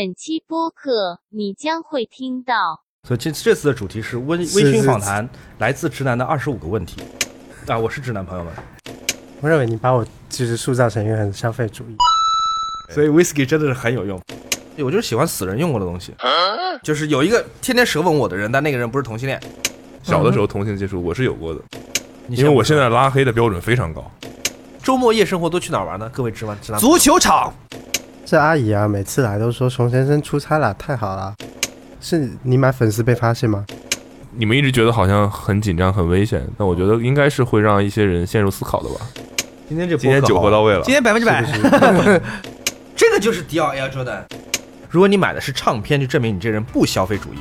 本期播客你将会听到。所以这这次的主题是微微醺访谈，来自直男的二十五个问题。啊，我是直男朋友们，我认为你把我就是塑造成一个很消费主义。所以 whisky 真的是很有用。我就是喜欢死人用过的东西，就是有一个天天舌吻我的人，但那个人不是同性恋。小的时候同性接触我是有过的，你因为我现在拉黑的标准非常高。周末夜生活都去哪儿玩呢？各位直男直男，足球场，这阿姨啊，每次来都说熊先生出差了，太好了。是你买粉丝被发现吗？你们一直觉得好像很紧张、很危险，但我觉得应该是会让一些人陷入思考的吧。今天这今天酒喝到位了今，天百分之百。这个就是迪奥 Air Jordan。如果你买的是唱片，就证明你这人不消费主义。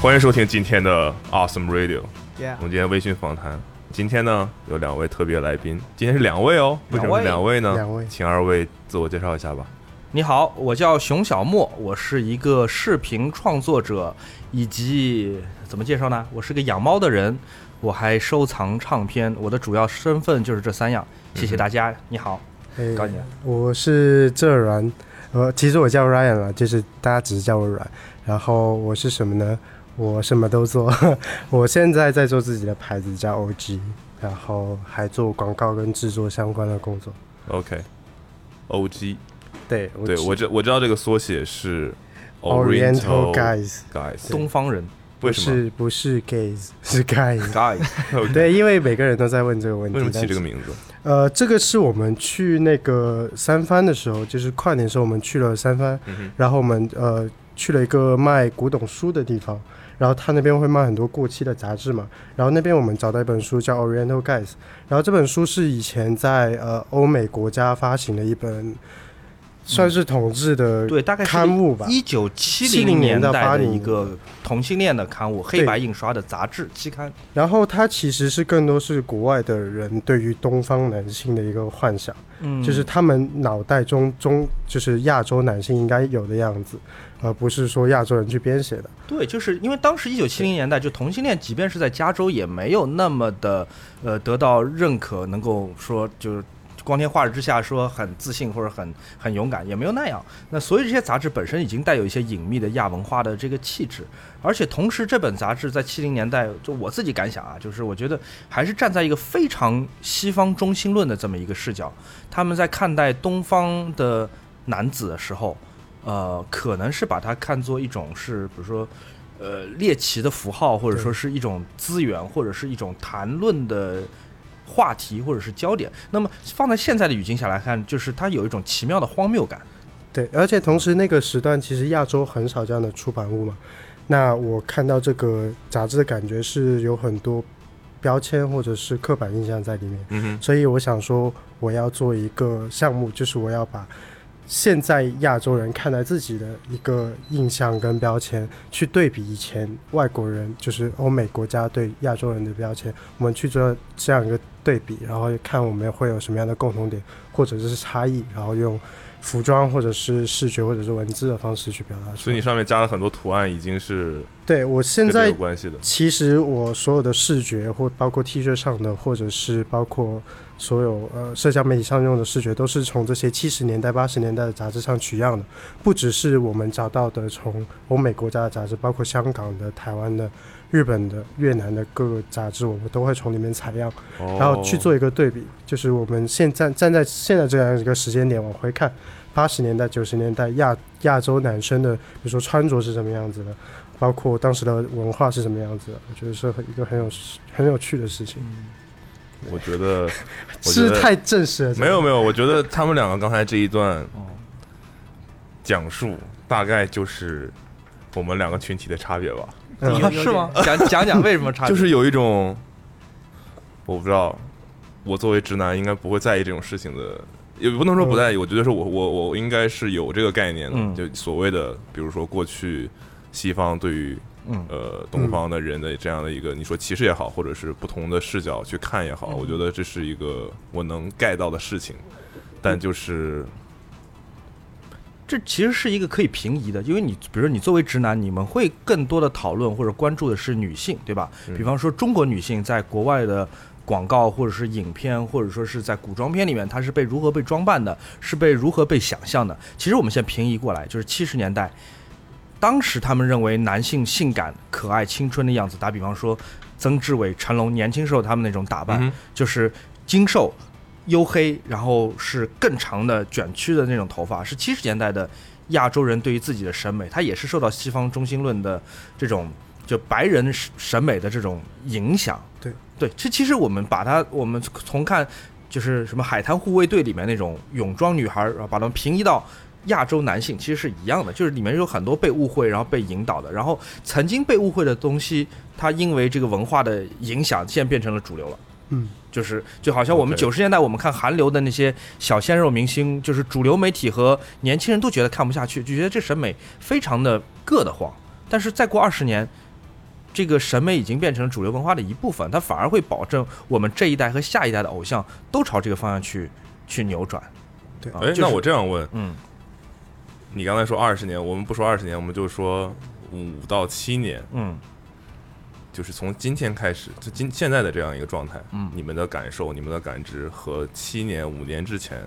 欢迎收听今天的 Awesome Radio。 Yeah 我们今天微醺访谈，今天呢有两位特别来宾，今天是两位哦，为什么是两两位呢？两位请二位自我介绍一下吧。你好，我叫熊小莫，我是一个视频创作者，以及怎么介绍呢？我是个养猫的人，我还收藏唱片，我的主要身份就是这三样。谢谢大家，你好， 哎高姐，我是这软，呃，其实我叫 Ryan 了，就是大家只是叫我软。然后我是什么呢？我什么都做， 我现在在做自己的牌子叫 OG，然后还做广告跟制作相关的工作。 OK，OG，、对，对我知我知道这个缩写是 Oriental Guys Guys，东方人为什么是不是 gays 是 guys？ ，guy， OK 对，因为每个人都在问这个问题。为什么起但这个是名字？呃，这个是我们去那个三藩的时候，就是跨年的时候，我们去了三藩，嗯哼然后我们呃去了一个卖古董书的地方，然后他那边会卖很多过期的杂志嘛，然后那边我们找到一本书叫《Oriental Guys》，然后这本书是以前在呃欧美国家发行的一本，算是统治的、嗯对，大概是刊物吧一九七70零年到代的80一个同性恋的刊物，黑白印刷的杂志期刊。然后它其实是更多是国外的人对于东方男性的一个幻想。嗯就是他们脑袋中中就是亚洲男性应该有的样子，而不是说亚洲人去编写的。对，就是因为当时一九七零呃年代，就同性恋，即便是在加州，也没有那么的呃得到认可，能够说就是光天化日之下说很自信或者很很勇敢，也没有那样。那所以这些杂志本身已经带有一些隐秘的亚文化的这个气质，而且同时这本杂志在七零年代，就我自己感想啊，就是我觉得还是站在一个非常西方中心论的这么一个视角，他们在看待东方的男子的时候。呃，可能是把它看作一种是，比如说呃猎奇的符号，或者说是一种资源，或者是一种谈论的话题，或者是焦点。那么放在现在的语境下来看，就是它有一种奇妙的荒谬感。对，而且同时那个时段其实亚洲很少这样的出版物嘛。那我看到这个杂志的感觉是有很多标签或者是刻板印象在里面，嗯哼，所以我想说我要做一个项目，就是我要把现在亚洲人看待自己的一个印象跟标签，去对比以前外国人，就是欧美国家对亚洲人的标签，我们去做这样一个对比，然后看我们会有什么样的共同点或者是差异，然后用服装或者是视觉或者是文字的方式去表达出来。所以你上面加了很多图案，已经是对我现跟这在有关系的。其实我所有的视觉，或包括 T 恤上的，或者是包括所有呃社交媒体上用的视觉，都是从这些七十年代、八十年代的杂志上取样的。不只是我们找到的从欧美国家的杂志，包括香港的、台湾的、日本的、越南的各个杂志，我们都会从里面采样，然然后去做一个对比。就是我们现在站在现在这样一个时间点往回看，八十年代、九十年代亚亚洲男生的，比如说穿着是什么样子的，包括当时的文化是什么样子的，我觉得是很一个很有很有趣的事情。我觉得，我觉 是得太正式了，没有没有，我觉得他们两个刚才这一段哦讲述，大概就是我们两个群体的差别吧。嗯有有点 是吗？讲讲讲为什么差别？就是有一种，我不知道，我作为直男应该不会在意这种事情的，也不能说不在意，我觉得是我我我应该是有这个概念的，嗯就所谓的，比如说过去西方对于嗯呃东方的人的这样的一个，你说歧视也好，或者是不同的视角去看也嗯好，我觉得这是一个我能 get 到的事情，但就是这其实是一个可以平移的，因为你比如说你作为直男，你们会更多的讨论或者关注的是女性，对吧？嗯比方说中国女性在国外的。广告或者是影片，或者说是在古装片里面，它是被如何被装扮的，是被如何被想象的。其实我们现在平移过来，就是七十年代，当时他们认为男性性感、可爱、青春的样子，打比方说曾志伟、成龙年轻时候他们那种打扮，嗯哼就是精瘦、黝黑，然后是更长的卷曲的那种头发，是七十年代的亚洲人对于自己的审美，他也是受到西方中心论的这种就白人审审美的这种影响。对对，这其实我们把它我们从看就是什么海滩护卫队里面那种泳装女孩，然后把它们平移到。亚洲男性其实是一样的，就是里面有很多被误会，然后被引导的，然后曾经被误会的东西，它因为这个文化的影响，现在变成了主流了。嗯，就是就好像我们 OK 九十年代我们看韩流的那些小鲜肉明星，就是主流媒体和年轻人都觉得看不下去，就觉得这审美非常的硌得慌。但是再过二十年，这个审美已经变成了主流文化的一部分，它反而会保证我们这一代和下一代的偶像都朝这个方向去去扭转。对啊哎，就是那我这样问，嗯，你刚才说二十年，我们不说二十年，我们就说五到七年，嗯就是从今天开始，就今现在的这样一个状态，嗯你们的感受、你们的感知和七年、五年之前，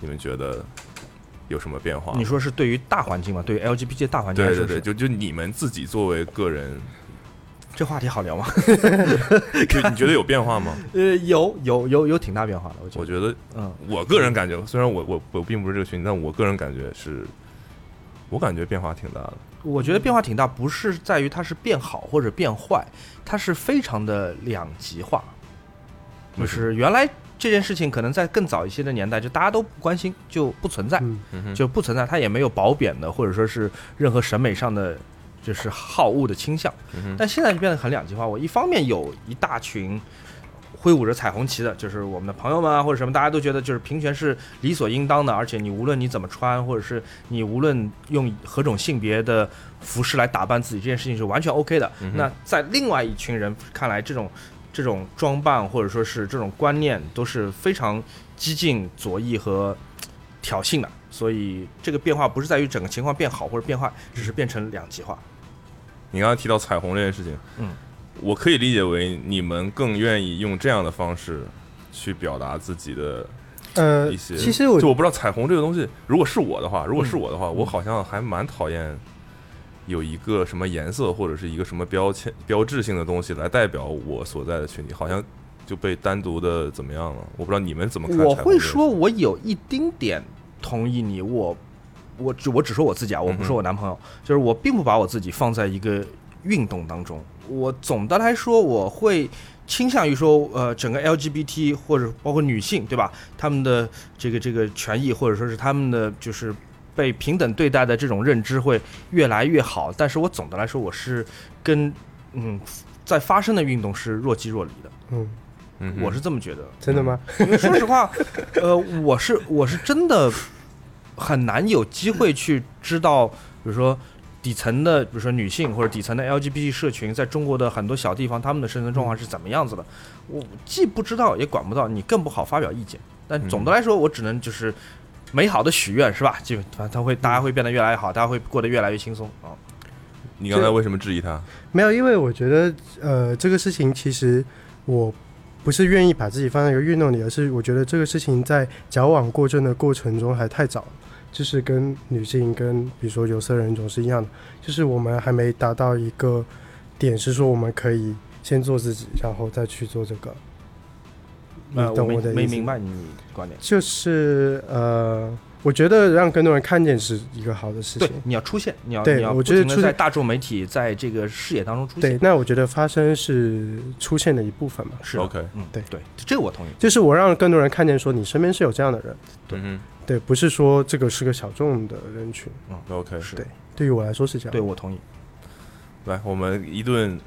你们觉得有什么变化？你说是对于大环境嘛？对于 LGBT 的大环境来对说对是，对，就就你们自己作为个 人，这话题好聊吗？就你觉得有变化吗？呃，有有有有挺大变化的，我觉我得，觉得，嗯，我个人感觉，虽然我我我并不是这个群体，但我个人感觉是，我感觉变化挺大的。我觉得变化挺大，不是在于它是变好或者变坏，它是非常的两极化。就为什么是原来这件事情可能在更早一些的年代，就大家都不关心，就不存在，嗯嗯哼就不存在，它也没有褒贬的，或者说是任何审美上的就是好恶的倾向。嗯哼但现在就变得很两极化。我一方面有一大群挥舞着彩虹旗的，就是我们的朋友们啊，或者什么，大家都觉得就是平权是理所应当的，而且你无论你怎么穿，或者是你无论用何种性别的服饰来打扮自己，这件事情是完全 OK 的。嗯哼那在另外一群人看来，这种这种装扮或者说是这种观念都是非常激进、左翼和挑衅的。所以这个变化不是在于整个情况变好或者变坏，只是变成两极化。你刚刚提到彩虹这件事情，嗯，我可以理解为你们更愿意用这样的方式去表达自己的呃，一些。其实我就我不知道彩虹这个东西，如果是我的话，如果是我的嗯话，我好像还蛮讨厌有一个什么颜色或者是一个什么标签标志性的东西来代表我所在的群体，好像就被单独的怎么样了？我不知道你们怎么看。我会说，，我有一丁点同意你，我我只我只说我自己啊，我嗯不哼说我男朋友，就是我并不把我自己放在一个运动当中。我总的来说，我会倾向于说，呃，整个 LGBT 或者包括女性，对吧？他们的这个这个权益，或者说是他们的就是被平等对待的这种认知会越来越好。但是我总的来说，我是跟嗯，在发生的运动是若即若离的，嗯，嗯哼，我是这么觉得。真的吗？因为说实话，呃，我是我是真的很难有机会去知道，比如说底层的，比如说女性或者底层的 LGBT 社群，在中国的很多小地方，他们的生存状况是怎么样子的。我既不知道也管不到，你更不好发表意见。但总的嗯来说，我只能就是美好的许愿，是吧？就反正他会，大家会变得越来越好，大家会过得越来越轻松啊。你刚才为什么质疑他？没有，因为我觉得呃，这个事情其实我不是愿意把自己放在一个运动里，而是我觉得这个事情在矫枉过正的过程中还太早了。就是跟女性跟比如说有色人种是一样的，就是我们还没达到一个点，是说我们可以先做自己，然后再去做这个。你呃，懂没我的意思？没明白你观点。就是呃，我觉得让更多人看见是一个好的事对情。，你要出现，你要对你要我不觉得停的出在现大众媒体在这个视野当中出现对。，那我觉得发声是出现的一部分嘛，是 OK 嗯，对对，这个我同意。就是我让更多人看见，说你身边是有这样的人，对对，不是说这个是个小众的人群。 ，OK，是对对于我来说是这样。对，我同意。来，我们一顿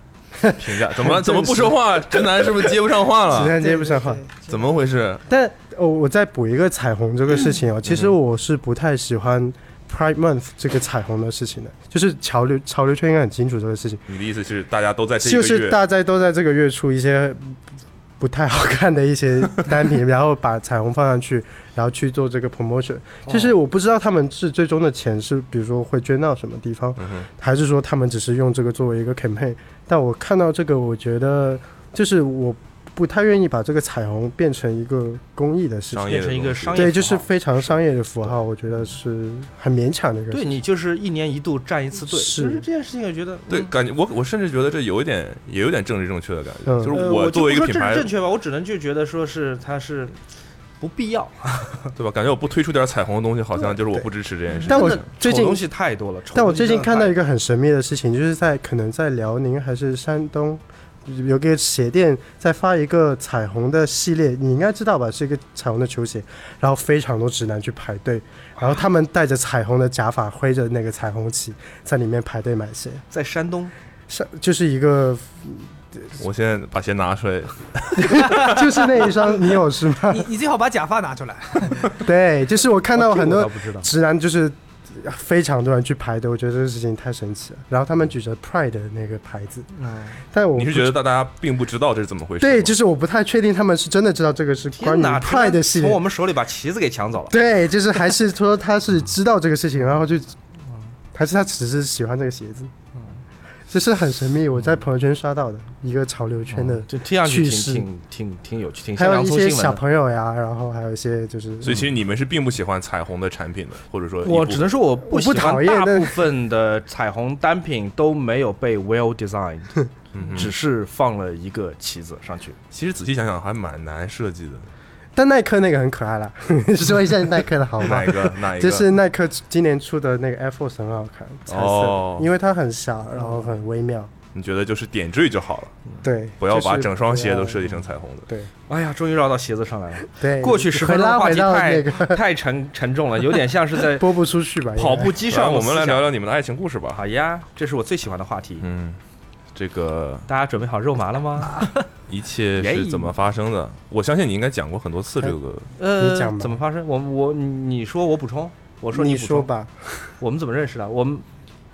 评价，怎么怎么不说话？直男是不是接不上话实了？在接不上话。怎么回事？但哦，我再补一个彩虹这个事情哦，其实我是不太喜欢 Pride Month 这个彩虹的事情的，就是潮流潮流圈应该很清楚这个事情，你的意思是大家都在这一就个是月？大家都在这个月出一些不太好看的一些单品，然后把彩虹放上去，然后去做这个 promotion。就是哦我不知道他们是最终的钱是，比如说会捐到什么地方，嗯哼，还是说他们只是用这个作为一个 campaign？但我看到这个，我觉得就是我不太愿意把这个彩虹变成一个公益的事商情，业变的成一个东西商业对，符就是号非常商业的符号，我觉得是很勉强的一个事对情。你就是一年一度站一次队，是就是这件事情，我觉得对，嗯感觉我我甚至觉得这有一点也有点政治正确的感觉，嗯就是呃我作为一就个不说品政牌治，正确吧，我只能就觉得说是它是不必要。啊对吧？感觉我不推出点彩虹的东西，好像就是我不支持这件事。但我真的最丑近东西太多了，丑但我东西最近真的看到太一个很神秘的事情，就是在可能在辽宁还是山东，有个鞋店在发一个彩虹的系列，你应该知道吧？是一个彩虹的球鞋，然后非常多直男去排队，然后他们戴着彩虹的假发，挥着那个彩虹旗，在里面排队买鞋，在山 东，是就是一个我现在把鞋拿出来，就是那一双，你有是吗？ 你你最好把假发拿出来。对，就是我看到很哦我多倒不知道。直男就是。非常多人去排队，我觉得这个事情太神奇了。然后他们举着 Pride 的那个牌子，嗯，但我你是不觉得大家并不知道这是怎么回事吗？对，就是我不太确定他们是真的知道这个是关天于哪， Pride 的系从我列，们手里把旗子给抢走了。对，就是还是说他是知道这 个事情，嗯然后就，还是他只是喜欢这个鞋子，嗯这是很神秘，我在朋友圈刷到的一个潮流圈的，就听上去挺趣事挺挺挺有趣，挺还像有洋一葱些新闻小的。朋友呀，然后还有一些就是，所以其实你们是并不喜欢彩虹的产品的，或者说一我部只能说我不我不喜欢讨厌大但部分的彩虹单品都没有被 well designed，嗯哼只是放了一个旗子上去。其实仔细想想还蛮难设计的。但耐克那个很可爱啦， 说一下耐克的好吗 哪？一个？哪一个？就是耐克今年出的那个 Air Force 很好看，彩色的，哦因为它很小，然后很微妙，你觉得就是点缀就好了，嗯对，不要就是把整双鞋不都要设计成彩虹的。对哎呀，终于绕到鞋子上来了。对，过去十回分钟拉的话回 题到太那个 太沉沉重了，有点像是 在播不出去吧？应该跑 步机然上后的我思想。们来聊聊你们的爱情故事吧。好呀，这是我最喜欢的话题。嗯，这个大家准备好肉麻了啊吗？一切耶是怎么发生的？我相信你应该讲过很多次这个。呃，你讲吧怎么发生？我我你说我补充，我说你补说充。吧，我们怎么认识的？我们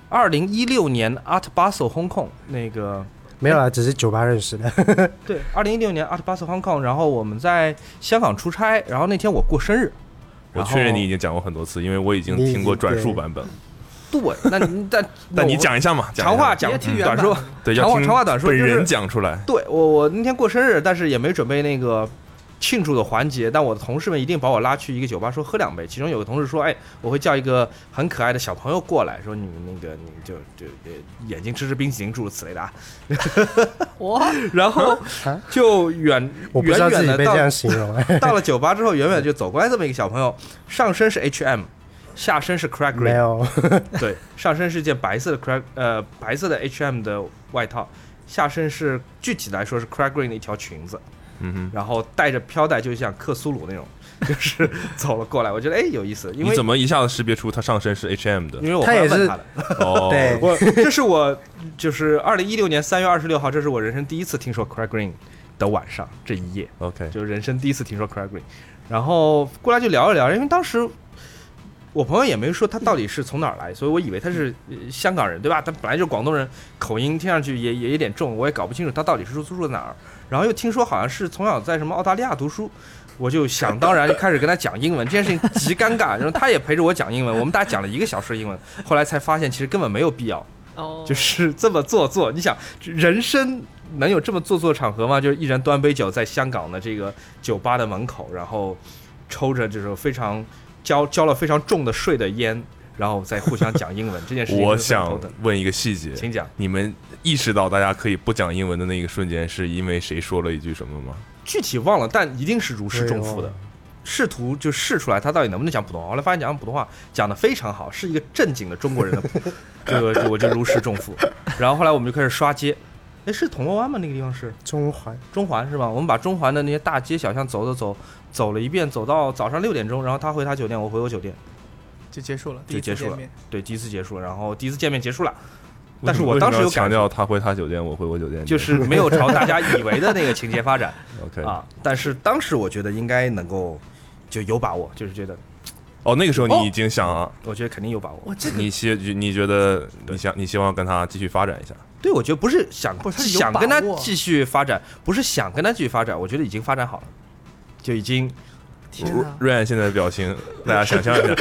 二零一六年 Art Basel Hong Kong 那个没有啦，只是酒吧 认识的。对，二零一六年 Art Basel Hong Kong，然后我们在香港出差，然后那天我过生日。我然后确认你已经讲过很多次，因为我已经你已经听过转述版本。对， 那你但但你我讲一下嘛，讲一长下话嘛讲别听原短版说，对，长要话听长话短说本就是人讲出来。对我，我那天过生日，但是也没准备那个庆祝的环节。但我的同事们一定把我拉去一个酒吧，说喝两杯。其中有个同事说：“哎，我会叫一个很可爱的小朋友过来，说你们那个你就就呃眼睛吃吃冰淇淋，诸如此类的啊。我”然后啊就远我不知远道自远己的被这到样形容， 哎到了酒吧之后，远远就走过来这么一个小朋友，上身是 H&M，下身是 Craig Green，没有，对，上身是件白色的 Craig 呃白色的 H&M 的外套，下身是具体来说是 Craig Green 的一条裙子。嗯然后带着飘带，就像克苏鲁那种， 就是走了过来。我觉得哎有意思，哼，因你为怎么一下子识别出他上身是 H M 的？因为我后他来也问是他的，哦，对我这是我就是二零一六年三月二十六号，这是我人生第一次听说 Craig Green 的晚上这一夜， ，OK，就是人生第一次听说 Craig Green，然后过来就聊一聊，因为当时。我朋友也没说他到底是从哪儿来，所以我以为他是、呃香港人，对吧？他本来就是广东人，口音听上去也也有点重，我也搞不清楚他到底是住住在哪儿。然后又听说好像是从小在什么澳大利亚读书，我就想当然就开始跟他讲英文，这件事情极尴尬。然后他也陪着我讲英文，我们大家讲了一个小时英文，后来才发现其实根本没有必要，哦就是这么做作。你想，人生能有这么做作的场合吗？就是一人端杯酒，在香港的这个酒吧的门口，然后抽着这种非常交交了非常重的税的烟，然后再互相讲英文，这件事情我是很头疼想的。问一个细节，请讲，你们意识到大家可以不讲英文的那个瞬间，是因为谁说了一句什么吗？具体忘了，但一定是如释重负哦的。试图就试出来他到底能不能讲普通话。后来发现讲普通话讲得非常好，是一个正经的中国人的， 这个我就如释重负。然后后来我们就开始刷街，哎，是铜锣湾吗？那个地方是中环中环是吧？我们把中环的那些大街小巷走走走，走了一遍，走到早上六点钟，然后他回他酒店，我回我酒店，就结束了，第就一次结束见了面。对，第一次结束，然后第一次见面结束了， 但是我为什当么时有要强感觉，调他回他酒店，我回我酒店，就是没有朝大家以为的那个情节发展。 OK 啊，但是当时我觉得应该能够就有把握，就是觉得哦，那个时候哦你已经想、啊，我觉得肯定有把握。我这个你希你觉得你想你希望跟他继续发展一下，对，我觉得不是想不是他有想跟他把握继续发展，不是想跟他继续发展，我觉得已经发展好了，就已经天哪！瑞安现在的表情，大家想 象一下，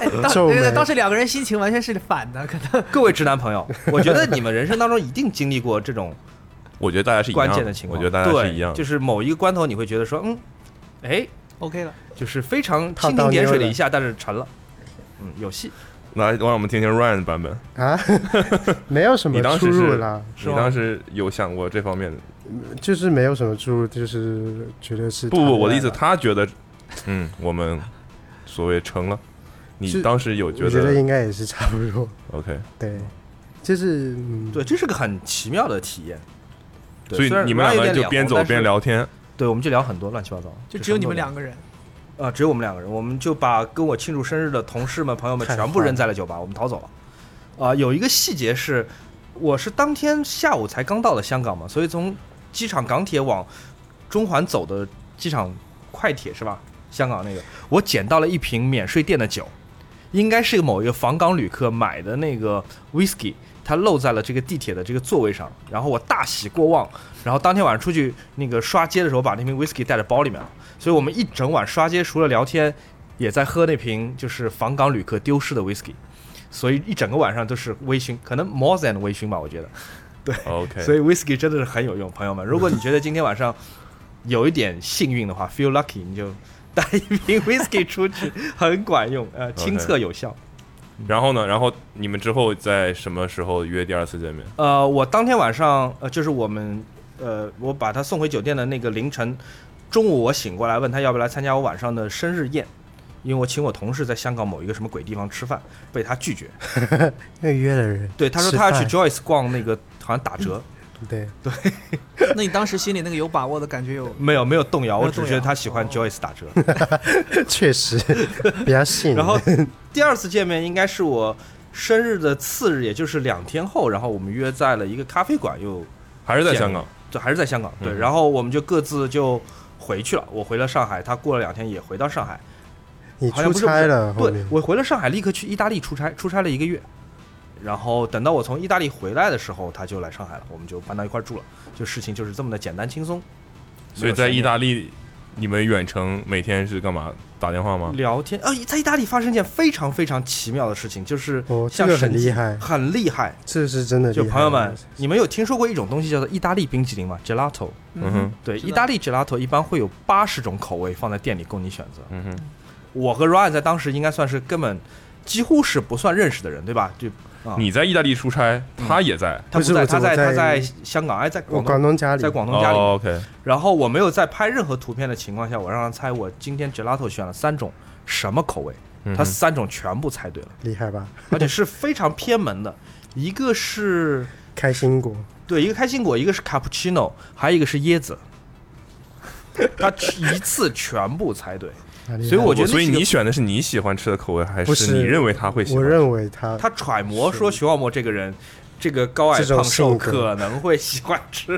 哎，当皱对对对眉当时两个人心情完全是反的，可能各位直男朋友，我觉得你们人生当中一定经历过这种我觉得大家是一样关键的情况，我觉得大家是对一样的，就是某一个关头你会觉得说，嗯，哎， OK 了。就是非常烫蜻到蜓点妞水的了一下，但是沉了，嗯，有戏。来，让我们听听 Ryan 的版本。啊， 没有什么你当出时入是啦，是你吗当时有想过这方面的？就是没有什么出入，就是觉得是不不，我的意思，谈他觉得，嗯，我们所谓成了。你是当时有恋爱了，觉我觉得得应该也是差不多， OK？对，就是嗯，对，这是个很奇妙的体验。对所以虽然你们两有个人点就脸边红走但边是 聊天。对，我们就聊很多乱七八糟， 就只有你们个两个人，啊、只有我们两个人，我们就把跟我庆祝生日的同事们、朋友们太全部坏扔了在了酒吧，我们逃走了。啊、有一个细节是，我是当天下午才刚到了香港嘛，所以从机场港铁往中环走的机场快铁是吧？香港那个，我捡到了一瓶免税店的酒，应该是某一个访港旅客买的那个 whisky，它漏在了这个地铁的这个座位上，然后我大喜过望，然后当天晚上出去那个刷街的时候，把那瓶 whisky 带在包里面了，所以我们一整晚刷街，除了聊天，也在喝那瓶就是访港旅客丢失的 whisky，所以一整个晚上都是微醺，可能 more than 微醺吧，我觉得。 OK，所以 whisky 真的是很有用，朋友们。如果你觉得今天晚上有一点幸运的话，feel lucky，你就带一瓶 whisky 出去，很管用，呃，亲测有效。然后呢？然后你们之后在什么时候约第二次见面？呃，我当天晚上，呃，就是我们，呃，我把他送回酒店的那个凌晨，中午我醒过来，问他要不要来参加我晚上的生日宴。因为我请我同事在香港某一个什么鬼地方吃饭，被他拒绝。因为约了人，对，他说他要去吃 Joyce 逛那个，好像打折，饭对， 那你当时心里那个有把握的感觉有？没有没有动摇，没我有只动觉得摇他喜欢哦 Joyce 打折。确实比较吸引人。然后第二次见面应该是我生日的次日，也就是两天后，然后我们约在了一个咖啡馆，又还是在香港？就还是在香港，对，嗯然后我们就各自就回去了。我回了上海，他过了两天也回到上海，你好像出不是不差是了，后对面，我回了上海，立刻去意大利出差，出差了一个月。然后等到我从意大利回来的时候，他就来上海了，我们就搬到一块儿住了。就事情就是这么的简单轻松。所以在意大利，你们远程每天是干嘛？打电话吗？聊天啊，在意大利发生一件非常非常奇妙的事情，就是哦这像个很神迹厉害很厉害，这是真的厉就害。朋友们，你们有听说过一种东西叫做意大利冰淇淋吗？Gelato。嗯哼，对，知道意大利 gelato 一般会有八十种口味放在店里供你选择。嗯哼，我和 Ryan 在当时应该算是根本几乎是不算认识的人，对吧？就啊你在意大利出差，嗯他也在。他不是在，我他怎么在他在在香港，哎，在我广广东，东家里在广东家里。哦，OK，然后我没有在拍任何图片的情况下，我让他猜我今天 gelato 选了三种什么口味，嗯哼他三种全部猜对了，厉害吧？而且是非常偏门的，一个是开心果，对，一个开心果，一个是卡布奇诺，还有一个是椰子。他一次全部猜对，啊厉害所以我觉得所以那是一个你选的是你喜欢吃的口味，还不是你认为他会喜我欢？认为他他揣摩说徐小沫这个人，这个高矮这种胖瘦性格可能会喜欢吃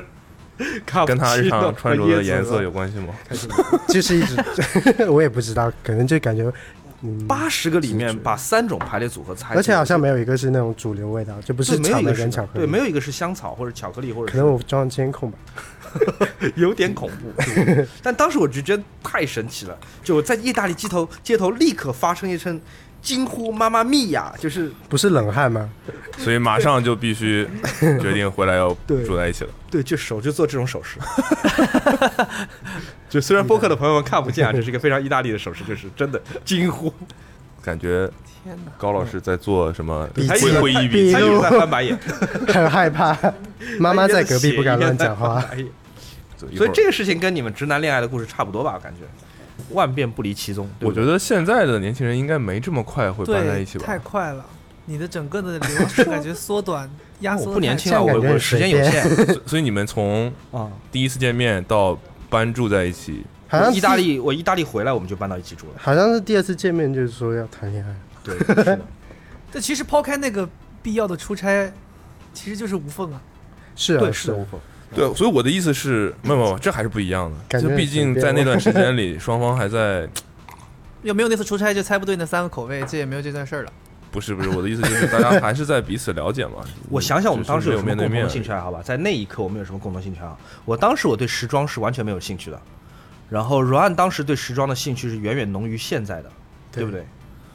卡布 跟他日奇诺常穿着和椰的子颜色。有关系吗？ 就是一 直，我也不知道，可能就感觉，嗯，八十个里面直觉把三种排列组合猜对，而且好像没有一个是那种主流味道，就不不是没有草一莓个是跟巧克力，对，没有一个是香草或者巧克力或者可能我装监控吧，有点恐怖， 对但当时我就觉得太神奇了，就在意大利街头街头立刻发生一声惊呼“妈妈咪呀”，就是不是冷汗 吗？ 所以马上就必须 决定回来要对住在一起了。对，就手就做这种手 势。就虽然播客的朋友们看不见啊，这是一个非常意大利的手势，就是真的惊呼，感觉天哪！高老师在做什么笔记会会议笔笔记他一直录在翻白眼。很害怕， 妈妈在隔壁不敢乱讲话。他一边写。一边在翻白眼一会所儿以这个事情跟你们直男恋爱的故事差不多吧？感觉万变不离其宗。对我不对觉得现在的年轻人应该没这么快会搬在对一起，太吧？快了，你的整个的流程感觉缩短、压缩我 得不年太轻了，啊快我像感觉我很时间有限 所所以你们从啊。第一次见面到搬住在一起， 好像意大，利，我意大利回来我们就搬到一起 住了。好像是第二次见面就是说要谈恋爱，对，是的。这其实抛开那个必要的出差，其实就是无缝啊。是啊，对，是是啊的，对，所以我的意思是，没有没有，这还是不一样的。感觉就毕竟在那段时间里，双方还在要没有那次出差，就猜不对那三个口味，这也没有这件事儿了。不是不是，我的意思就是大家还是在彼此了解嘛。 我想想，我们当时只是有没有什么面对共同面的而已兴趣爱好吧？在那一刻，我们有什么共同兴趣爱好？我当时我对时装是完全没有兴趣的，然后柔安当时对时装的兴趣是远远浓于现在的，对 不对？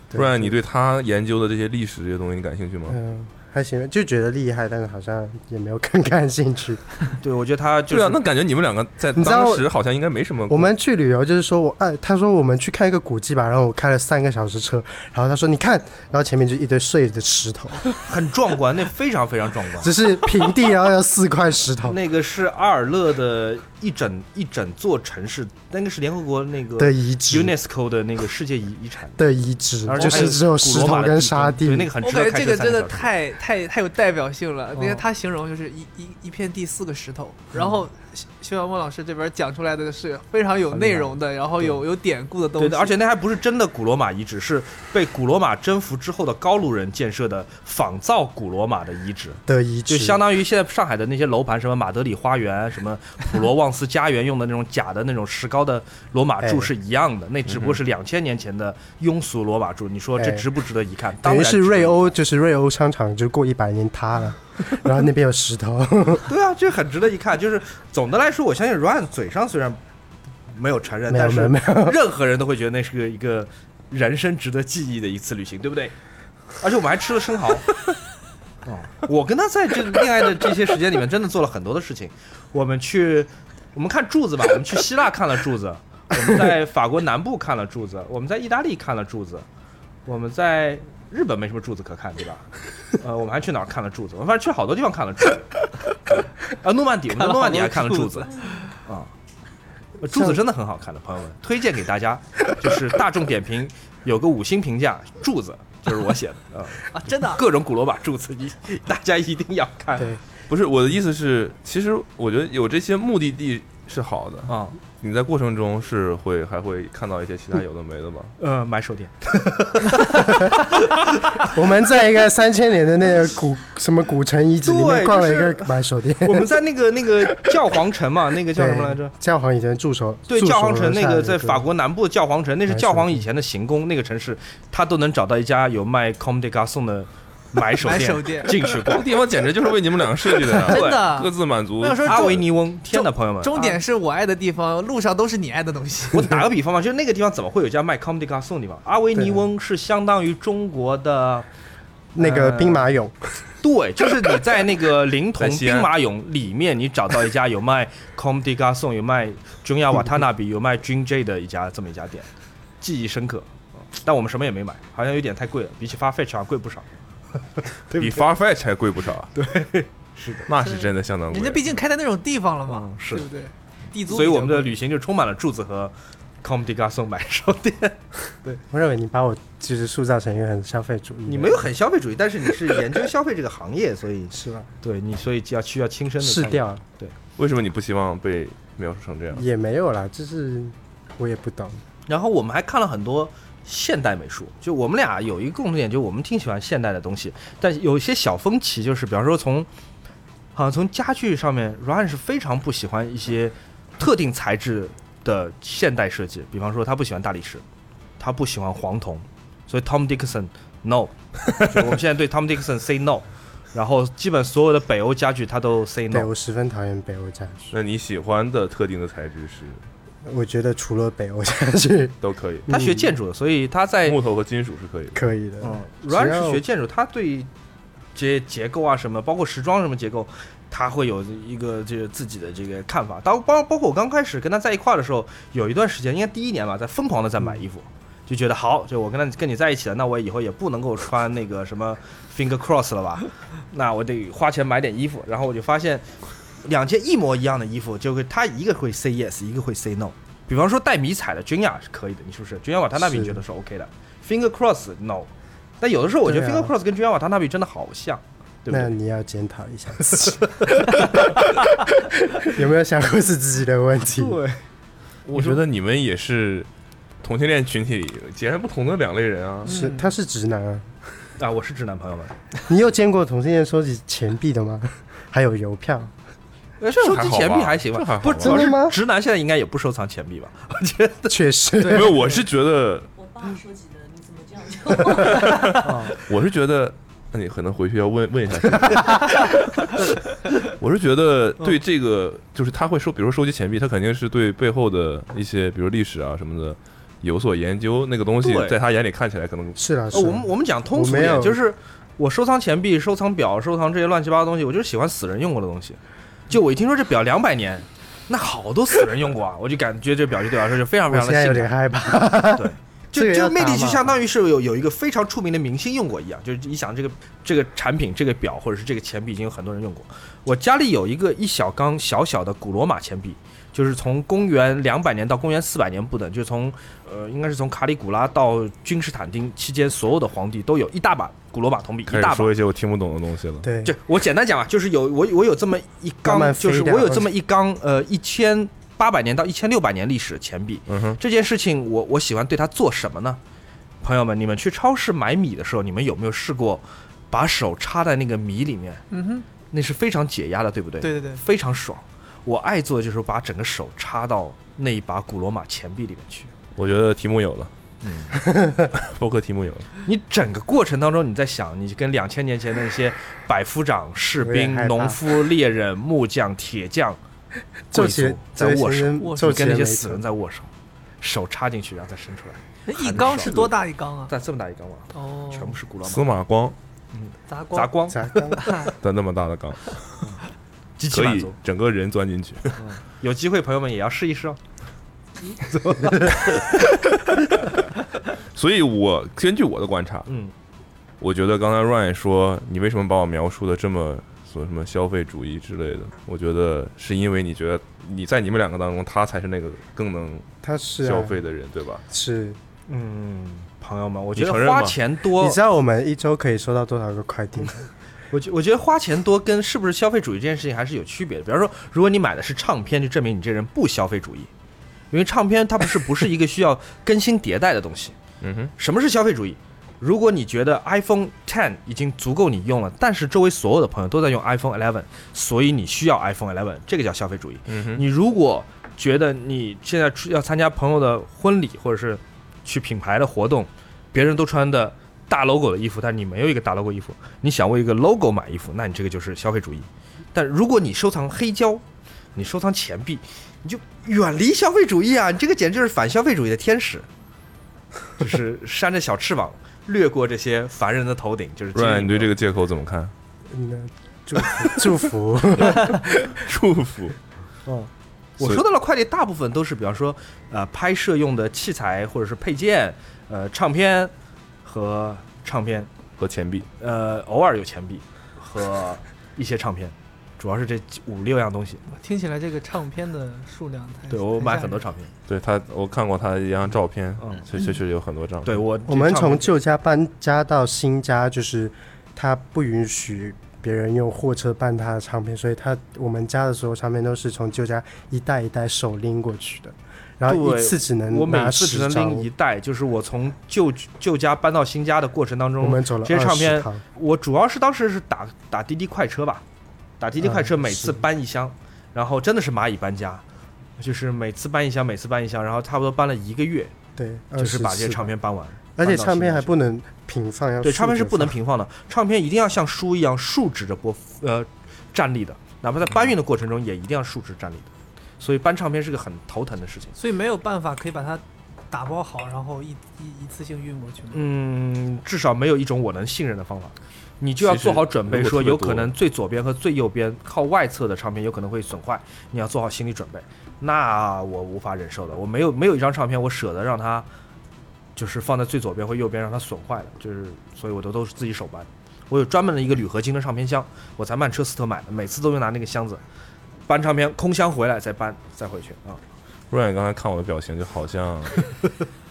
对不然你对他研究的这些历史这些东西，你感兴趣吗？嗯，还行，就觉得厉害，但是好像也没有更感 兴趣。对，我觉得他就对啊，是那感觉你们两个在你知道当时好像应该没什么。我们去旅游就是说我哎，他说我们去看一个古迹吧，然后我开了三个小时车，然后他说你看，然后前面就一堆碎的石头，很壮观，那非常非常壮 观。只是平地，然后有四块石头那个是阿尔勒的一整一整座城市，那个是联合国那的个遗址 UNESCO 的那个世界遗遗产，的遗址而，且就还有是只有石古罗马头的跟地沙震对，那地个。很我值感得觉开这车个三真个的小时。太太太有代表性了。你哦看他形容就是一一一片地四个石头，然嗯后徐徐小梦老师这边讲出来的是非常有很厉害内容的，然后有有典故的东对西，的，而且那还不是真的古罗马遗址，是被古罗马征服之后的高卢人建设的呃仿造古罗马的遗址。的遗址，就相当于现在上海的那些楼盘，什么马德里花园、什么普罗旺斯家园用的那种假的那种石膏的罗马柱哎是一样的，那只不过是两千年前的庸俗罗马柱。你说这哎值不值得一看？当等于然是值得瑞一欧，就是瑞欧商场就过一百年塌了，然后那边有 石头，看，对啊，这很值得一看。就是总的来说，我相信 Ryan 嘴上虽然没有承认，没有但没是有没有，任何人都会觉得那是个一个人生值得记忆的一次旅行，对不对？而且我们还吃了生蚝。 哦，我跟他在这个恋爱的这些时间里面，真的做了很多的事情。我们去，我们看柱子 吧，我们去希腊看了柱子，我们在法国南部看了柱子，我们在意大利看了柱子，我们在日本没什么柱子可看，对 吧？呃，我们还去哪儿看了柱子？我们反正去好多地方看了柱子。啊，诺曼底，我们在诺曼底还看了柱子。啊、柱子真的很好看的，朋友们，推荐给大家。就是大众点评有个五星评价，柱子就是我写的啊、啊，真的啊各种古罗马柱子，一大家一定要看对，不是我的意思是，其实我觉得有这些目的地是好的，啊。你在过程中是会还会看到一些其他有的没的吧？呃，买手电，我们在一个三千年的那个古什么古城遗址里面对逛了一就是个买手店，我们在那个那个教皇城嘛，那 个叫什么来着？教皇以前驻守，对，驻守教皇城那楼下个有在一法国南部的教皇城，那是买教手皇以电前的行宫，那个城市他都能找到一家有卖 Comme des Garçons 的买手 买店，手店进去这逛个。地方简直就是为你们两个设计的呀，真的各自满足我。想说阿维尼翁，天哪，朋友们！啊啊终点是我爱的地方，路上都是你爱的东西。我打个比方吧，就是那个地方怎么会有一家卖 Comedy g a r c o n 的地方？阿维尼翁是相当于中国的，那个呃兵马俑，对，就是你 在那个临潼在西安兵马俑里面，你找到一家有卖 Comedy g a r c o n 有卖 j u n y a Watanabe，有卖 Jun J 的一家这么一家店，记忆深刻。嗯但我们什么也没买，好像有点太贵了，比起 Farfetch 还贵不少。比 Farfetch 还贵不少。对，是的，那是真的相 当贵。人家毕竟开在那种地方了嘛，嗯是对不对？地租比较贵，所以我们的旅行就充满了柱子和 Comedy g a r c o n 买手店。我认为你把我就是塑造成一个很消费主义的 人，你没有很消费主义，但是你是研究消费这个行业，所以是吧？ 对你，所以就要需要亲身的试掉为什么你不希望被描述成这样？也没有啦，就是我也不懂，然后我们还看了很多现代美术，就我们俩有一个共同点，就是我们挺喜欢现代的东西，但有一些小分歧，就是比方说从，好像从家具上面，Ryan 是非常不喜欢一些特定材质的现代设计，比方说他不喜欢大理石，他不喜欢黄铜，所以 Tom Dixon no，就我们现在对 Tom Dixon say no，然后基本所有的北欧家具他都 say 对 no，我十分讨厌北欧家具，那你喜欢的特定的材质是我觉得除了北欧家具都可以，他学建筑的，所以他在木头和金属是可以的。可以的，哦只嗯软要是学建筑，他对这些结构啊什么，包括时装什么结构，他会有一个这个自己的这个看法。当包包括我刚开始跟他在一块儿的时候，有一段时间，应该第一年吧，在疯狂的在买衣服。嗯就觉得好，就我跟他跟你在一起了，那我以后也不能够穿那个什么 finger cross 了吧？ 那我得花钱买点衣服。然后我就发现，两件一模一样的衣服，就会他一个会 say yes，一个会 say no。比方说带迷彩的君雅是可以的，你是不是？君雅瓦他那比你是觉得是 OK 的，finger cross no。但有的时候我觉得对啊 finger cross 跟君雅瓦他那比真的好像，对不那对？你要检讨一下自己， 有没有想过是自己的问题？对，我觉得你们也是同性恋群体里截然不同的两类人啊。是嗯他是直男啊，啊，我是直男朋友们，你有见过同性恋收集钱币的吗？还有邮票，呃收集哎还好钱币吧还行这还吧好？不，吧主要真的吗是直男现在应该也不收藏钱币吧？我觉得确实，没有，我是觉得我爸话说起的，你怎么这样就？我是觉得，那你可能回去要问问一下谁我是觉得对这个，就是他会收，比如说收集钱币，他肯定是对背后的一些，比如历史啊什么的有所研究。那个东西对在他眼里看起来可能是啦，是呃啦我们我们讲通俗我一没点，有就是我收藏钱币、收藏表、收藏这些乱七八糟东西，我就是喜欢死人用过的东西。就我一听说这表两百年，那好多死人用过啊，我就感觉这表就对我来说就非常非我常现在有的点性 害怕。感。 对，这就个要就魅力打就码相当于是有有一个非常出名的明星用过一样，就是你想这个这个产品、这个表或者是这个钱币已经有很多人用过。我家里有一个一小缸小小的古罗马钱币，就是从公元两百年到公元四百年不等，就是从呃，应该是从卡里古拉到君士坦丁期间，所有的皇帝都有一大把古罗马铜币，开一始大把说。一些我听不懂的东西了。对，就我简单讲啊，就是有我我有这么一缸慢慢，飞啊就是掉我有这么一缸呃一千八百年到一千六百年历史的钱币。嗯哼，这件事情我我喜欢对它做什么呢？朋友们，你们去超市买米的时候，你们有没有试过把手插在那个米里面？嗯哼，那是非常解压的，对不对？对对对非常爽。我爱做的就是把整个手插到那一把古罗马钱币里面去。我觉得题目有了， 嗯，包括题目有了，你整个过程当中，你在想，你跟两千年前那些百夫长、士有点兵害、怕农夫、猎人、木匠、铁匠、就贵其实族在握手，握手就你跟那些死人在握手，手插进去，然后再伸出来。那一很缸爽是多大一缸啊？但这么大一缸网，哦，全部是古罗司马马光砸光砸光，砸缸的那么大的缸，极其可满以足。整个人钻进去。有机会朋友们也要试一试哦。 所以我根据我的观察，嗯，我觉得刚才 Ryan 说你为什么把我描述的这么说什么消费主义之类的，我觉得是因为你觉得你在你们两个当中，他才是那个更能他是啊消费的人，对吧？是。嗯，朋友们，我你觉得承认花吗钱多你，知道我们一周可以收到多少个快递吗？我觉我觉得花钱多跟是不是消费主义这件事情还是有区别的。比方说，如果你买的是唱片，就证明你这人不消费主义，因为唱片它不是不是一个需要更新迭代的东西。嗯哼，什么是消费主义？如果你觉得 iPhone Ten 已经足够你用了，但是周围所有的朋友都在用 iPhone Eleven，所以你需要 iPhone Eleven，这个叫消费主义。嗯哼，你如果觉得你现在出要参加朋友的婚礼，或者是去品牌的活动，别人都穿的大 logo 的衣服，但你没有一个大 logo 衣服，你想为一个 logo 买衣服，那你这个就是消费主义。但如果你收藏黑胶，你收藏钱币，你就远离消费主义啊！你这个简直就是反消费主义的天使，就是扇着小翅膀掠过这些凡人的头顶，就是 Ryan，你对这个个借口怎么看？嗯，祝 福祝福，祝福。哦，嗯我收到的快递大部分都是，比方说，呃，拍摄用的器材或者是配件，呃，唱片和唱片，和钱币，呃，偶尔有钱币和一些唱片，主要是这几五六样东西。听起来这个唱片的数量太对我太买吓很多人唱片，对他，我看过他一张照片，嗯确确实有很多张。对，我我们这唱从片旧家搬家到新家，就是他不允许别人用货车搬他的唱片，所以他我们家的所有唱片都是从旧家一袋一袋手拎过去的，然后对一次只我能每拿次只十能张拎，一袋，就是我从旧旧家搬到新家的过程当我中，们走了这些唱片20趟我主要是当时是打打滴滴快车吧，打滴滴快车嗯每次是搬一箱，然后真的是蚂蚁搬家，就是每次搬一箱，每次搬一箱，然后差不多搬了一个月，对，就是把这些24唱片搬完。而且搬到唱片新还的不能平放，要对，唱片是竖着不能放平放的，唱片一定要像书一样竖直着播呃站立的，哪怕在搬运的过程中也一定要竖直站立的。所以搬唱片是个很头疼的事情。所以没有办法可以把它打包好，然后一一一次性运过去吗？嗯，至少没有一种我能信任的方法。你就要做好准备，其实如说果特别有可能最左边和最右边靠外侧的唱片有可能会损坏，你要做好心理准备。那我无法忍受的，我没有没有一张唱片我舍得让它就是放在最左边或右边让它损坏的，就是所以我都都是自己手搬。我有专门的一个铝合金的唱片箱，我在曼彻斯特买的，每次都用拿那个箱子搬唱片，空箱回来再搬再回去啊。 Ryan 刚才看我的表情，就好像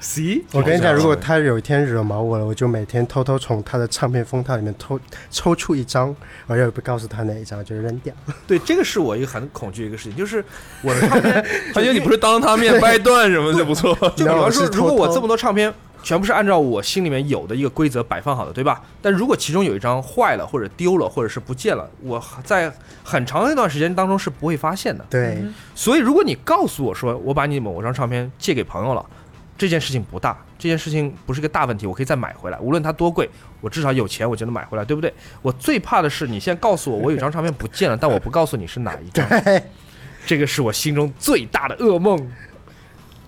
See，我跟你好讲，像如果他有一天惹毛我了，我就每天偷偷从他的唱片封套里面偷抽出一张，我也不告诉他哪一张，就扔掉。对，这个是我一个很恐惧的一个事情，就是我的唱 片，他觉得你不是当他面掰断什么就不 错。就比然后方说，是如果偷我偷这么多唱片全部是按照我心里面有的一个规则摆放好的，对吧？但如果其中有一张坏了，或者丢了，或者是不见了，我在很长一段时间当中是不会发现的。对，所以，如果你告诉我说我把你某张唱片借给朋友了，这件事情不大，这件事情不是个大问题，我可以再买回来，无论它多贵，我至少有钱我就能买回来，对不对？我最怕的是你现在告诉我我有一张唱片不见了，但我不告诉你是哪一张， 这个是我心中最大的噩梦，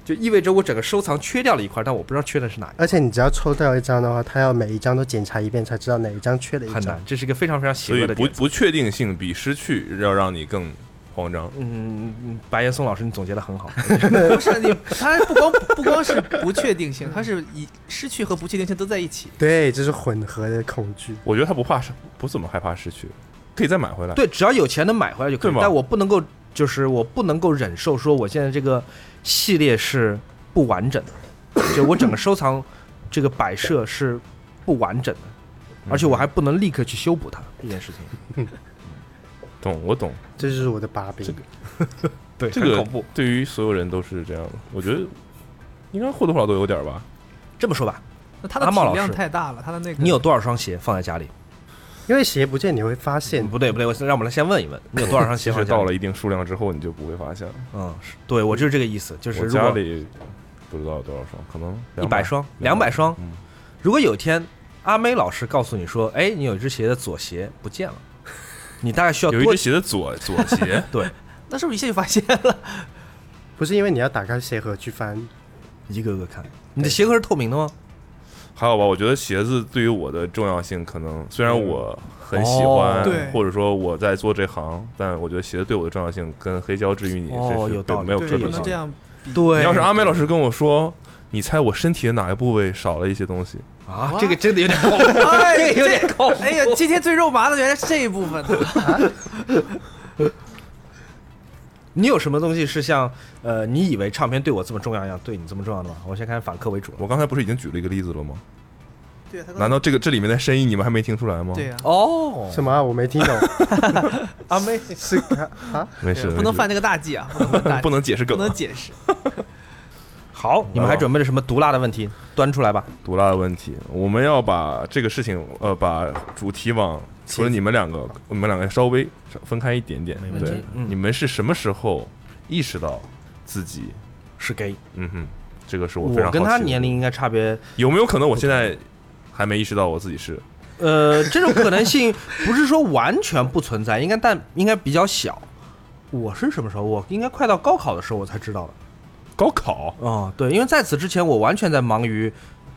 就意味着我整个收藏缺掉了一块，但我不知道缺的是哪一而且你只要抽掉一张的话，他要每一张都检查一遍，才知道哪一张缺了一块，很张难。，这是一个非常非常邪所以恶的不点。不确定性比失去要让你更慌张。嗯，嗯白岩松老师，你总结的很好，不是你，它不光不光是不确定性，它是以失去和不确定性都在一起。对，这是混合的恐惧。我觉得他不怕失，不怎么害怕失去，可以再买回来。 对，只要有钱能买回来就可以对。吗但我不能够，就是我不能够忍受说我现在这个系列是不完整的， 就我整个收藏这个摆设是不完整的，而且我还不能立刻去修补它这嗯件事情。懂，我懂。这就是我的把柄。对，这很个恐怖。对于所有人都是这样的，我觉得应该或多或少都有点儿吧。这么说吧，那它的阿茂体老量师太大了，它的那个你有多少双鞋放在家里？因为鞋不见，你会发现嗯，不对不对，我先让我们来先问一问，你有多少双其鞋实放在家到里？了一定数量之后，你就不会发现了。嗯，是对我就是这个意思，就是我如家果里不知道有多少双，可能一百双、两两百百双嗯，如果有一天阿妹老师告诉你说，哎，你有一只鞋的左鞋不见了，你大概需要有一多，只鞋的左左鞋 对那是不是一下就发现了？不是因为你要打开鞋盒去翻，一个个哎看。你的鞋盒是透明的吗？还好吧？我觉得鞋子对于我的重要性，可能虽然我很喜嗯哦欢对，或者说我在做这行，但我觉得鞋子对我的重要性跟黑胶治愈你哦这有是道理没有对，可不比能性这的。样。对要是阿妹老师跟我说，你猜我身体的哪个部位少了一些东西？啊，这个真的有点恐怖， 哎， 有点恐怖。哎呀，今天最肉麻的原来是这一部分呢。你有什么东西是像呃，你以为唱片对我这么重要一样，对你这么重要的吗？我先看反客为主了。我刚才不是已经举了一个例子了吗？对啊，它刚 难道这个这里面的深意你们还没听出来吗？对呀、哦，什么啊、我没听懂。阿妹是啊，没对事，啊，没不能事犯这个大忌啊，不能犯大 忌，不能解释不梗啊，能解释。好，你们还准备了什么毒辣的问题？端出来吧。毒辣的问题，我们要把这个事情，呃，把主题往除了你们两个，我们两个稍微分开一点点。问题对，嗯你们是什么时候意识到自己？是 gay，嗯哼，这个是我非常我跟好奇他的年龄应该差别，有没有可能我现在还没意识到我自己是？呃，这种可能性 不是说完全不存在，应该但应该比较小。我是什么时候？我应该快到高考的时候我才知道的。高考哦，对，因为在此之前我完全在忙于，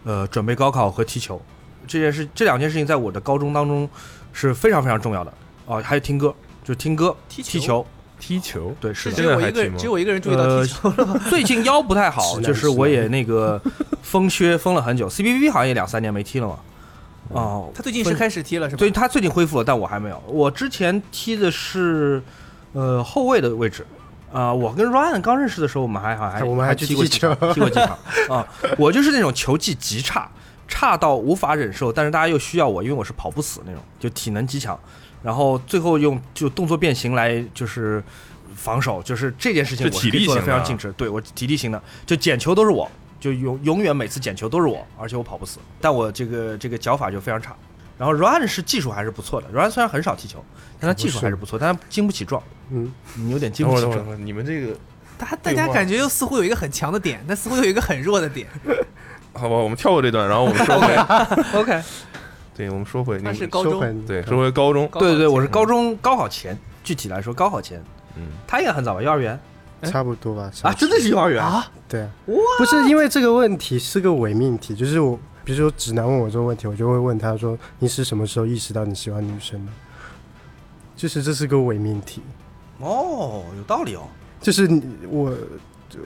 呃，准备高考和踢球，这件事这两件事情在我的高中当中是非常非常重要的啊、还有听歌，就是听歌、踢球踢球，踢球，对，是 的。是只有现我在一还个踢人，吗只有我一个人注意到踢球了吗？最近腰不太是好，的就是是的我也那个封靴封了很久，CBV 好像也两三年没踢了嘛。哦，他最近是开始踢了是吧？对他最近恢复了，但我还没有。我之前踢的是呃后卫的位置。啊、我跟 Ryan 刚认识的时候，我们还好像还我们还去踢过踢几场球踢过几场啊、 我就是那种球技极差，差到无法忍受，但是大家又需要我，因为我是跑不死那种，就体能极强。然后最后用就动作变形来就是防守，就是这件事情是我体力做的型非常的尽职，对我体力型的，就捡球都是我，就永永远每次捡球都是我，而且我跑不死，但我这个这个脚法就非常差。然后 Ryan 是技术还是不错的，Ryan 虽然很少踢球，但他技术还是不错，但他经不起撞，嗯，你有点经等不会儿起 等会儿撞等。会儿，你们这个他大家感觉又似乎有一个很强的点，但似乎有一个很弱的点。好吧，我们跳过这段，然后我们 说回， OK，对，我们说回你他们是高收中，回你对，说回高中，高考对对对，前我是高中高考前，具体来说高考前，嗯，他应该很早吧，幼儿园差不多吧。嗯小啊，真的是幼儿园啊，对啊，不是因为这个问题是个伪命题，就是我，比如说直男问我这个问题，我就会问他说：“你是什么时候意识到你喜欢女生的？”就是这是个伪命题，哦，有道理哦。就是你我，就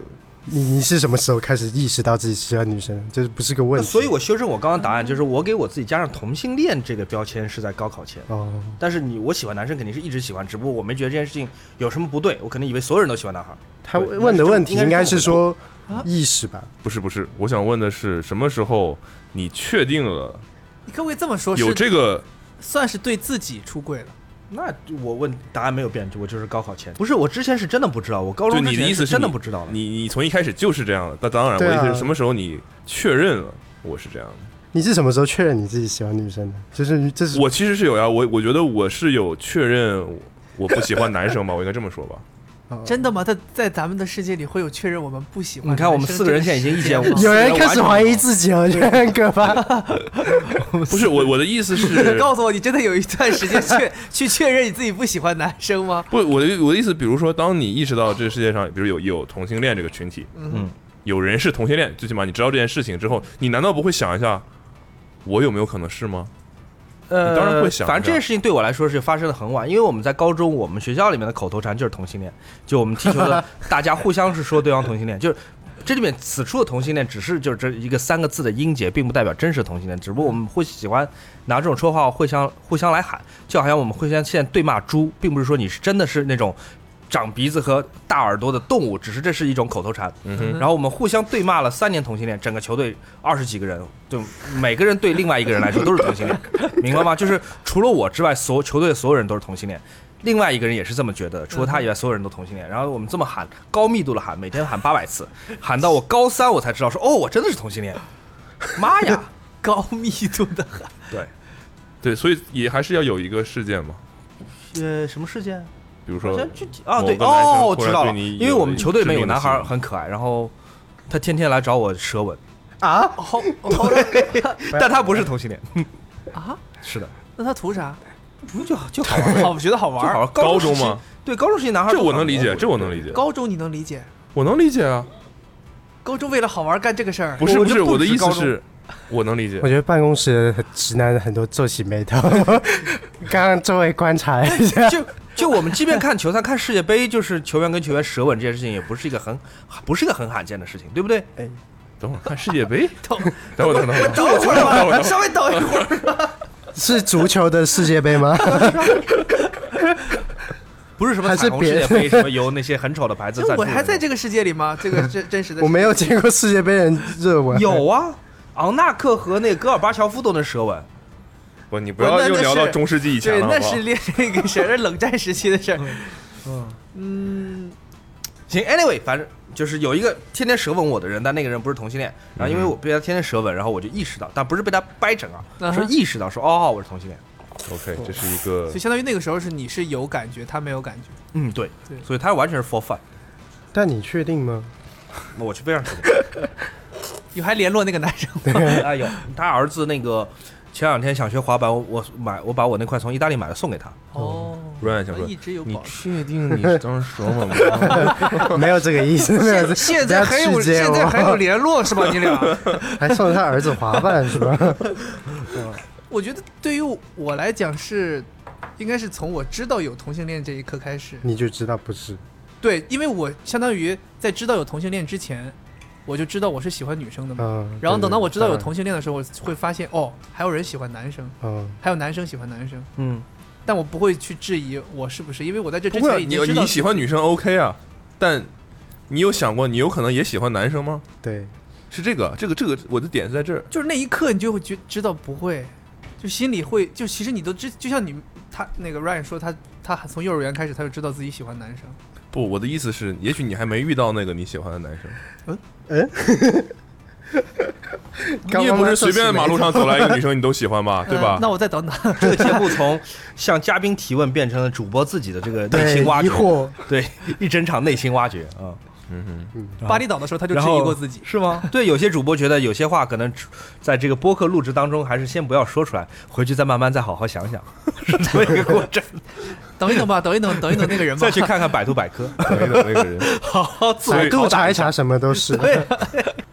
你你是什么时候开始意识到自己喜欢女生的？这不是个问那题。所以，我修正我刚刚答案，就是我给我自己加上同性恋这个标签是在高考前。哦，但是你我喜欢男生肯定是一直喜欢，只不过我没觉得这件事情有什么不对，我可能以为所有人都喜欢男孩。他对问的问题应应该该是是这么说意识吧？不是不是，我想问的是，什么时候你确定了你可不可以这么说？有是这个算是对自己出柜了？那我问答案没有变，我就是高考前。不是，我之前是真的不知道，我高中就你之的前意思是真的你不知道的。你你从一开始就是这样的。那当然，我对的啊意思是什么时候你确认了我是这样的？你是什么时候确认你自己喜欢女生的？就是这是啊 我其实是有呀，我我觉得我是有确认我不喜欢男生吧，我应该这么说吧。啊真的吗？他在咱们的世界里会有确认我们不喜嗯欢你男生这事？，看，我们四个人现在已经意见有人开始怀疑自己哦了，觉得很可怕。 不是我我的意思是 告诉我，你真的有一段时间确去 确认你自己不喜欢男生吗？不我的我的意思，比如说，当你意识到这个世界上，比如有有同性恋这个群体，嗯，有人是同性恋，最起码你知道这件事情之后，你难道不会想一下，我有没有可能是吗？呃，你当然会想反正这是吧件事情对我来说是发生的很晚，因为我们在高中，我们学校里面的口头禅就是同性恋，就我们踢球 的大家互相是说对方同性恋，就是。这里面此处的同性恋只是就是这一个三个字的音节，并不代表真实同性恋，只不过我们会喜欢拿这种绰号互相互相来喊，就好像我们互相现在对骂猪，并不是说你是真的是那种长鼻子和大耳朵的动物，只是这是一种口头禅。嗯哼，然后我们互相对骂了三年同性恋，整个球队二十几个人，就每个人对另外一个人来说都是同性恋，明白吗？就是除了我之外，所有球队的所有人都是同性恋。另外一个人也是这么觉得的，除了他以外，所有人都同性恋。然后我们这么喊，高密度的喊，每天喊八百次，喊到我高三我才知道说，哦，我真的是同性恋。妈呀！高密度的很，对，对，所以也还是要有一个事件嘛，呃，什么事件？比如好说像具体啊，对某个男生哦，突然知道了，对你因为有我们球队里面有致命的男孩吸引很可爱，然后他天天来找我舌吻，啊，好，好了，但他不是同性恋。啊， 是的， 那他图啥？不就就好玩 好，我觉得好玩就好儿。玩。高高中时期吗？对，高中时期男孩这我能理解，这我能理解。解，高中你能理解？我能理解啊，高中为了好玩儿干这个事儿，不是 我不，就是不我的止意高思中是，我能理解 我，觉得办公室很直男很多皱起眉头。 刚刚周围观察一下，就就我们即便看球赛、看世界杯，就是球员跟球员舌吻这件事情，也不是一个很不是一个很罕见的事情，对不对？等会儿看世 界杯，等等会儿等会儿等会儿等等我会会儿儿吧，稍微等一会 儿。是足球的世界杯吗？不是什么还是彩虹世别界杯，什么 由那些很丑的牌子这赞助我的。还在这个世界里吗？这个真真实的世界，我没有见过世界杯人热 吻。有啊，昂纳克和那个戈尔巴乔夫都能舌吻。不，你不要那又那聊到是中世纪以前对，了，好那不好是？恋那个谁，那冷战时期的事儿。行，anyway，反正就是有一个天天舌吻我的人，但那个人不是同性恋。然后因为嗯我被他天天舌吻，然后我就意识到，但不是被他掰扯啊，嗯说哼意识到说哦，我是同性恋。 OK，这是一 个所以相当于那个时候是你是有感觉，他没有感觉。嗯，对，对所以他完全是 for fun。但你确定吗？我去非常确定。你还联络那个男生吗？ 哎呦，他儿子那个前两天想学滑板，我我买我把我那块从意大利买的送给他。哦， Ryan 想说一直有嗯你保持。确定你当时舌吻吗？没有这个意思，没有这个。现现在还不有要曲解现我在还有联络是吧？你俩，还送他儿子滑板是吧？我觉得对于我来讲是，应该是从我知道有同性恋这一刻开始。你就知道不是。对，因为我相当于在知道有同性恋之前，我就知道我是喜欢女生的嘛。嗯。然后对等到我知道有同，性恋的时候，我会发现哦，还有人喜欢男生，当然嗯，还有男生喜欢男生，嗯，但我不会去质疑我是不是，因为我在这之不会啊，前已你经知道你喜欢女生 OK 啊，但你有想过你有可能也喜欢男生吗？对，是这个，这个，这个，我的点是在这儿。就是那一刻，你就会觉知道不会，就心里会，就其实你都知，就像你他那个 Ryan 说他，他从幼儿园开始他就知道自己喜欢男生，不，我的意思是，也许你还没遇到那个你喜欢的男生，嗯 你也不是随便马路上走来一个女生你都喜欢吧，对吧嗯？那我再等等， 这个节目从向嘉宾提问变成了主播自己的这个内对心挖疑掘，惑，对一整场内心挖掘啊。嗯哼，巴厘岛的时候他就质然后疑过自己，是吗？对，有些主播觉得有些话可能只在这个播客录制当中还是先不要说出来，回去再慢慢再好好想想， 是这么一个过 程。等一等吧，等一等，等一等那个人吧再，去看看百度百科，等一等那个人，好好自百我度拷啊查打一查，什么都是。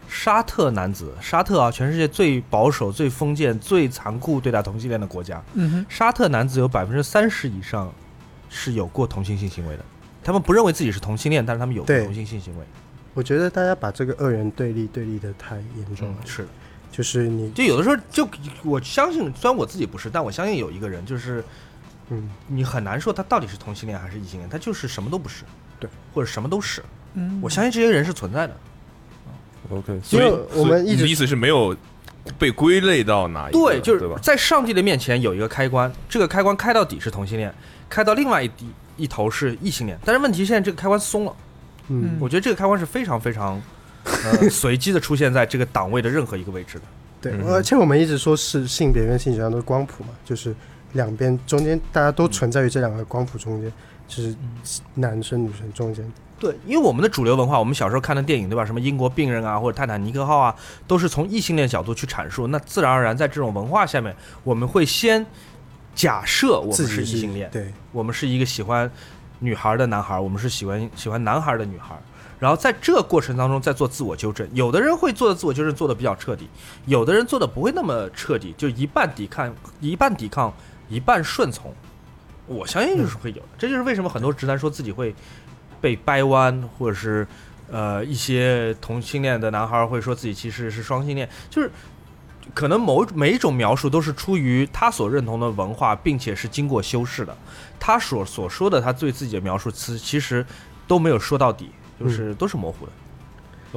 沙特男子，沙特啊，全世界最保守、最封建、最残酷对待同性恋的国家。嗯哼，沙特男子有百分之三十以上是有过同性性行为的，他们不认为自己是同性恋，但是他们有过对同性性行为。我觉得大家把这个二元对立对立的太严重嗯了，，是的，就是你，就有的时候就我相信，虽然我自己不是，但我相信有一个人就是嗯，你很难说他到底是同性恋还是异性恋，他就是什么都不是，对，或者什么都是。嗯，我相信这些人是存在的。 OK，因所以为我们所以一直你的意思是没有被归类到哪一个，对，就是对吧？在上帝的面前有一个开关，这个开关开到底是同性恋，开到另外一底一头是异性恋。但是问题现在这个开关松了，嗯，我觉得这个开关是非常非常。呃，随机的出现在这个档位的任何一个位置的，对，嗯而且我们一直说是性嗯别跟性取向都是光谱嘛，就是两边中间大家都存在于这两个光谱中间，就是男生女生中间。对，因为我们的主流文化，我们小时候看的电影，对吧？什么英国病人啊，或者泰坦尼克号啊，都是从异性恋角度去阐述。那自然而然，在这种文化下面，我们会先假设我们自己是异性恋，对，我们是一个喜欢女孩的男孩，我们是喜欢喜欢男孩的女孩。然后在这个过程当中再做自我纠正，有的人会做的自我纠正做的比较彻底，有的人做的不会那么彻底，就一半抵抗，一半抵抗，一半顺从。我相信就是会有的，这就是为什么很多直男说自己会被掰弯，或者是呃一些同性恋的男孩会说自己其实是双性恋，就是可能某每一种描述都是出于他所认同的文化，并且是经过修饰的。他所所说的他对自己的描述词，其实都没有说到底，就是都是模糊的。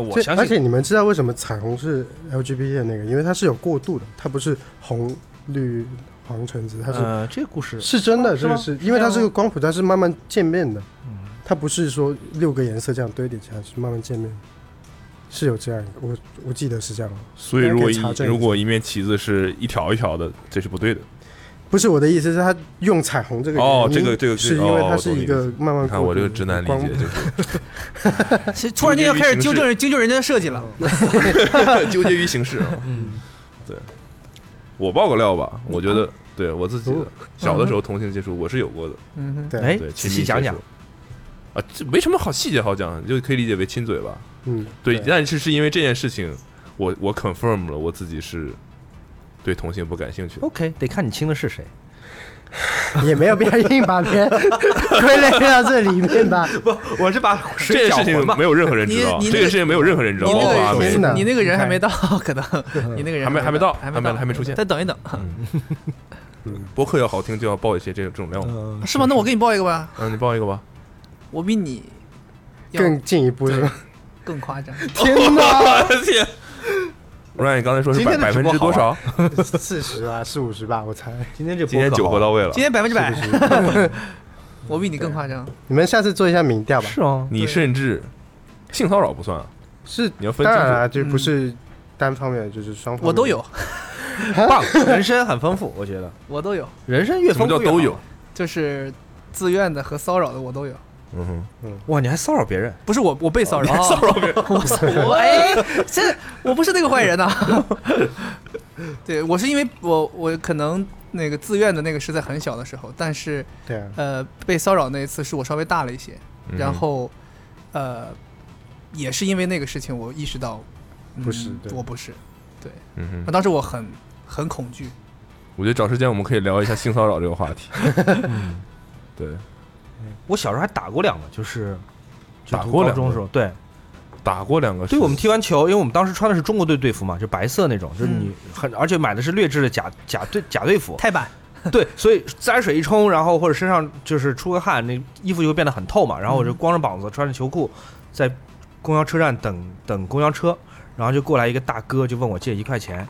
我这相而且信，你们知道为什么彩虹是 LGBT 的那个？因为它是有过渡的，它不是红绿黄橙紫，它是、呃，这个故事是真的，是这个吗哦是是因为这它样这个光谱它是慢慢渐变的，嗯它不是说六个颜色这样堆叠起来，是慢慢渐变的，是有这样一个，我我记得是这样的。所以如果大家可以查一证一下如果一面旗子是一条一条的，这是不对的。不是我的意思，是他用彩虹这个哦原因这个这个是因哦为它我是懂一你的个意慢慢你看我这个过渡直男理光解谱就是其实突然间要开始纠正人纠正人家的设计了， 纠结于形式。嗯，我爆个料吧，我觉得对我自己的哦小的时候同性接触我是有过的，嗯哼，对哎对，，仔亲细密讲接讲触。啊，这没什么好细节好讲，就可以理解为亲嘴吧。嗯，对，但是是因为这件事情，我我 confirm 了我自己是对同性不感兴趣的。 ，OK，得看你亲的是 谁。 也没有必要硬把别人 归类到这里面吧。不，我是把这件事情没有任何人知道，你你那个这个事情没有任何人知道，你包那括个阿手梅机。呢你那个人还没到， 可能 你那个人还没没还还没到到，还没出现再等一等，播客要好听，就要爆一些这种这种料嘛。嗯，是吗？那我给你报一个吧，嗯，你爆一个吧。我比你要更进一步是吧？更夸 张，天哪，我的天！我让你刚才说是啊百今天百的直分播之好啊多玩少？ 四十吧，四五十吧，我猜。今天这今天酒喝到位了今。天百分之百，是不是 我比你更夸张，你们下次做一下民调吧。是哦，你甚至性骚扰不算啊，是，嗯你要分当清然楚。啦，就不是单方面，就是双方。我都有，，棒， 人生很丰富，我觉 得我都有，人生越什么丰富叫越好都有？？就是自愿的和骚扰的我都有，嗯哼，哇，你还骚扰别 人？不是我我被骚扰，骚扰别人， 我骚我哎，这我不是那个坏人呐、 对我是因为我我可能那个自愿的那个是在很小的时候，但是对啊，呃被骚扰那一次是我稍微大了一些，嗯然后呃也是因为那个事情我意识到、嗯不是对我不是，嗯哼，当时我很很恐惧，我觉得找时间我们可以聊一下性骚扰这 个话题。对，我小时候还打过两个，就是就打读过高两中的个时候，对，打过两个是。对我们踢完球，因为我们当时穿的是中国队队服嘛，就白色那种，就是你嗯很，而且买的是劣质的假假队假队服，太板对，所以自来水一冲，然后或者身上就是出个汗，那衣服就会变得很透嘛。然后我就光着膀子，穿着球裤，在公交车站等等公交车，然后就过来一个大哥就问我借一块钱，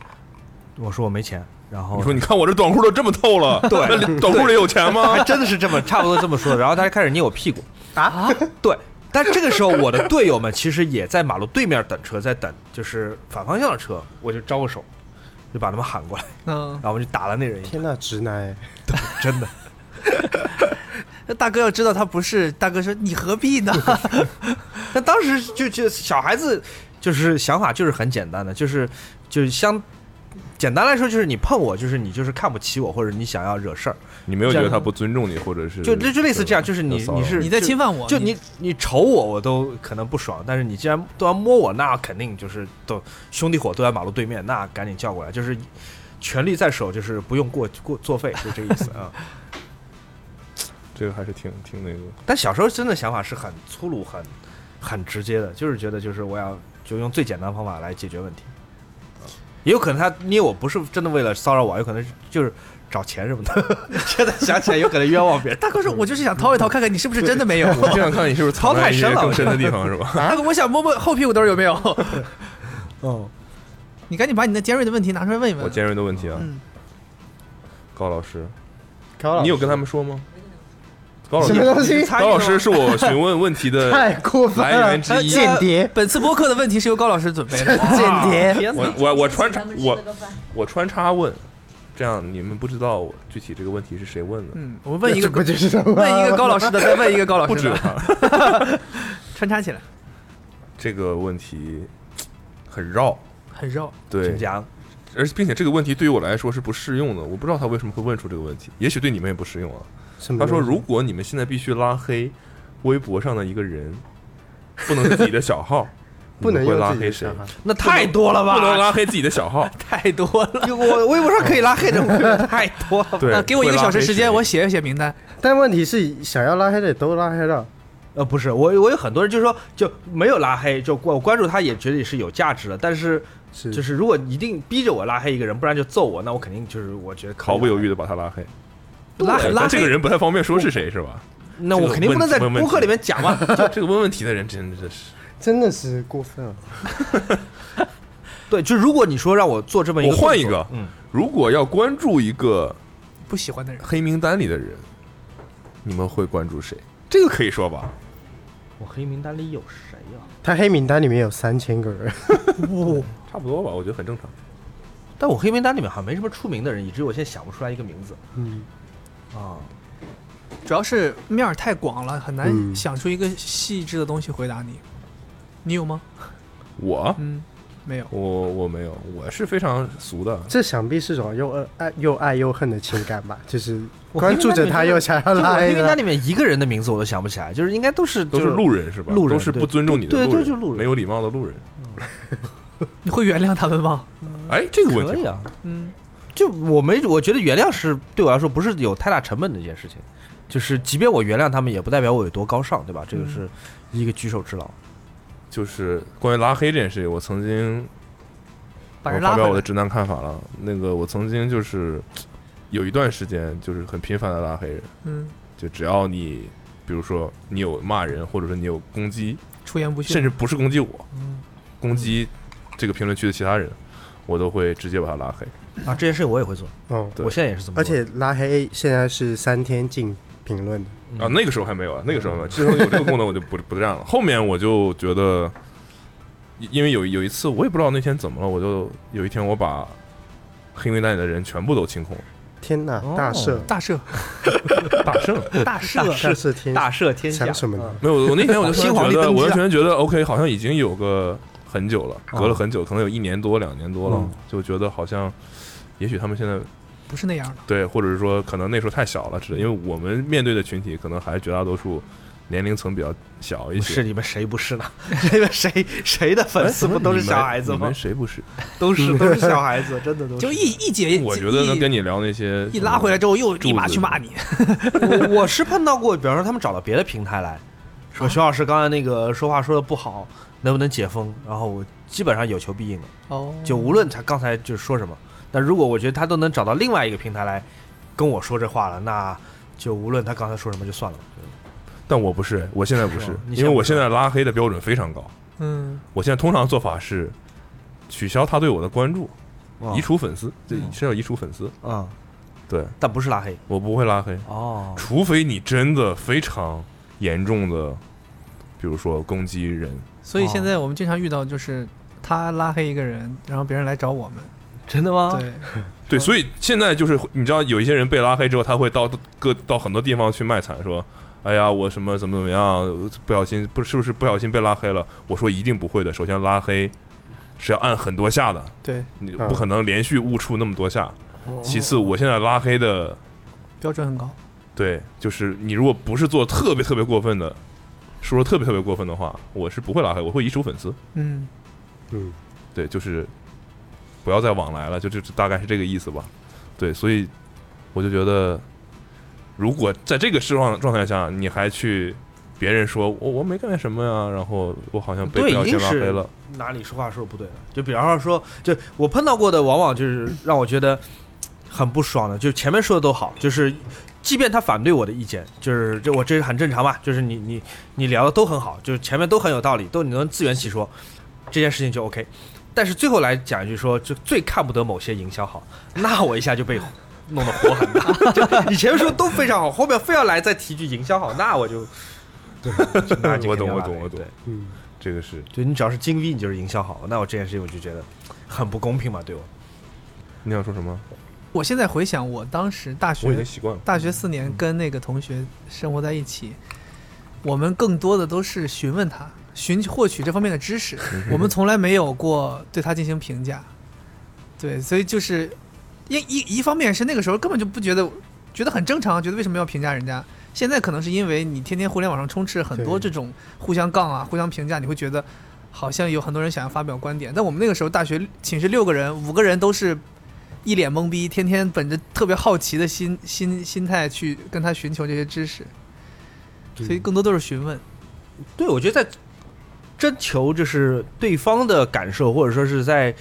我说我没钱，然后你说你看我这短裤都这么透了，对，短裤里有钱吗？还真的是这么差不多这么说的。然后他就开始捏我屁股啊，对。但这个时候，我的队友们其实也在马路对面等车，在等就是反方向的车，我就招个手，就把他们喊过来，嗯，然后我就打了那人一拳，天哪，直男哎，真的。那大哥要知道他不是大哥说你何必呢？但当时就就小孩子就是想法就是很简单的，就是就是相简单来说就是你碰我，就是你就是看不起我，或者你想要惹事儿，你没有觉得他不尊重你，或者是就就就类似这样，就是你有骚扰你是你在侵犯我，就你你瞅我，我都可能不爽，但是你既然都要摸我，那肯定就是都兄弟伙都在马路对面，那赶紧叫过来，就是权力在手，就是不用过过作废，就这意思啊。这个还是挺挺那个。 但小时候真的想法是很粗鲁、很很直接的，就是觉得就是我要就用最简单的方法来解决问题。也有可能他捏我不是真的为了骚扰我，有可能是就是找钱什么的。 现在想起来有可能冤枉别人。大哥说我就是想掏一掏看看你是不是真的没有。我们经常看你是不是藏藏在在一一些些更更深深的的地方，是吧？ 大哥，我想摸摸后屁股兜儿有没有？哦，你赶紧把你那尖锐的问题拿出来问一问。我尖锐的问题啊，嗯，高老师，高老你有师跟他们说吗？高老什么师，东西高老师是我询问问题的太过分来了源，之一。间谍，本次播客的问题是由高老师准备的。间谍。 我我我穿插咱们吃我了个饭我穿插问，这样你们不知道我具体这个问题是谁问的，嗯，我们问一个这不就是他妈问一个高老师的，再问一个高老不师止的，他。 穿插起来这个问题很绕，很绕。 对请，讲。而且并且这个问题对于我来说是不适用的，我不知道他为什么会问出这个问题，也许对你们也不适用啊。什么他东西？，说，如果你们现在必须拉黑微博上的一个人，不能是自己的小号 不能你用们会拉自己黑的谁想？法那太多了吧？不能拉黑自己的小 号，太多了，我微博上可以拉黑的， 我太多了。对啊，给我一个会拉小时黑时间，谁我写一写名单。但问题是，想要拉黑的都拉黑了，呃，不是，我我有很多人就是说就没有拉黑，就关我关注他也觉得也是有价值的，但是是就是如果一定逼着我拉黑一个人，不然就揍我，那我肯定就是我觉得可以毫不犹豫的把他拉黑。拉黑对拉但黑这个，人不太方便说是谁 是吧？那这我个肯定不能问在问问播客里题面讲嘛。这这个问问题的人真的是，真的是过分了。对，就如果你说让我做这么一个，我换一个，嗯，如果要关注一个不喜欢的人，黑名单里的人，你们会关注谁？这个可以说吧？我黑名单里有谁啊呀、他黑名单里面有三千个人，差不多吧，我觉得很正常。但我黑名单里面好像没什么出名的人，以至于我现在想不出来一个名字嗯，啊。主要是面儿太广了，很难嗯想出一个细致的东西回答你。你有吗？我嗯，没有。我我没有，我是非常俗的。这想必是种又爱又爱又恨的情感吧，就是我关注着他又想要就拉我黑黑名他单。里面一个人的名字我都想不起来，就是应该都是都就是路人是吧？路人都是对不尊重你的对路人，都是路人没有礼貌的路人。你会原谅他们吗？哎，这个问可题以啊。嗯，就我没，我觉得原谅是对我来说不是有太大成本的一件事情，就是即便我原谅他们，也不代表我有多高尚，对吧？这个是一个举手之劳。就是关于拉黑这件事情，我曾经把我人发拉表我回的来。直男看法了。那个我曾经就是有一段时间就是很频繁的拉黑人，嗯，就只要你比如说你有骂人，或者说你有攻击，出言不逊，甚至不是攻击我，嗯攻击这个评论区的其他人，我都会直接把他拉黑。啊，这件事情我也会做，嗯，对我现在也是这么而做的。且拉黑现在是三天禁评论的，啊，那个时候还没有啊，那个时候还没有，之后有这个功能我就不不这样了。后面我就觉得，因因为有有一次我也不知道那天怎么了，我就有一天我把黑名单里的人全部都清空了，天哪哦，大赦，大赦，大圣大大赦，赦天，大赦天下嗯想，什么呢？没有，我那天我就突 新然皇帝觉得，登基啊我就了突然觉得 OK，好像已经有个很久了，啊隔了很久，可能有一年多两年多了嗯，就觉得好像。也许他们现在不是那样的。对，或者是说可能那时候太小了，只因为我们面对的群体可能还是绝大多数年龄层比较小一不是些。你们谁不是呢？ 你们谁谁的粉丝哎不都是你们小孩子你吗们？谁不是？哎都是都是小孩子， 真的都是。就一一解，我觉得能一跟你聊那些一拉回来之后，又柱立马子去骂你。我我是碰到过，比方说他们找到别的平台来说，徐老师刚才那个说话说的不好，能不能解封？然后我基本上有求必应了。哦，就无论他刚才就是说什么，那如果我觉得他都能找到另外一个平台来跟我说这话了，那就无论他刚才说什么就算了吧。但我不是，我现在不是是吗，你因为我现现在在拉黑的标准非常高。嗯，我现在通常做法是取消他对我的关注，哦移除粉丝，这是要移除粉丝。嗯，对但不是拉黑我不会拉黑，哦除非你真的非常严重的，比如说攻击人。所以现哦在我们经常遇到就是他拉黑一个人，然后别人来找我们。真的吗？对，对，所以现在就是你知道，有一些人被拉黑之后，他会到各到很多地方去卖惨，说：“哎呀，我什么怎么怎么样，不小心不是不是不小心被拉黑了？”我说一定不会的。首先拉黑是要按很多下的，对，你嗯不可能连续误触那么多下。其次，我现在拉黑的，标准很高。对，就是你如果不是做特别特别过分的，说说特别特别过分的话，我是不会拉黑，我会移除粉丝。嗯，嗯，对，就是不要再往来了，就就就大概是这个意思吧。对，所以我就觉得，如果在这个状况状态下，你还去别人说我我没干什么呀，然后我好像被对不小已经心拉黑是了，哪里说话说的不对了？就比方说，就我碰到过的，往往就是让我觉得很不爽的。就前面说的都好，就是即便他反对我的意见，就是这我这很正常嘛，就是你你你聊的都很好，就是前面都很有道理，都你能自圆其说，这件事情就 OK。但是最后来讲一句说，就最看不得某些营销好，那我一下就被弄得火很大。就以前说都非常好，后面非要来再提句营销好，那我就。对，那就我肯定懂要我懂来我懂对嗯，这个是就你只要是金 V，你就是营销好，那我这件事情我就觉得很不公平嘛，对我。你想说什么？我现在回想，我当时大我已经学习惯了。大学四年跟那个同学生活在一起，我们更多的都是询问他，寻获取这方面的知识，我们从来没有过对他进行评价。对，所以就是一一一方面是那个时候根本就不觉得，觉得很正常，觉得为什么要评价人家。现在可能是因为你天天互联网上充斥很多对这种互相杠啊、互相评价，你会觉得好像有很多人想要发表观点。但我们那个时候大学寝室六个人，五个人都是一脸懵逼，天天本着特别好奇的心心心态去跟他寻求这些知识，所以更多都是询问。对，我觉得在征求就是对方的感受，或者说是在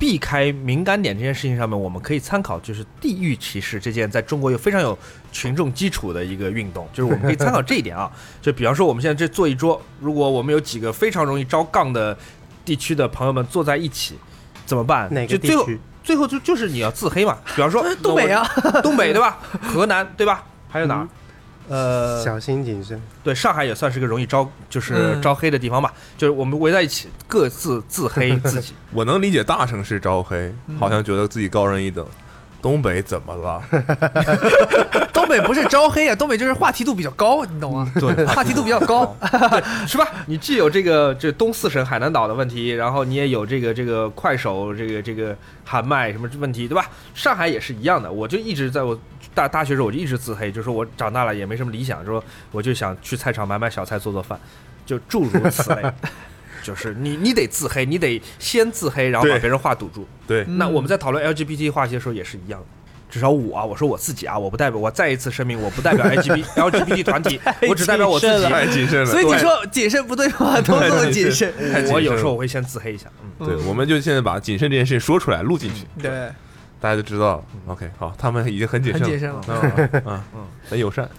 避开敏感点这件事情上面，我们可以参考就是地域歧视这件在中国有非常有群众基础的一个运动，就是我们可以参考这一点啊。就比方说我们现在这坐一桌，如果我们有几个非常容易招杠的地区的朋友们坐在一起，怎么办？哪就个地最后区？最后就就是你要自黑嘛，比方 说东北啊， 东北对吧？河南对吧？还有哪儿？呃，小心谨慎。对，上海也算是个容易招就是嗯招黑的地方吧，就是我们围在一起各自自黑自己。我能理解大城市招黑，嗯好像觉得自己高人一等。东北怎么 了？东北不是招黑啊，东北就是话题度比较高，你懂吗？ 对，嗯话题度比较高，是吧？你既有这个这东四省海南岛的问题，然后你也有这个这个快手这个这个喊麦什么问题，对吧？上海也是一样的，我就一直在我大大学时候我就一直自黑，就说我长大了也没什么理想，说我就想去菜场买买小菜做做饭，就诸如此类。就是你你得自黑，你得先自黑，然后把对别人话堵住。对，嗯那我们在讨论 LGBT 话题的时候也是一样的。至少我啊，我说我自己啊，我不代表，我再一次声明，我不代表 LGBT LGBT 团体，我只代表我自己。太谨慎了。所以你对说谨慎不对吗？都这么谨慎，太谨慎我有了时候我会先自黑一下，嗯，对，我们就现在把谨慎这件事情说出来，录进去，对，大家就知道了。OK，好，他们已经很谨嗯很谨慎慎了，了， 啊，嗯，很友善。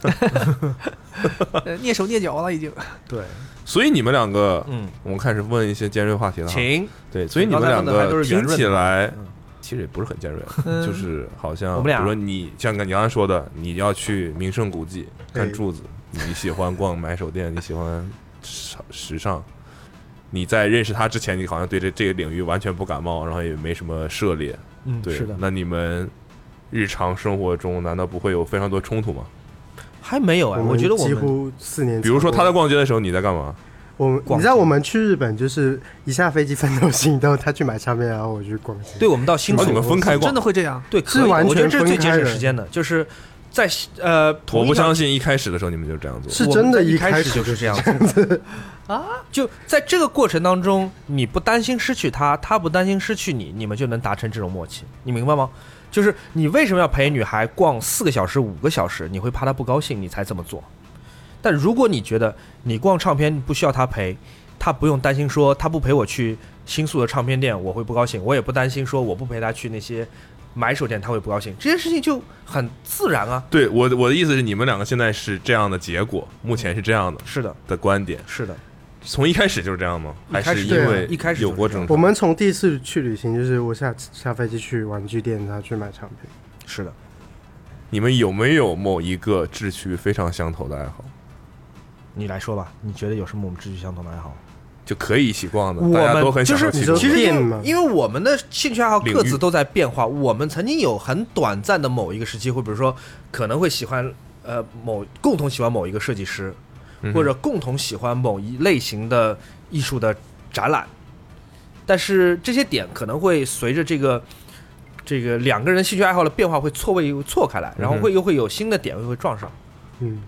呃蹑手蹑脚了已经。对，所以你们两个，嗯，我们开始问一些尖锐话题了哈。请对，所以你们两刚才问的还都个是圆润听的起来嗯其实也不是很尖锐啊，嗯就是好像我们俩比如说你像你刚才说的，你要去名胜古迹看对柱子，你喜欢逛买手店，你喜欢时时尚。你在认识他之前，你好像对这这个领域完全不感冒，然后也没什么涉猎。嗯对，是的，那你们日常生活中难道不会有非常多冲突吗？还没有哎，们我觉得我几们乎四年，比如说他在逛街的时候，你在干嘛？我们，逛你知道街我们去日本就是一下飞机奋斗行动，他去买唱片，然后我去逛街。对我们到新然后宿你们分开真逛的。会这样？对，可以是完我觉得全这是最分节开省的时间的，就是在呃，我同不一条相信一开始的时候你们就这样做。是我真们的在一一开开始就是这样子啊！就在这个过程当中，你不担心失去他，他不担心失去你，你们就能达成这种默契，你明白吗？就是你为什么要陪女孩逛四个小时、五个小时？你会怕她不高兴，你才这么做。但如果你觉得你逛唱片不需要她陪，她不用担心说她不陪我去新宿的唱片店我会不高兴，我也不担心说我不陪她去那些买手店她会不高兴，这件事情就很自然啊。对我的我的意思是，你们两个现在是这样的结果，目前是这样的是的，的观点，是的，从一开始就是这样吗？一还开是始因为对啊一开始有过就是这争样吵我？们从第一次去旅行，就是我下下飞机去玩具店，然后去买唱片。是的。你们有没有某一个志趣非常相投的爱好，你来说吧，你觉得有什么我们志趣相同的爱好？就可以一起逛的？我大家都们很就享受是其你说中。其实变因为嘛因为我们的兴趣爱好领域各自都在变化。我们曾经有很短暂的某一个时期，会比如说可能会喜欢呃某共同喜欢某一个设计师，嗯或者共同喜欢某一类型的艺术的展览，但是这些点可能会随着这个这个两个人兴趣爱好的变化会错位错开来，然后嗯哼会又会有新的点又会撞上。嗯，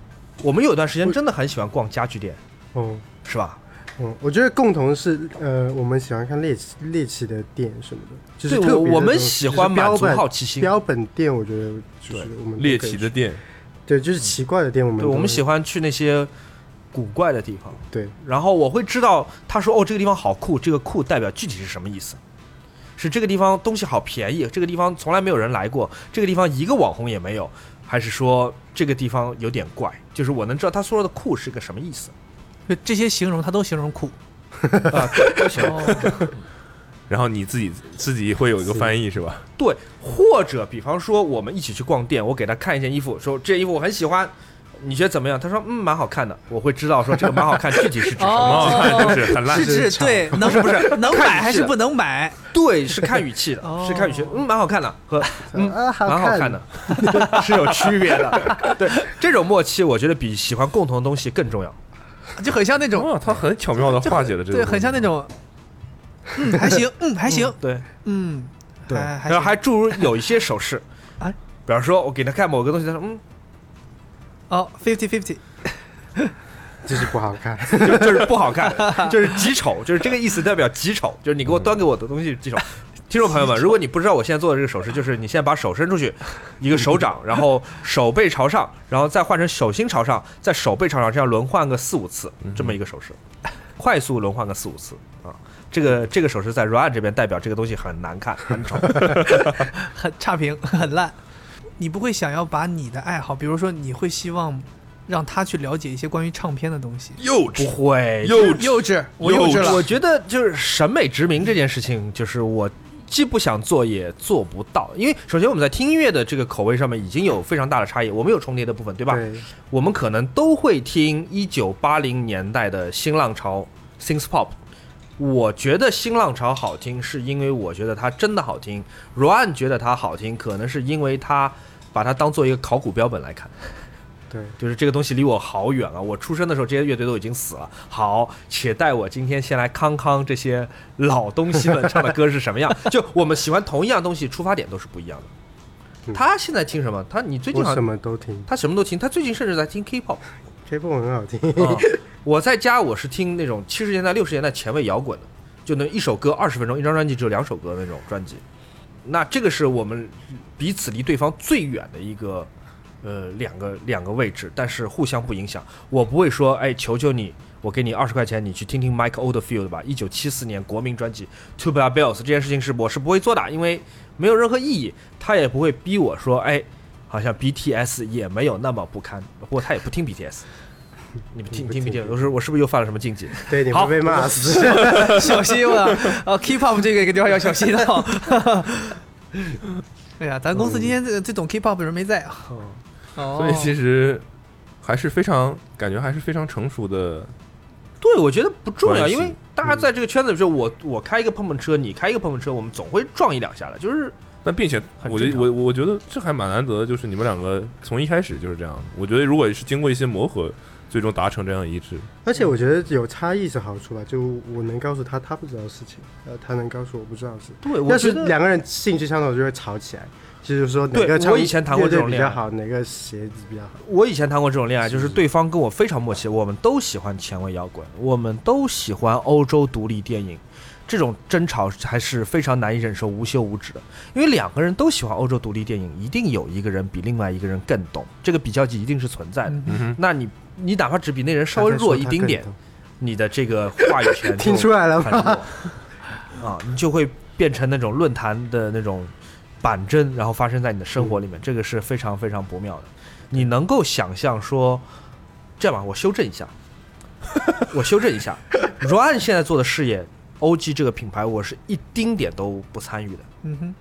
我们有一段时间真的很喜欢逛家具店，哦，是吧？嗯，我觉得共同是呃，我们喜欢看猎奇猎奇的店什么的，就是对特我别的我们东西喜就是欢满标足本好奇心，标本店，我觉得就是我们都猎可以奇去的店，对，就是奇怪的店，我们对，我们都喜欢去那些古怪的地方。对，然后我会知道他说哦，这个地方好酷，这个酷代表具体是什么意思？是这个地方东西好便宜，这个地方从来没有人来过，这个地方一个网红也没有，还是说这个地方有点怪？就是我能知道他说的酷是个什么意思就这些形容他都形容酷。啊？对都行。然后你自己自己会有一个翻译是吧？对，或者比方说我们一起去逛店，我给他看一件衣服，说这件衣服我很喜欢，你觉得怎么样？他说嗯，蛮好看的。我会知道说这个蛮好看，具体是指什么？哦，哦，就是很烂，是指对 能不是能买还是不能买？对，是看语气的，哦是看语气。嗯，蛮好看的和 嗯啊好蛮好看看的 是有区别 的。对，这种默契我觉得比喜欢共同东西更重要。就很像那种哦，他很巧妙的就化解了这个，对，很像那。种，嗯，还行，嗯，还行，对，嗯，对还还然后还行诸如有一些手势啊比方说我给他看某个东西，他说嗯，哦，fifty fifty，就是不好看。 就就是不好看，就是极丑，就是这个意思代表极丑，就是你给我端给我的东西是极丑。听众朋友们，如果你不知道我现在做的这个手势，就是你现在把手伸出去，一个手掌，然后手背朝上，然后再换成手心朝上，再手背朝上，这样轮换个四五次，这么一个手势，快速轮换个四五次啊。这个这个手势在 Ryan 这边代表这个东西很难看，很丑。很差评， 很烂。你不会想要把你的爱好，比如说你会希望让他去了解一些关于唱片的东西，幼不稚，会，幼稚，幼稚，我幼幼稚稚了我，觉得就是审美殖民这件事情，就是我既不想做也做不到，因为首先我们在听音乐的这个口味上面已经有非常大的差异，我们有重叠的部分，对吧？对，我们可能都会听一九八零年代的新浪潮 synth pop。我觉得新浪潮好听，是因为我觉得它真的好听。r a n 觉得它好听，可能是因为他把它当做一个考古标本来看。对，就是这个东西离我好远啊！我出生的时候，这些乐队都已经死了。好，且待我今天先来康康这些老东西们唱的歌是什么样。 就我们喜欢同一样东西，出发点都是不一样的。嗯他现在听什么？他你最近我好什像么都听他什么都听，他最近甚至在听 K-pop。 ，K-pop 很 好听。啊我在家我是听那种七十年代、六十年代前卫摇滚的，就能一首歌二十分钟，一张专辑只有两首歌的那种专辑。那这个是我们彼此离对方最远的一个呃两个两个位置，但是互相不影响。我不会说，哎，求求你，我给你二十块钱，你去听听 Mike Oldfield 吧，一九七四年国民专辑《Two Bad Bills》这件事情是我是不会做的，因为没有任何意义。他也不会逼我说，哎，好像 BTS 也没有那么不堪，不过他也不听 BTS。你 们听不听听 BTS，我是我是不是又犯了什么禁忌？对，你好 会被骂死。小心啊！啊，keep up 这个一个地方要小心哦。 哎呀，咱公司今天最最懂 keep up 的人没在啊。嗯哦，所以其实还是非常感觉还是非常成熟的，对，我觉得不重要，关系因为大家在这个圈子里，就我我开一个碰碰车，你开一个碰碰车，我们总会撞一两下的，就是但并且很我觉正得我我觉得这还蛮难得的，就是你们两个从一开始就是这样。我觉得如果是经过一些磨合，最终达成这样一致，而且我觉得有差异是好处吧，就我能告诉他他不知道的事情，呃，他能告诉我不知道的事。对，我要觉是得两个人兴趣相投就会吵起来，就是说哪对个唱我以前谈过这种乐队比恋爱较好，哪个鞋子比较好。我以前谈过这种恋爱，就是对方跟我非常默契，我们都喜欢前卫摇滚，我们都喜欢欧洲独立电影，这种争吵还是非常难以忍受、无休无止的。因为两个人都喜欢欧洲独立电影，一定有一个人比另外一个人更懂，这个比较级一定是存在的。嗯嗯哼，那你你哪怕只比那人稍微弱一丁点他在说，你的这个话语权他更就懂，听出来了很吗？弱啊，你就会变成那种论坛的那种板针，然后发生在你的生活里嗯面，这个是非常非常不妙的。你能够想象说，这样吧，我修正一 下，我修正一下 r a n 现在做的事业，OG 这个品牌，我是一丁点都不参与的。嗯哼，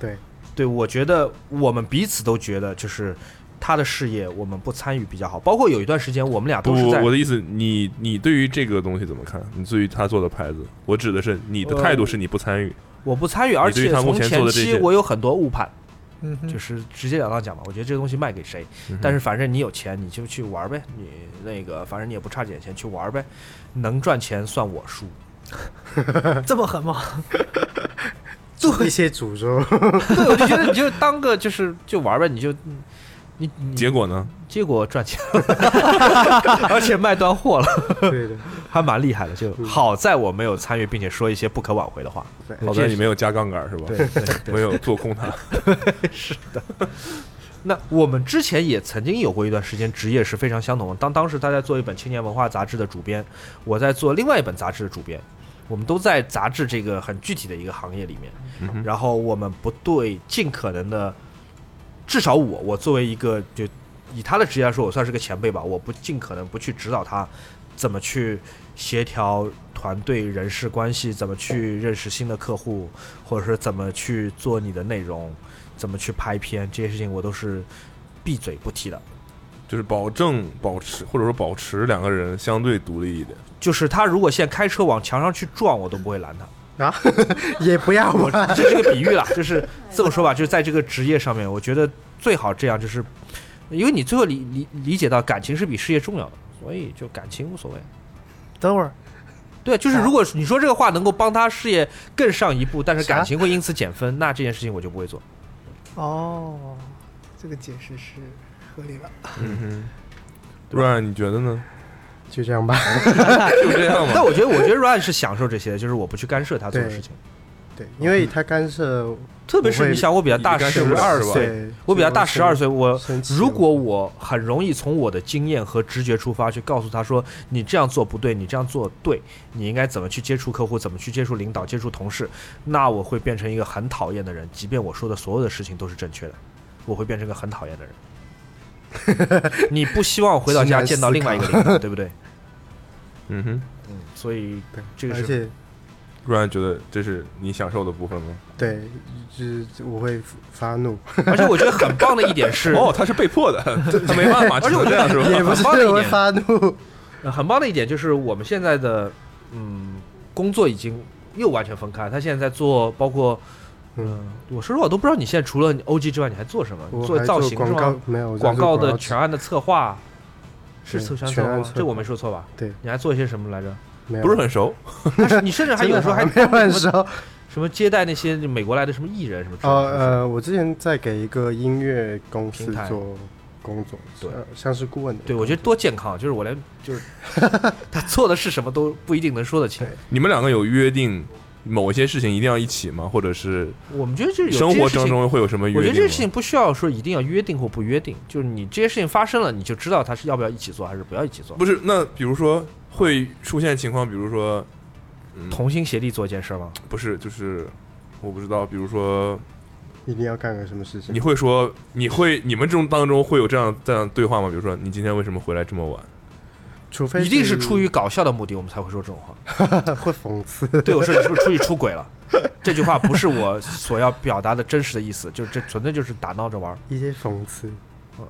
对，对，我觉得我们彼此都觉得，就是他的事业我们不参与比较好。包括有一段时间，我们俩不都是在我的意思，你你对于这个东西怎么看？你对于他做的牌子，我指的是你的呃态度是你不参与，我不参与，而对于且他目从前前做的这期些我有很多误判。嗯哼，就是直截了当讲嘛，我觉得这个东西卖给谁，嗯但是反正你有钱你就去玩儿呗，你那个反正你也不差这点钱，去玩儿呗，能赚钱算我输。这么狠吗？一些 诅咒， 对，我就觉得你就当个就是就玩儿呗，你就你你结果呢？结果赚钱 了，而且卖断货了，对的，还蛮厉害的。嗯就好在我没有参与，并且说一些不可挽回的话。对好在你没有加杠杆是吧？对对对没有做空它。那我们之前也曾经有过一段时间，职业是非常相同的。当当时他在做一本青年文化杂志的主编，我在做另外一本杂志的主编，我们都在杂志这个很具体的一个行业里嗯面。哼然后我们不对尽可能的，至少我我作为一个就以他的职业来说，我算是个前辈吧，我不尽可能不去指导他怎么去协调团队人事关系，怎么去认识新的客户，或者是怎么去做你的内容，怎么去拍片，这些事情我都是闭嘴不提的。就是保证保持或者说保持两个人相对独立一点。就是他如果现在开车往墙上去撞，我都不会 拦他。啊，也不要我 吧。这是个比喻啦，就是这么说吧，就是在这个职业上面，我觉得最好这样，就是因为你最后理理理解到感情是比事业重要的，所以就感情无所谓。等会儿，对，啊就是如果你说这个话能够帮他事业更上一步，但是啊啥感情会因此减分，那这件事情我就不会做。哦，这个解释是合理了。嗯哼，不然你觉得呢？就这样吧。就这样但 吧。我觉得，我觉得 Ryan 是享受这些，就是我不去干涉他做的对事情。对，因为他干涉特别是你想，我比他大你干涉十不了二是吧岁，对我比他大十二岁，我生气了如果我很容易从我的经验和直觉出发去告诉他说，你这样做不对，你这样做对，你应该怎么去接触客户，怎么去接触领导、接触同事，那我会变成一个很讨厌的人，即便我说的所有的事情都是正确的，我会变成一个很讨厌的人。你不希望回到家见到另外一个领导，对不对？嗯哼，嗯，所以对这个而是且不然觉得这是你享受的部分吗？对，就是我会发怒，而且我觉得很棒的一点是， 哦，他是被迫的，他没办法，只能这样是吧？也不是很棒的一点我会发怒。呃很棒的一点就是我们现在的嗯工作已经又完全分开，他现在在做包括。嗯，我说实话，我都不知道你现在除了 OG 之外，你还做什么？你我做还造型广是告吗？没有我在广做告告的纸全案的策划是对策全案全策划案吗策，这我划没说错吧？对，你还做些什么 来着？没有不是很熟，但是你甚至还有的时候还真的 没有什时么候。什么接待那些美国来的什么艺人什么之类哦的。呃，我之前在给一个音乐公司平台做工作，对呃像是顾问的。对，我觉得多健康，就是我连就是 他做的是什么都不一定能说得清。你们两个有约定某一些事情一定要一起吗？或者是我们觉得这有生这些活事情当中会有什么约定我吗？觉得这个事情不需要说一定要约定或不约定，就是你这些事情发生了，你就知道他是要不要一起做还是不要一起做。不是，那比如说会出现情况，比如说，嗯，同心协力做一件事儿吗？不是就是我不知道，比如说一定要干个什么事情你。会说你会你们这种当中会有这样这样对话吗？比如说你今天为什么回来这么晚？除非一定是出于搞笑的目的，我们才会说这种 话。 会讽 刺，对我说你是不是出去出轨了？这句话不是我所要表达的真实的意思，就是这纯粹就是打闹着玩儿。一些讽刺。嗯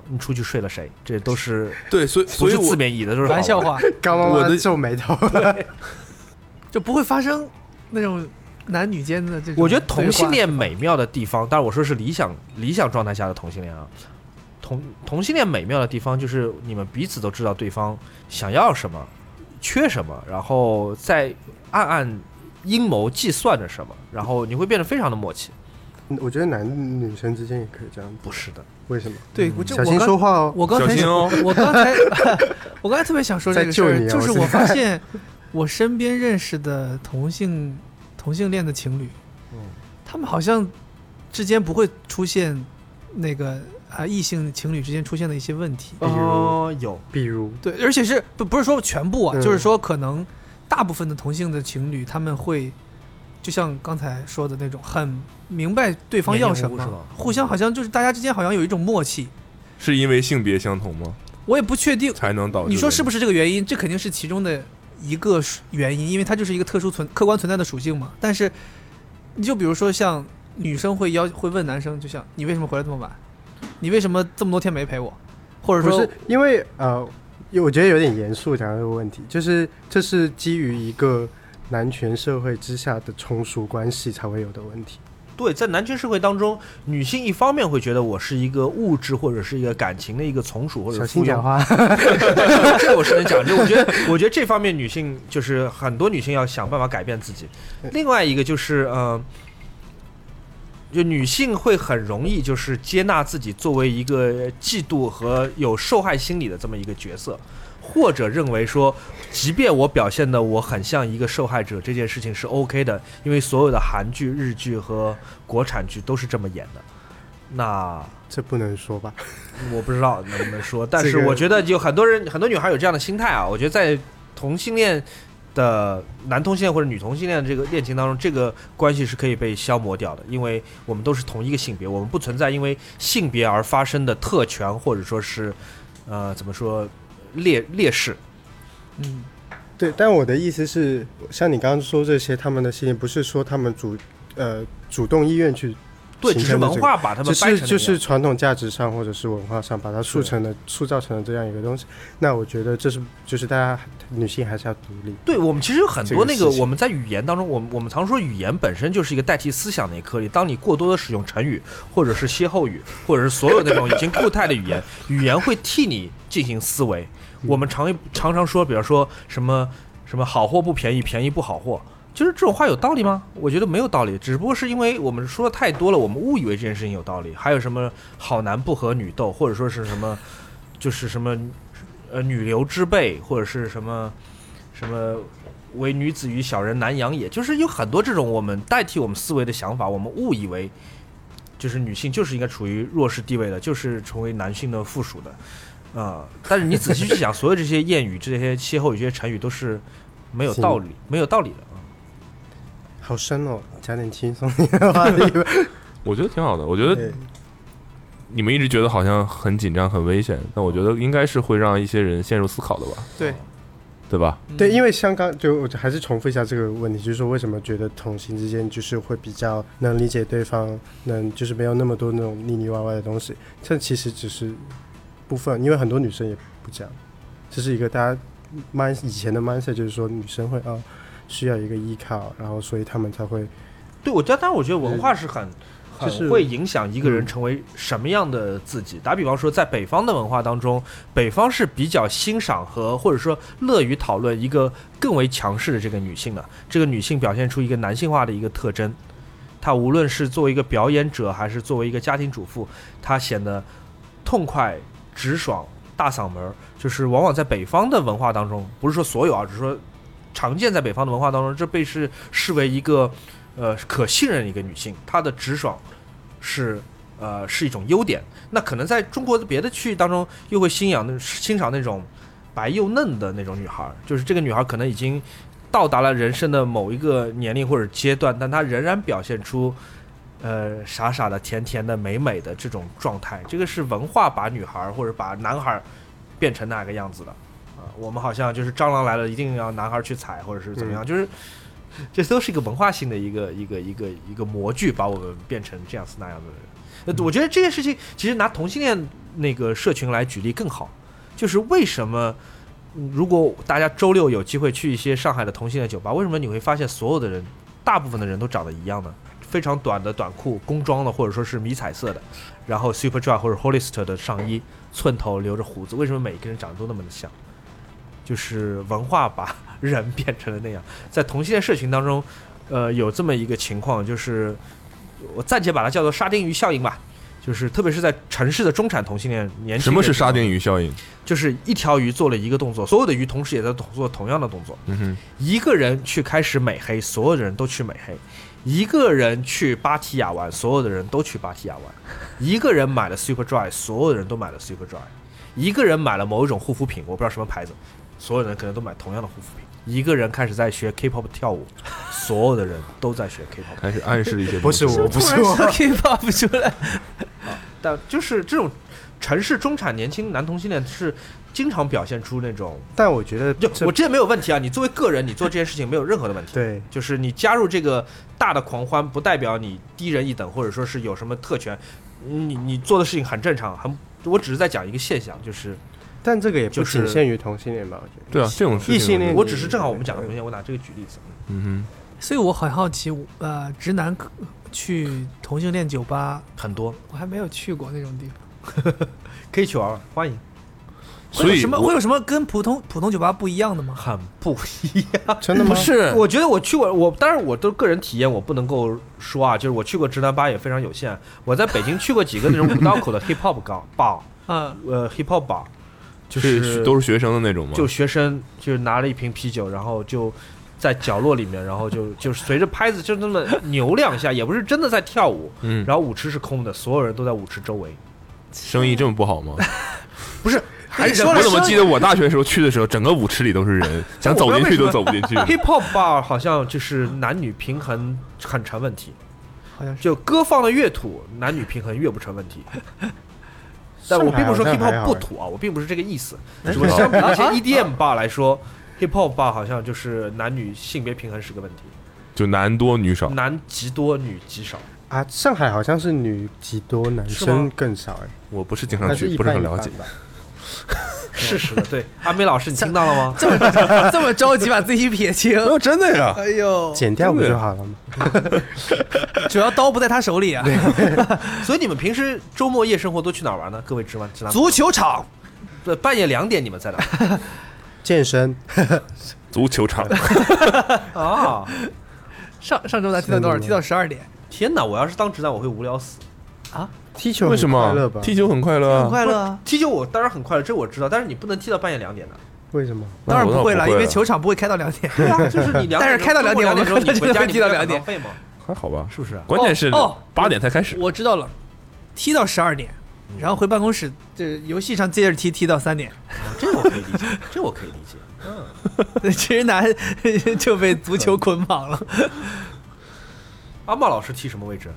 你出去睡了谁？这都是对，所以不所以是字我面意义的，都是好玩玩笑。话刚妈我妈的皱眉头， 就不会发生那种男女间的这种对话。我觉得同性恋美妙的地方，当然我说是理想理想状态下的同性恋啊，同同性恋美妙的地方就是你们彼此都知道对方想要什么，缺什么，然后在暗暗阴谋计算着什么，然后你会变得非常的默契。我觉得男女生之间也可以这样，不是的，为什么？嗯对，嗯我就小我心刚说话哦。我刚小才心哦我刚 才我刚才特别想说这个事在救儿，你啊就是我现在我发现我身边认识的同性同性恋的情侣，嗯他们好像之间不会出现那个啊异性情侣之间出现的一些问题。比如哦，有比如，对，而且是不不是说全部啊，嗯就是说可能大部分的同性的情侣他们会。就像刚才说的那种，很明白对方要什黏黏糊糊是么吧，互相好像就是大家之间好像有一种默契，是因为性别相同吗？我也不确定，才能哦导致你说是不是？是这个原因？这肯定是其中的一个属原因，因为它就是一个特殊存客观存在的属性嘛。但是，你就比如说像女生会要会问男生，就像你为什么回来这么晚？你为什么这么多天没陪我？或者不说是，因为呃，因为我觉得有点严肃讲这个问题，就是这是基于一个男权社会之下的从属关系才会有的问题。对，在男权社会当中，女性一方面会觉得我是一个物质或者是一个感情的一个从属或者小是附心庸讲话， 这我是能讲，就我觉得，我觉得这方面女性就是很多女性要想办法改变自己。另外一个就是，呃，就女性会很容易就是接纳自己作为一个嫉妒和有受害心理的这么一个角色，或者认为说，即便我表现的我很像一个受害者，这件事情是 OK 的，因为所有的韩剧、日剧和国产剧都是这么演的。那这不能说吧？我不知道能不能说，但这是个我觉得有很多人，很多女孩有这样的心态啊。我觉得在同性恋的男同性恋或者女同性恋的这个恋情当中，这个关系是可以被消磨掉的，因为我们都是同一个性别，我们不存在因为性别而发生的特权或者说是呃怎么说劣劣势。嗯，对，但我的意思是，像你刚刚说这些，他们的心理不是说他们主呃主动意愿去对，形只是成的文这个化把他们只掰成是那就是样传统价值上或者是文化上把它塑是成的、塑造成了这样一个东西。那我觉得这是就是大家女性还是要独立。对我们其实有很多这那个事个情我们在语言当中，我们我们常说语言本身就是一个代替思想的一颗粒。当你过多的使用成语，或者是歇后语，或者是所有那种已经固态的语 言，语言会替你进行思维。嗯我们常常常说，比如说什么什么好货不便宜，便宜不好货。就是这种话有道理吗？我觉得没有道理，只不过是因为我们说的太多了，我们误以为这件事情有道理。还有什么好男不和女斗，或者说是什么，就是什么，呃，女流之辈，或者是什么什么为女子与小人难养也，就是有很多这种我们代替我们思维的想法，我们误以为就是女性就是应该处于弱势地位的，就是成为男性的附属的，啊、但是你仔细去想，所有这些谚语、这些歇后语、这些成语都是没有道理、没有道理的。啊好深哦，讲点 轻松 一点的话题吧。我觉得挺好的。我觉得对你们一直觉得好像很紧张、很危险，但我觉得应该是会让一些人陷入思考的吧，对，对吧？嗯对，因为香港就我还是重复一下这个问题，就是说为什么觉得同性之间就是会比较能理解对方，能就是没有那么多那种腻腻歪歪的东西。这其实只是部分，因为很多女生也不讲，这是一个大家 mind 以前的 mindset，就是说女生会啊、需要一个依靠，然后所以她们才会对，我觉得，但我觉得文化是很。就很是会影响一个人成为什么样的自己。打比方说，在北方的文化当中，北方是比较欣赏和或者说乐于讨论一个更为强势的这个女性的。这个女性表现出一个男性化的一个特征，她无论是作为一个表演者，还是作为一个家庭主妇，她显得痛快、直爽、大嗓门儿。就是往往在北方的文化当中，不是说所有啊，只是说常见在北方的文化当中，这被是视为一个呃可信任的一个女性，她的直爽是呃是一种优点。那可能在中国的别的区域当中，又会欣赏那欣赏那种白又嫩的那种女孩儿，就是这个女孩儿可能已经到达了人生的某一个年龄或者阶段，但她仍然表现出。呃，傻傻的、甜甜的、美美的这种状态，这个是文化把女孩儿或者把男孩儿变成那个样子的啊、我们好像就是蟑螂来了，一定要男孩儿去踩，或者是怎么样，就是这都是一个文化性的一个一个一个一个模具，把我们变成这样子那样的人。呃，我觉得这件事情其实拿同性恋那个社群来举例更好，就是为什么嗯如果大家周六有机会去一些上海的同性恋酒吧，为什么你会发现所有的人，大部分的人都长得一样呢？非常短的短裤、工装的，或者说是迷彩色的，然后 Superdry 或者 Hollister 的上衣，寸头留着胡子，为什么每个人长得都那么的像？就是文化把人变成了那样。在同性恋社群当中，呃，有这么一个情况，就是我暂且把它叫做沙丁鱼效应吧，就是特别是在城市的中产同性恋年轻什么是人沙当中丁鱼效应？就是一条鱼做了一个动作，所有的鱼同时也在同做同样的动作。嗯哼，一个人去开始美黑，所有的人都去美黑；一个人去芭提雅玩，所有的人都去芭提雅玩；一个人买了 Superdry，所有的人都买了 Superdry；一个人买了某一种护肤品，我不知道什么牌子，所有人可能都买同样的护肤品；一个人开始在学 K-pop 跳舞，所有的人都在学 K-pop。开始暗示了一 些不是东西我，不是我， ，K-pop 出来，但就是这种城市中产年轻男同性恋是经常表现出那种但我觉得就这我这也没有问题啊，你作为个人，你做这件事情没有任何的问题。，对就是你加入这个大的狂欢，不代表你低人一等，或者说是有什么特权。你你做的事情很正常，很，我只是在讲一个现象，就是但这个也就不是仅限于同性恋吧，我觉得。对啊，这种事情异性恋我只是正好我们讲的东西，我拿这个举例子。嗯所以我很好奇，呃，直男可去同性恋酒吧，很多我还没有去过那种地方，可以去玩玩，欢迎，哼，会所有以什么我会有什么跟普通普通酒吧不一样的 吗？很不一 样。啊真的吗？是我觉得我去过，我当然我都个人体验，我不能够说啊，就是我去过直男吧也非常有限。我在北京去过几个那种五道口的 hip hop 高 bar，嗯，呃 hip hop bar，就是都是学生的那种吗？就学生就是拿了一瓶啤酒，然后就在角落里面，然后就 就是随着拍子就那么扭两下，也不是真的在跳舞。嗯，然后舞池是空的，所有人都在舞池周围。生意这么不好 吗？不是，还哎说了我怎么记得我大学的时候去的时候，整个舞池里都是 人，想走进去都走不进去。 hip hop bar 好像就是男女平衡很成问题，好像是。就歌放的越土，男女平衡越不成问 题。但我并不是说上 hip 海 hop 不好像还好土啊，我并不是这个意思。哎只不过相比 E 一些 EDM 吧来说，hip hop 吧好像就是男女性别平衡是个问题，就男多女少，男极多，女极少。啊，上海好像是女极多，男是生吗更少哎，我不是经还常是去，一不是半很一了半解。吧。事实的，对，阿美老师，你听到了吗？这么 这么着急把自己撇清，没有，哦真的呀，哎呦，剪掉不真的就好了吗？ 主要刀不在他手里啊。所以你们平时周末夜生活都去哪儿玩呢？各位直男直男，足球场，对呃半夜两点你们在哪儿？健身，足球 场 啊，上上周咱踢到多嗯少？是的踢到十二点，天哪！我要是当直男，我会无聊死。踢球为什很快乐么吧？踢球很快乐很啊？快乐啊。踢球我当然很快乐，这我知道，但是你不能踢到半夜两点的。为什么？那当然我倒不会了，不会因为了球场不会开到两点。 对啊，就是你两，但是开到两两点的时候，你回家你踢到两点费吗？还好吧？是不是啊？关键是哦哦八点才开始，我知道了，踢到十二点，嗯然后回办公室，这游戏上接着踢，踢到三点。 哦这我可以理解，这我可以理解。直男 就被足球捆 绑了。阿茂老师踢什么位置？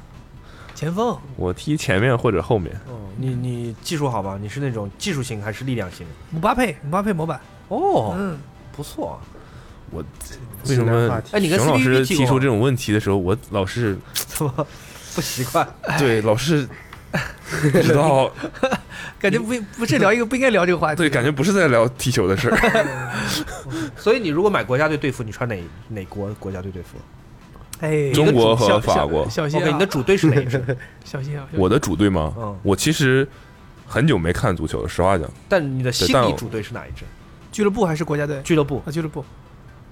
前锋，我踢前面或者后面。哦，你你技术好吗？你是那种技术型还是力量型？姆巴佩，姆巴佩模板。哦，嗯，不错啊。我为直什男么话题哎你跟熊老 CVV 师踢提过出吗这种问题的时候，我老是怎么不习 惯？对老是不知道，感觉不不是聊一个不应该聊这个话题。对，感觉不是在聊踢球的事儿。 所以你如果买国家队队服，你穿哪哪国国家队队服哎，中国和小法国哦小小心？OK，啊！你的主队是哪一支？小心啊！我的主队吗嗯？我其实很久没看足球了，实话讲，但你的心但理我主队是哪一支？俱乐部还是国家队？俱乐部？啊，俱乐部。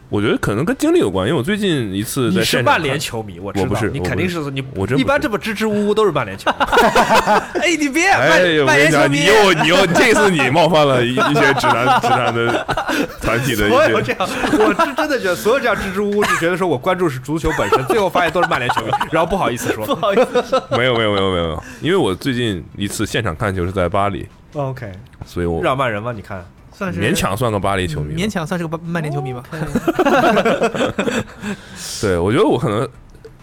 我觉得可能跟经历有关，因为我最近一次你在是现场曼联看球迷，我知道，我不是你我不肯定是是你，我真一不般是这么支支吾吾都是曼联球迷。 哎，你别哎扮呦，扮我跟你演球讲，你迷。又你又，这次你冒犯了一一些直男直男的团体的一所有这些，样，我是真的觉得所有这样支支吾吾，就觉得说我关注是足球本身，最后发现都是曼联球迷，然后不好意思说。没有没有没有没有没有，因为我最近一次现场看球是在巴黎， OK，所以我日耳曼人吗？你看，算是勉强算个巴黎球迷吧，勉强算是个曼曼联球迷吧。对我觉得我可能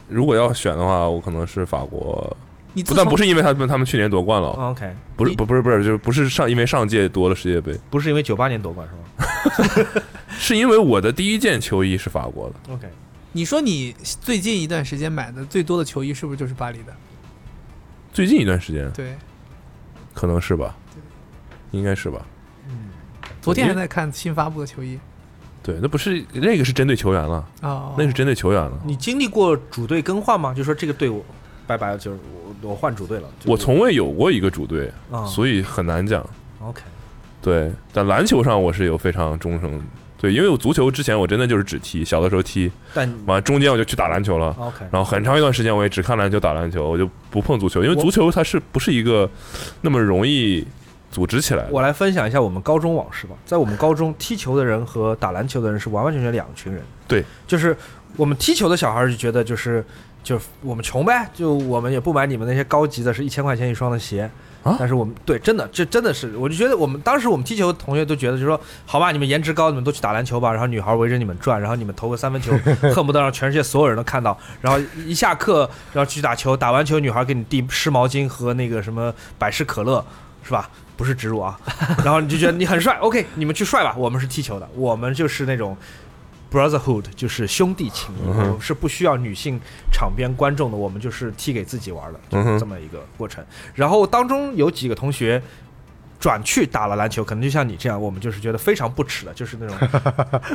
如果要选的话，我可能是法国，你不自但不从是因为他们他们去年夺冠了， OK，不啊是你不不是不是就是不是上因为上届夺了世界杯，不是因为九八年夺冠是吗是因为我的第一件球衣是法国的， ？OK，你说你最近一段时间买的最多的球衣是不是就是巴黎的？最近一段时间对，可能是吧，应该是吧。昨天还因为在看新发布的球衣对，那不是那个是针对球员了，哦，那个是针对球员了。你经历过主队更换吗？就说这个队伍拜拜，就是我我换主队了。就是我从未有过一个主队，啊所以很难讲。 OK 对，但篮球上我是有非常忠诚。对，因为我足球之前我真的就是只踢，小的时候踢，但完中间我就去打篮球了， OK 然后很长一段时间我也只看篮球打篮球，我就不碰足球，因为足球它是不是一个那么容易组织起来的？我来分享一下我们高中往事吧。在我们高中，踢球的人和打篮球的人是完完全全两群人。对，就是我们踢球的小孩儿就觉得就是就是我们穷呗，就我们也不买你们那些高级的，是一千块钱一双的鞋。啊但是我们对真的这真的是，我就觉得我们当时我们踢球的同学都觉得，就说好吧，你们颜值高，你们都去打篮球吧，然后女孩围着你们转，然后你们投个三分 球，恨不得让全世界所有人都看到，然后一下课然后去打球，打完球女孩给你递湿毛巾和那个什么百事可乐，是吧？不是植入啊，然后你就觉得你很帅，OK，你们去帅吧。我们是踢球的，我们就是那种 brotherhood，就是兄弟情谊，我们是不需要女性场边观众的，我们就是踢给自己玩的，就嗯哼是这么一个过程。然后当中有几个同学。转去打了篮球，可能就像你这样，我们就是觉得非常不耻的，就是那种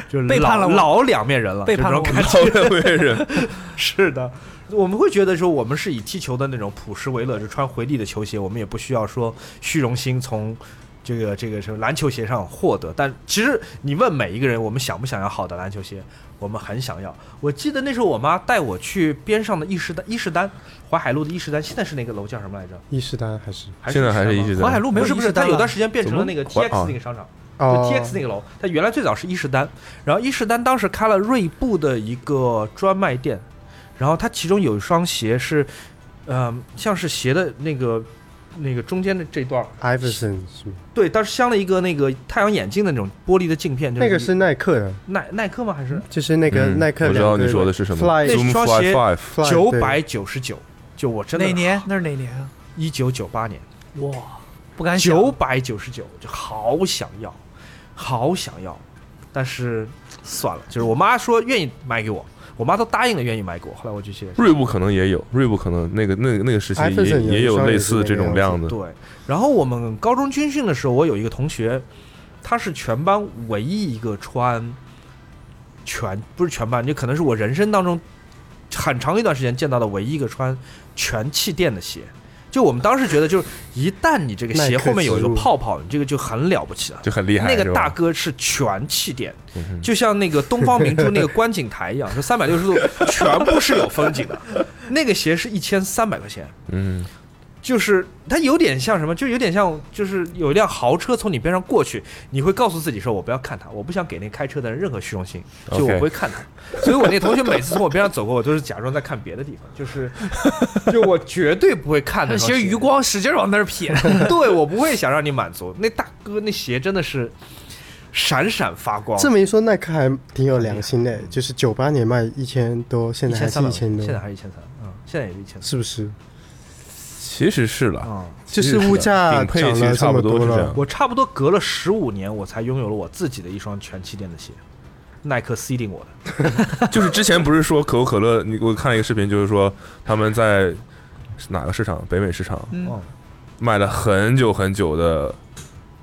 就是背叛了老老我两面人了，背叛了就我这种感们觉 好的，我也是。 是的，我们会觉得说，我们是以踢球的那种朴实为乐，就穿回力的球鞋，我们也不需要说虚荣心从这个这个什么篮球鞋上获得。但其实你问每一个人，我们想不想要好的篮球鞋？我们很想要。我记得那时候我妈带我去边上的伊势丹，伊势丹淮海路的伊势丹，现在是那个楼叫什么来着？伊势丹还是还现在还是伊吗势丹淮海路没有不是不伊是，势丹它有了段时间变成了那个怎么 TX 那个商场。就哦 TX 那个楼，它原来最早是伊势丹，然后伊势丹当时开了锐步的一个专卖店，然后它其中有一双鞋是，呃，像是鞋的那个那个中间的这段儿， Iverson 是吗？对，当时镶了一个那个太阳眼镜的那种玻璃的镜片，就那个是耐克的，耐耐克吗？还是就是 那个嗯耐克我知两道个。你说的是什么 Fly ，Zoom 双 Fly 鞋 Five。 Fly 九百九十九？就我真的哪年？那是哪年啊？一九九八年，哇，不敢想。啊九百九十九，就好想要，好想要，但是算了，就是我妈说愿意买给我，我妈都答应了愿意买给我，后来我就写。锐步可能也有，锐步可能那个那个那个时期 iPhone 也有也一有双类也是似那这个样种量的，对，然后我们高中军训的时候，我有一个同学，他是全班唯一一个穿全不是全班，就可能是我人生当中很长一段时间见到的唯一一个穿全气垫的鞋。就我们当时觉得，就是一旦你这个耐鞋克后面有一个之路泡泡，你这个就很了不起了。就很厉害。那个是大吧？哥是全气垫，嗯哼就像那个东方明珠那个观景台一样，就三百六 十度全部是有风景的。那个鞋是一千三百块钱，嗯，就是它有点像什么，就有点像就是有一辆豪车从你边上过去，你会告诉自己说，我不要看它，我不想给那开车的人任何虚荣心，所以我 OK 不会看它。所以我那同学每次从我边上走过，我都是假装在看别的地方，就是 就我绝对不会看他那双 其实余光使劲往那 儿瞥，哦 对我不会想让你满足。那大哥那鞋真的是闪闪发哦光，这么一说，耐克还挺有良心的，就是九八年卖一千多，现一在还千是三百，一千多现，在还是一千三，嗯，现在也是一千三，是不是？其实是了，嗯。就其是实是物的价顶配涨其实了这差么不多多是这了样，我差不多隔了十五年，我才拥有了我自己的一双全气垫的鞋，耐克 C 定我的。就是之前不是说可口可乐，你我看了一个视频，就是说他们在哪个市场，北美市场嗯，哦，卖了很久很久的，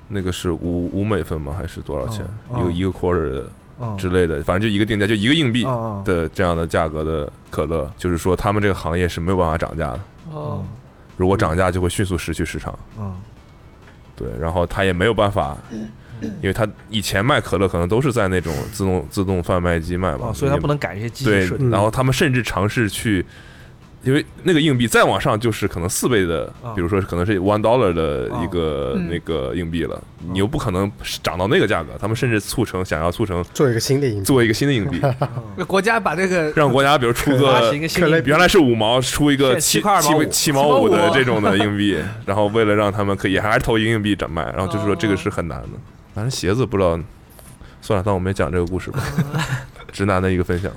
那个是五五美分吗？还是多少钱？哦一个哦一个 quarter 的嗯之类的，反正就一个定价，就一个硬币哦的这样的价格的可乐，就是说他们这个行业是没有办法涨价的，哦，如果涨价就会迅速失去市场。嗯，对，然后他也没有办法，因为他以前卖可乐可能都是在那种自动自动贩卖机卖嘛，哦，所以它也不能改一些机器对设，计。嗯然后他们甚至尝试去，因为那个硬币再往上就是可能四倍的啊，比如说可能是 one dollar 的啊一个嗯那个硬币了，你又不可能涨到那个价格，他们甚至促成想要促成做一个新的饮做一个新的硬 币，那国家把这个让国家比如出发嗯个行一个新的 原来是五毛出一现个在七七块二毛五七七毛五啊七毛的五这 种的硬币，然后为了让他们可以还是投一个硬币涨卖，然后就是说这个是很难的。反正鞋子不知道，算了，当我没讲这个故事 吧。直男的一个分 享。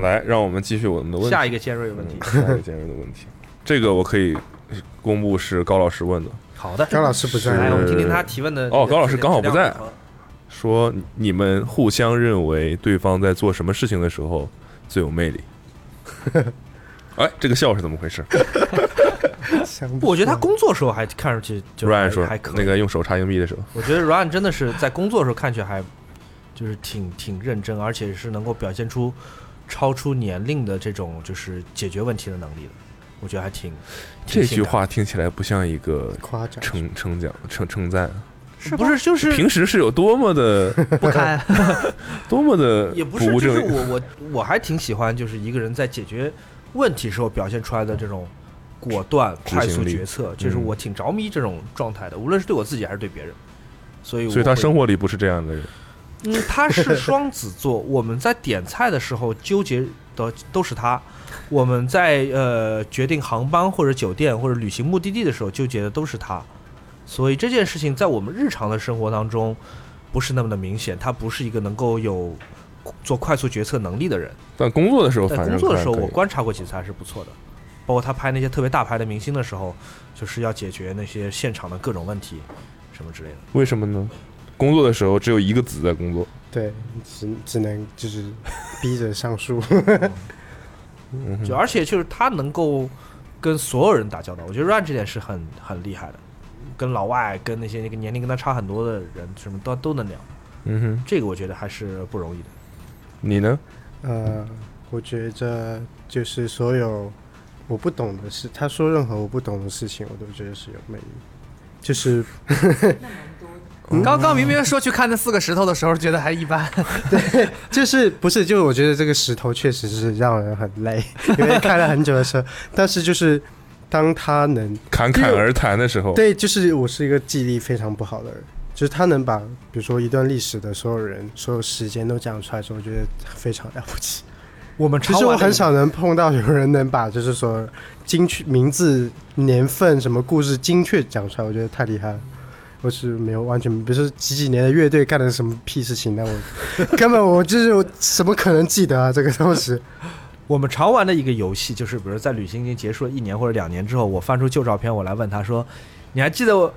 来，让我们继续我们的问题。下一个尖锐的问题。嗯下一个尖锐的问题，这个我可以公布是高老师问的，好的，高老师不在来，是我们听听他提问的这个。哦高老师刚好不在这个说你们互相认为对方在做什么事情的时候最有魅力。 哎，这个笑是怎么回事？想不我觉得他工作时候还看上去就 Ryan 还说还可以。那个用手插硬币的时候，我觉得 Ryan 真的是在工作的时候看起来还就是挺挺认真，而且是能够表现出超出年龄的这种就是解决问题的能力的。我觉得还 挺。挺这性句感话听起来不像一个夸张，称称奖称称赞，是不是就是平时是有多 么的不堪，多么的也不不是，务就是正业。我我我还挺喜欢，就是一个人在解决问题时候表现出来的这种果断、执快速行力决策，就是嗯我挺着迷这种状态的，无论是对我自己还是对别人。所以我会，所以他生活里不是这样的人，嗯，他是双子座。我们在点菜的时候纠结的都是 他，我们在呃决定航班或者酒店或者旅行目的地的时候纠结的都是他，所以这件事情在我们日常的生活当中不是那么的明显，他不是一个能够有做快速决策能力的人。但工作的时候在哦反工正作的还时候，可以我观察过几次还是不错的。包括他拍那些特别大牌的明星的时候，就是要解决那些现场的各种问题，什么之类的。为什么呢？工作的时候只有一个子在工作，对，只只能就是逼着上树。嗯哼就而且就是他能够跟所有人打交道，我觉得 Ryan 这点是很很厉害的，跟老外、跟那些那个年龄跟他差很多的人，什么都都能聊，嗯哼，这个我觉得还是不容易的。你呢？呃，我觉着就是所有我不懂的事，他说任何我不懂的事情，我都觉得是有魅力。就是那蛮多的。刚嗯刚明明说去看那四个石头的时候，觉得还一般，就是不是就是我觉得这个石头确实是让人很累， 因为开了很久的车。但是就是当他能侃侃而谈的时候，对，就是我是一个记忆力非常不好的人，就是他能把比如说一段历史的所有人、所有时间都讲出来的时候，我觉得非常了不起。我们其实我很少能碰到有人能把就是说精确名字、年份、什么故事精确讲出来，我觉得太厉害了。我是没有完全，比如说几几年的乐队干了什么屁事情，那我 根本我就是我怎么可能记得啊？这个东西，我们常玩的一个游戏就是，比如在旅行已经结束了一年或者两年之后，我翻出旧照片，我来问他说：“你还记得我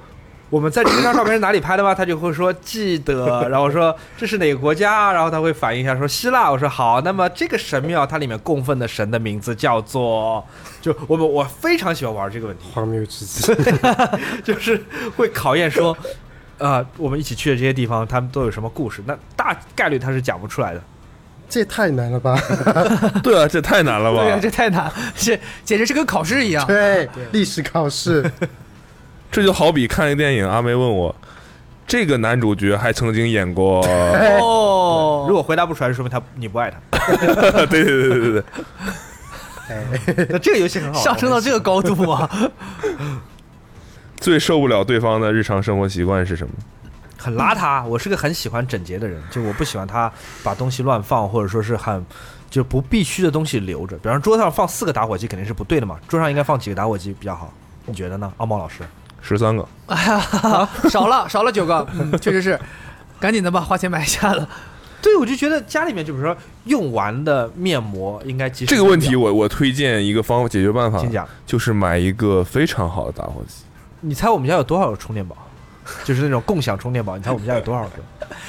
我们在这张照片是哪里拍的吗？他就会说记得，然后我说这是哪个国家，然后他会反映一下说希腊，我说好，那么这个神庙它里面供奉的神的名字叫做，就我们我非常喜欢玩这个问题，荒谬至极。就是会考验说，呃，我们一起去的这些地方他们都有什么故事，那大概率他是讲不出来的。这也太难了 吧？对啊，这太难了对呀、吧？这太难，这简直是跟考试一样。对，哎历史考试，这就好比看一个电影，阿梅问我，这个男主角还曾经演 过， 对哦，如果回答不出来，就说明他你不爱他。对对对对对对，哎，那这个游戏很好玩，上升到这个高度啊吗？最受不了对方的日常生活习惯是什么？很邋遢。我是个很喜欢整洁的人，就我不喜欢他把东西乱放，或者说是很就不必须的东西留着。比方说桌上放四个打火机肯定是不对的嘛，桌上应该放几个打火机比较好？你觉得呢，奥猫老师？十三个，啊 少了少了九个，嗯，确实是，赶紧的吧，花钱买一下 了。对，我就觉得家里面就比如说用完的面膜应该及时这个问题我我推荐一个方法解决办法，请讲。就是买一个非常好的打火机。你猜我们家有多少个充电宝？ 就是那种共享充电宝，你猜我 们家有多少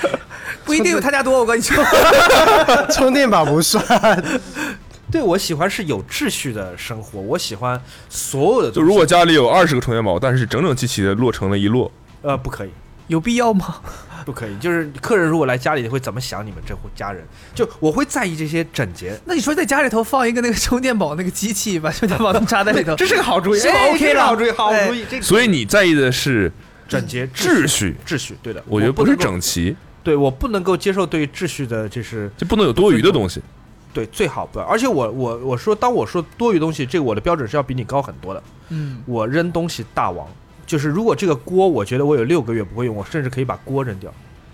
个？不一定有他家多，我跟你 说。哎充电宝不算，对我喜欢是有秩序的生活，我喜欢所有的就东西如果家里有二十个充电宝，但是整整齐齐的摞成了一摞，呃不可以，有必要吗？不可以，就是客人如果来家里会怎么想你们这户家人？就我会在意这些整洁，那你说在家里头放一个那个充电宝那个机器，把充电宝都插在里 头，这是个好主意，是吧哎 OK 这是个好了主意，好哎主意，这个所以你在意的是整洁序秩序。秩序，对的，我觉得不不是能够，整齐，对我不能够接受对于秩序的，就是就不能有多余的东西。对最好不要，而且我我我说，当我说多余东西，这个我的标准是要比你高很多的，嗯，我扔东西大王。就是如果这个锅，我觉得我有六个月不会用，我甚至可以把锅扔掉。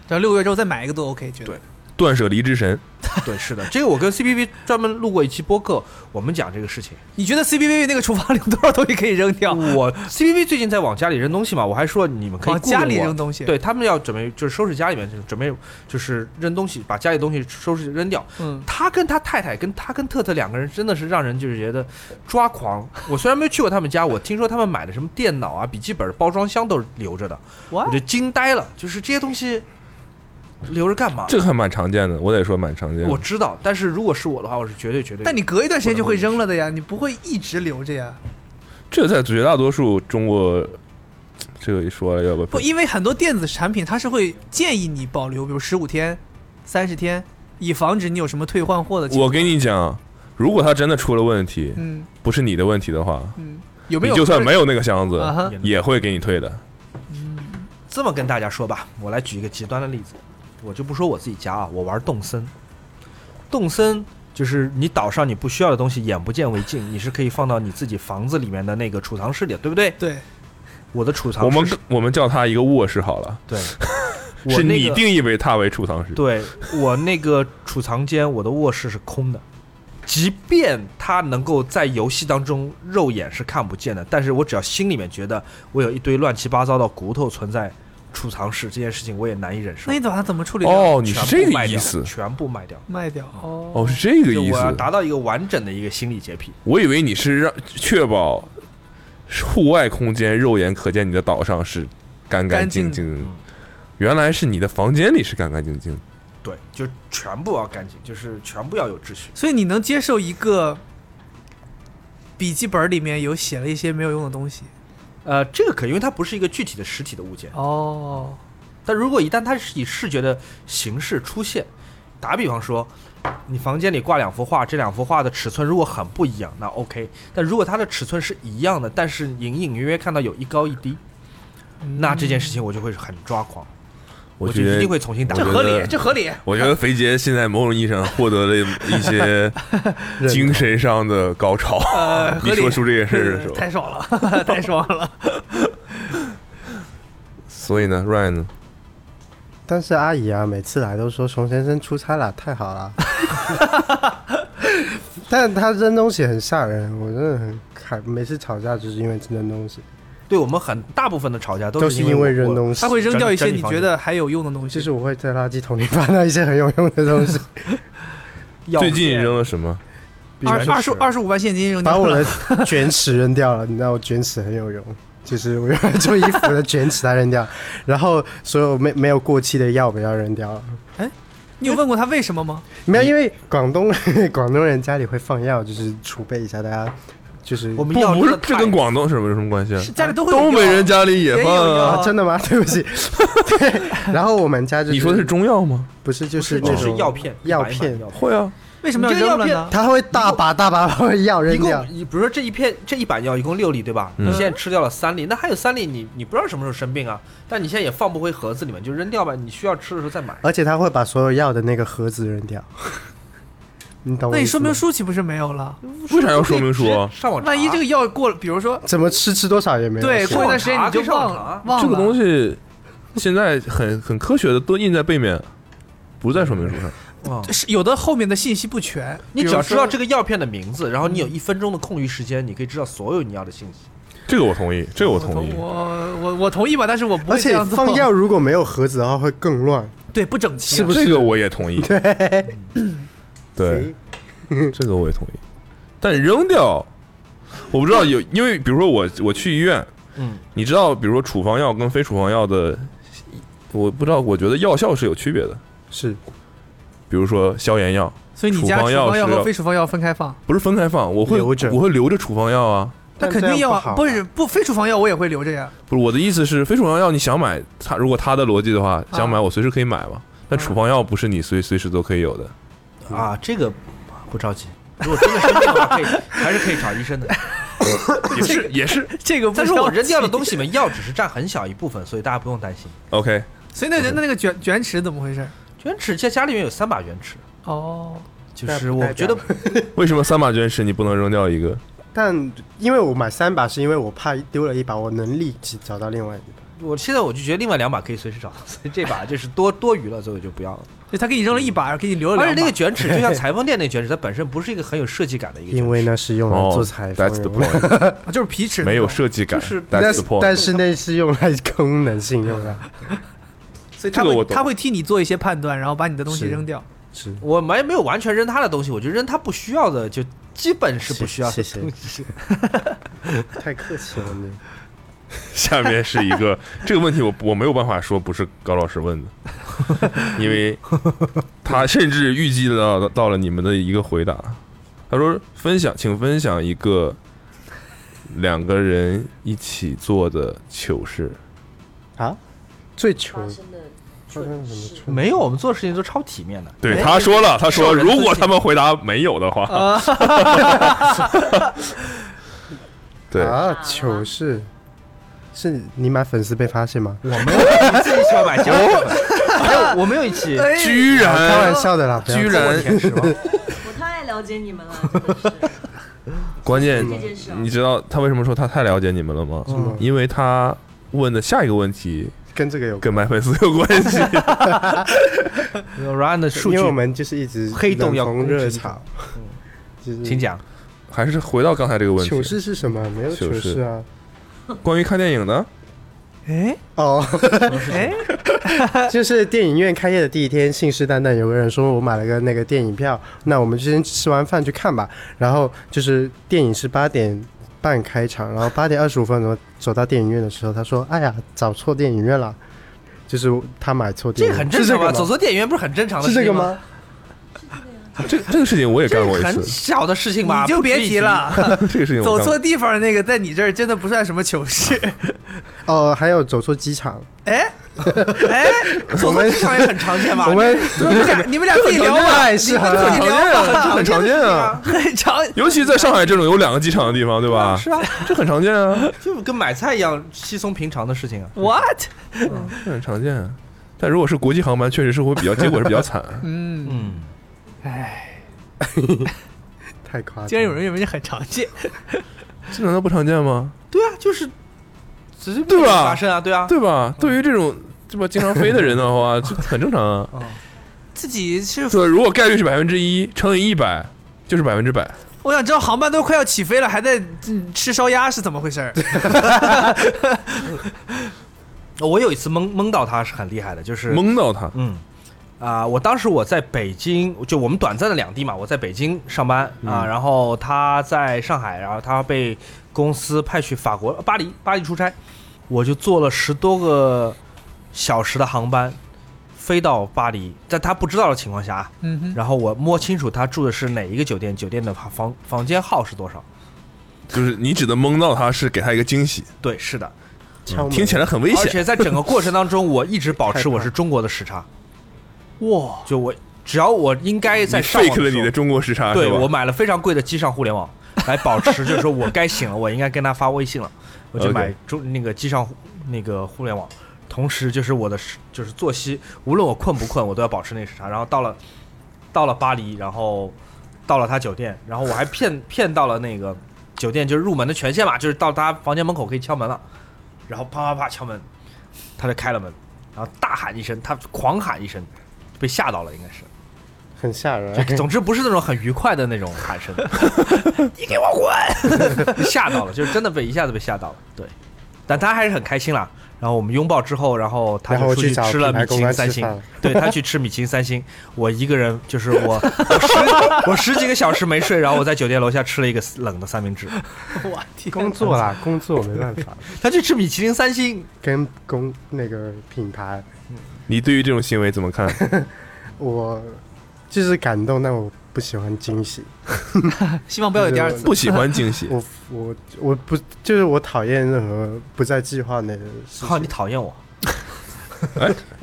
然后六个月之后再买一个都 OK，觉得对断舍离之神，对，是的，这个我跟 CPP 专门录过一期播客，我们讲这个事情。你觉得 CBB 那个厨房里有多少东西可以扔掉？ 我 CPP 最近在往家里扔东西嘛，我还说你们可以往雇佣家里我扔东西，对他们要准备就是收拾家里面，就是准备就是扔东西，把家里东西收拾扔掉。嗯，他跟他太太，跟他跟特特两个人真的是让人就是觉得抓狂。 我虽然没有去过他们家，我听说他们买的什么电脑啊、笔记本、包装箱都是留着的，哇我，就惊呆了。就是这些东西留着干嘛？这个还蛮常见的，我得说蛮常见我的。知道，但是如果是我的话，我是绝对绝对。但你隔一段时间就会扔了的呀，你不会一直留着呀。这在绝大多数中国，这个一说要不不，因为很多电子产品它是会建议你保留，比如十五天、三十天，以防止你有什么退换货的情况。我跟你讲，如果他真的出了问题，嗯不是你的问题的话，嗯，有没你有就算没有那个箱子啊，哈？也会给你退的。这么跟大家说吧，我来举一个极端的例子，我就不说我自己家啊，我玩动森，动森就是你岛上你不需要的东西眼不见为净，你是可以放到你自己房子里面的那个储藏室里的，对不对？对，我的储藏我们室我们叫它一个卧室好了， 对，我是那你个定义为它为储藏室。对啊我那个储藏间，我的卧室是空的。即便它能够在游戏当中肉眼是看不见的，但是我只要心里面觉得我有一堆乱七八糟的骨头存在储藏室这件事情，我也难以忍受那。你打算怎么处理掉？哦，你全是部这卖个掉意思。全部卖掉。卖掉哦。哦，是这个就意我要思。达到一个完整的一个心理洁癖。我以为你是让确保户外空间肉眼可见你的岛上是干干净干净的嗯，原来是你的房间里是干干净净的。对，就全部要干净，就是全部要有秩序。所以你能接受一个笔记本里面有写了一些没有用的东西呃，这个可以，因为它不是一个具体的实体的物件，哦，但如果一旦它是以视觉的形式出现，打比方说，你房间里挂两幅画，这两幅画的尺寸如果很不一样，那 OK。但如果它的尺寸是一样的，但是隐隐约约看到有一高一低，那这件事情我就会很抓狂，我就觉一定得，会重新打这我觉包。得合理，这合理。我 觉得肥杰现在某种意义上获得了一些精神上的高潮。呃，啊你合理说。出这件事 儿的时候， 太爽 了，太爽了！所以呢，Ryan 呢？但是阿姨啊，每次来都说熊先生出差了，太好了。 但他扔东西很吓人，我真的很看，每次吵架就是因为扔东西，对我们很大部分的吵架都都是是因为扔我东西他。会扔掉一些整理你房觉间得还有用的东西。就是我会在垃圾桶里翻到一些很有用的东西， 要最近你面扔了什么？二二十比原始二十五万现金扔掉把我了，的卷尺扔掉了。你知道我卷尺很有用，就是我原来旧衣服的卷起来扔掉，然后所有没没有过期的药不要扔掉。你有问过他为什 么吗？没有，因为广东 广东人家里会放药，就是储备一下，大家就是我们不要不这是个这跟广东什么有什么关系啊？是家里都会有东北药人家里也也放有啊。药啊，真的吗？ 对不起，对。然后我们家就是你说的是中药吗？不是就哦不是那这是种药片，药一百一百片药，片会啊，为什么要你这个扔药了片呢？他会大把大把把药一扔掉共，，你比如说这一片这一板药一共六粒，对吧？嗯你现在吃掉了三粒，那还有三粒你你不知道什么时候生病啊？但你现在也放不回盒子里面，就扔掉吧。你需要吃的时候再买。而且他会把所有药的那个盒子扔掉。你懂我那意你思说吗明书岂不是没有了？为啥要说明书啊直接上网查万一这个药过了，比如说怎么吃吃多少也没有对，事过一段时间你就上网忘查了，忘了这个东西现在很很科学的都印在背面，不在说明书上。啊是有的后面的信息不全，你只要知道这个，个药片的名字，然后你嗯有一分钟的空余时间，你可以知道所有你要的信息。这个我同意，这个我同意。我我我同意吧，但是我不而会这且样做。放药如果没有盒子的话会更乱。对不整齐啊，是不是这个我也同意。对，谁，这个我也同意。但扔掉，我不知道有，因为比如说我我去医院，嗯，你知道，比如说处方药跟非处方药的，我不知道，我觉得药效是有区别的。是比如说消炎药所以你家处处方方药药是和非处方药分开放，不是分开放，我会留着我会留着处方药啊。那但肯定这样要不啊，好不是不非处方药我也会留着呀。不是我的意思是，非处方药你想买它，如果它的逻辑的啊话，想买我随时可以买嘛。但处方药不是你随随时都可以有的。嗯啊，这个不着急。如果真的生病的话，可以还是可以找医生的。也是 也是这个不但是着我扔掉的急东西里面，药只是占很小一部分，所以大家不用担心。 ，OK，所以那那那个卷卷尺怎么回事？卷尺在家里面有三把卷尺，哦，就那是不我代觉表得为什么三把卷尺你不能扔掉一个？但因为我买三把是因为我怕丢了一把，我能立即找到另外一把。我现在我就觉得另外两把可以随时找， 所以这把就是多多余了，所以我就不要了。就他给你扔了一把，给你留了而且两那把个。卷 尺就像裁缝店那卷尺，它本身不是一个很有设计感的一个因卷为尺。那是用来做裁缝哦 That's the 用 point，啊就是皮尺那种，没有设计感。就是但 That's 是 the point。但是那是用来功能性用的，所以他这个我会懂他会替你做一些判断，然后把你的东西是扔掉。是我没没有完全扔他的东西，我就扔他不需要的，就基本是不需要的谢谢东西。 太客气了你。下面是一 个这个问题我，我没有办法说不是高老师问的，因 为他甚至预计到到了你们的一个回答。他说：“分享，请分享一个两个人一起做的糗事。啊，最糗发生的发生什么事，蠢？没有，我们做的事情都超体面的。对，哎他说了，他说受人如尊果敬他们回答没有的啊话， 对，啊，糗事是你买粉丝被发现吗？我啊没有一起一起买 香肠，没有，我没有一起。居啊开玩然笑的啦，不要居我然，舔食 吗？我太了解你们了，真的是关键这件事啊你知道他为什么说他太了解你们了吗？嗯因为他问的下一个问题跟这个有关。跟买粉丝有关系。 Ryan 的数据因为，我们就是一直黑洞要冷攻风击热你潮，嗯就是请讲。还是回到刚才这个问糗题，事是什么？没有糗事啊。关于看电影呢？哎哦，哎， 就是电影院开业的第一天，信誓旦旦有个人说我买了个那个电影票，那我们就先吃完饭去看吧。然后就是电影是八点半开场，然后八点二十五分钟走到电影院的时候，他说：“哎呀，找错电影院了。”就是他买错这电个影院，很正是这常个吧？吗走错电影院不是很正常的是事这情个吗？吗？这这个事情我也干过一很次，小的事情吧，你就不值别一提提了。， 这个事情我走干过错地方那个，在你这儿真的不算什么糗事。哦，还有走错机场，哎哎，走错地方也很常见吧？我们你们俩你们俩自己聊吧，太适合你们了自很己常见聊啊，这吧很。常见啊， 很长， 尤其在上海这种有两个机场的地方，对吧？ 是啊，这很常见啊，就跟买菜一样稀松平常的事情啊。 what？这很常见啊。但如果是国际航班，确实是会比较，结果是比较惨。嗯，嗯，哎，太夸张了，竟然有人认为这很常见，这难道不常见吗？对啊，就是随随便对便吧发生啊，对啊，对吧？对于这种这么经常飞的人的话，就很正常啊。自 己是对，如果概率是百分之一乘以一百，就是百分之百。我想知道航班都快要起飞了，还在嗯吃烧鸭是怎么回事儿？我有一次蒙蒙到他是很厉害的，就是蒙到他，嗯，啊、我当时我在北京，就我们短暂的两地嘛，我在北京上班啊、然后他在上海，然后他被公司派去法国巴黎巴黎出差，我就坐了十多个小时的航班，飞到巴黎，在他不知道的情况下啊，嗯哼，然后我摸清楚他住的是哪一个酒店，酒店的房房房间号是多少。就是你指的蒙到他是给他一个惊喜，对，是的，敲门听起来很危而险。且在整个过程当中，我一直保害持怕我是中国的时差，哇，就我只要我应该你在上网 fake 了时你候的中国时差对是吧？我买了非常贵的机上互联网来保持，就是说我该醒了，我应该跟他发微信了，我就 OK 买中那个机上互那个互联网。同时，就是我的时就是作息，无论我困不困，我都要保持那个时差。然后到了到了巴黎，然后到了他酒店，然后我还骗骗到了那个酒店，就是入门的权限嘛，就是到他房间门口可以敲门了，然后啪啪啪敲门，他就开了门，然后大喊一声，他狂喊一声，被吓到了，应该是。很吓人。总之不是那种很愉快的那种喊 声，你给我滚！吓到了，就是真的被一下子被吓到了。对，但他还是很开心啦。然后我们拥抱之后，然后他然后就我出去找吃了品牌米公其关林吃三 星饭了，对他去吃米其林三星，我一个人就是我我十我十几个小时没睡，然后我在酒店楼下吃了一个冷的三明 治。我天， 工作啦，工作没办法，他去吃米其林三星，跟工那个品牌，你对于这种行为怎 么看？我就是感动，但我不喜欢惊喜。希望不要有第二次。不喜欢 惊喜，我我我不就是我讨厌任何不在计划内的事靠，情你。讨厌我。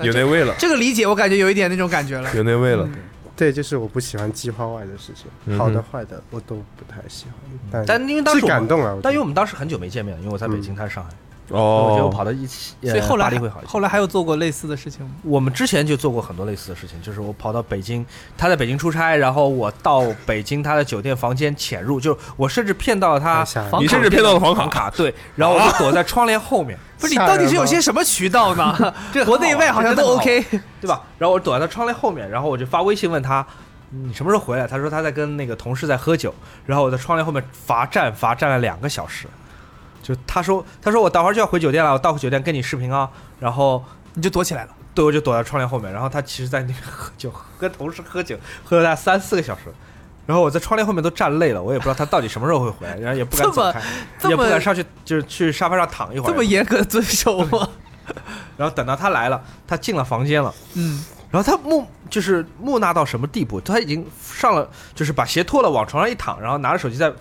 有那 味了，这个理解我感觉有一点那种感觉了。有那味了。嗯对，就是我不喜欢计划外的事情，嗯哼好的坏的我都不太喜欢。但因为当时是我感们，动啊了，我但因为觉我们当时很久没见面了，因为我在北京，他在上海，我觉得我跑哦，到一起，呃所以后巴来黎会好一些。后来还有做过类似的事情吗？我们之前就做过很多类似的事情，就是我跑到北京，他在北京出差，然后我到北京他的酒店房间潜入，就是我甚至骗到了得他太吓人房你甚至骗到了房卡，卡，对，然后我就躲在窗帘后面，不是你吓到底人是有吗些什么渠道呢？这国内外好像都这真的好 OK。对吧？然后我躲在他窗帘后面，然后我就发微信问他。你什么时候回来？他说他在跟那个同事在喝酒，然后我在窗帘后面罚站，罚站了两个小时。就他说，他说我等会儿就要回酒店了，我到酒店跟你视频啊。然后你就躲起来了。对，我就躲在窗帘后面，然后他其实在那边喝酒，跟同事喝酒，喝了大概三四个小时。然后我在窗帘后面都站累了，我也不知道他到底什么时候会回来，然后也不敢走开，这么也不敢上去，就是去沙发上躺一会这么儿。严格的遵守吗？然后等到他来了，他进了房间了，嗯，然后他木就是木讷到什么地步？他已经上了，就是把鞋脱了往床上一躺，然后拿着手机在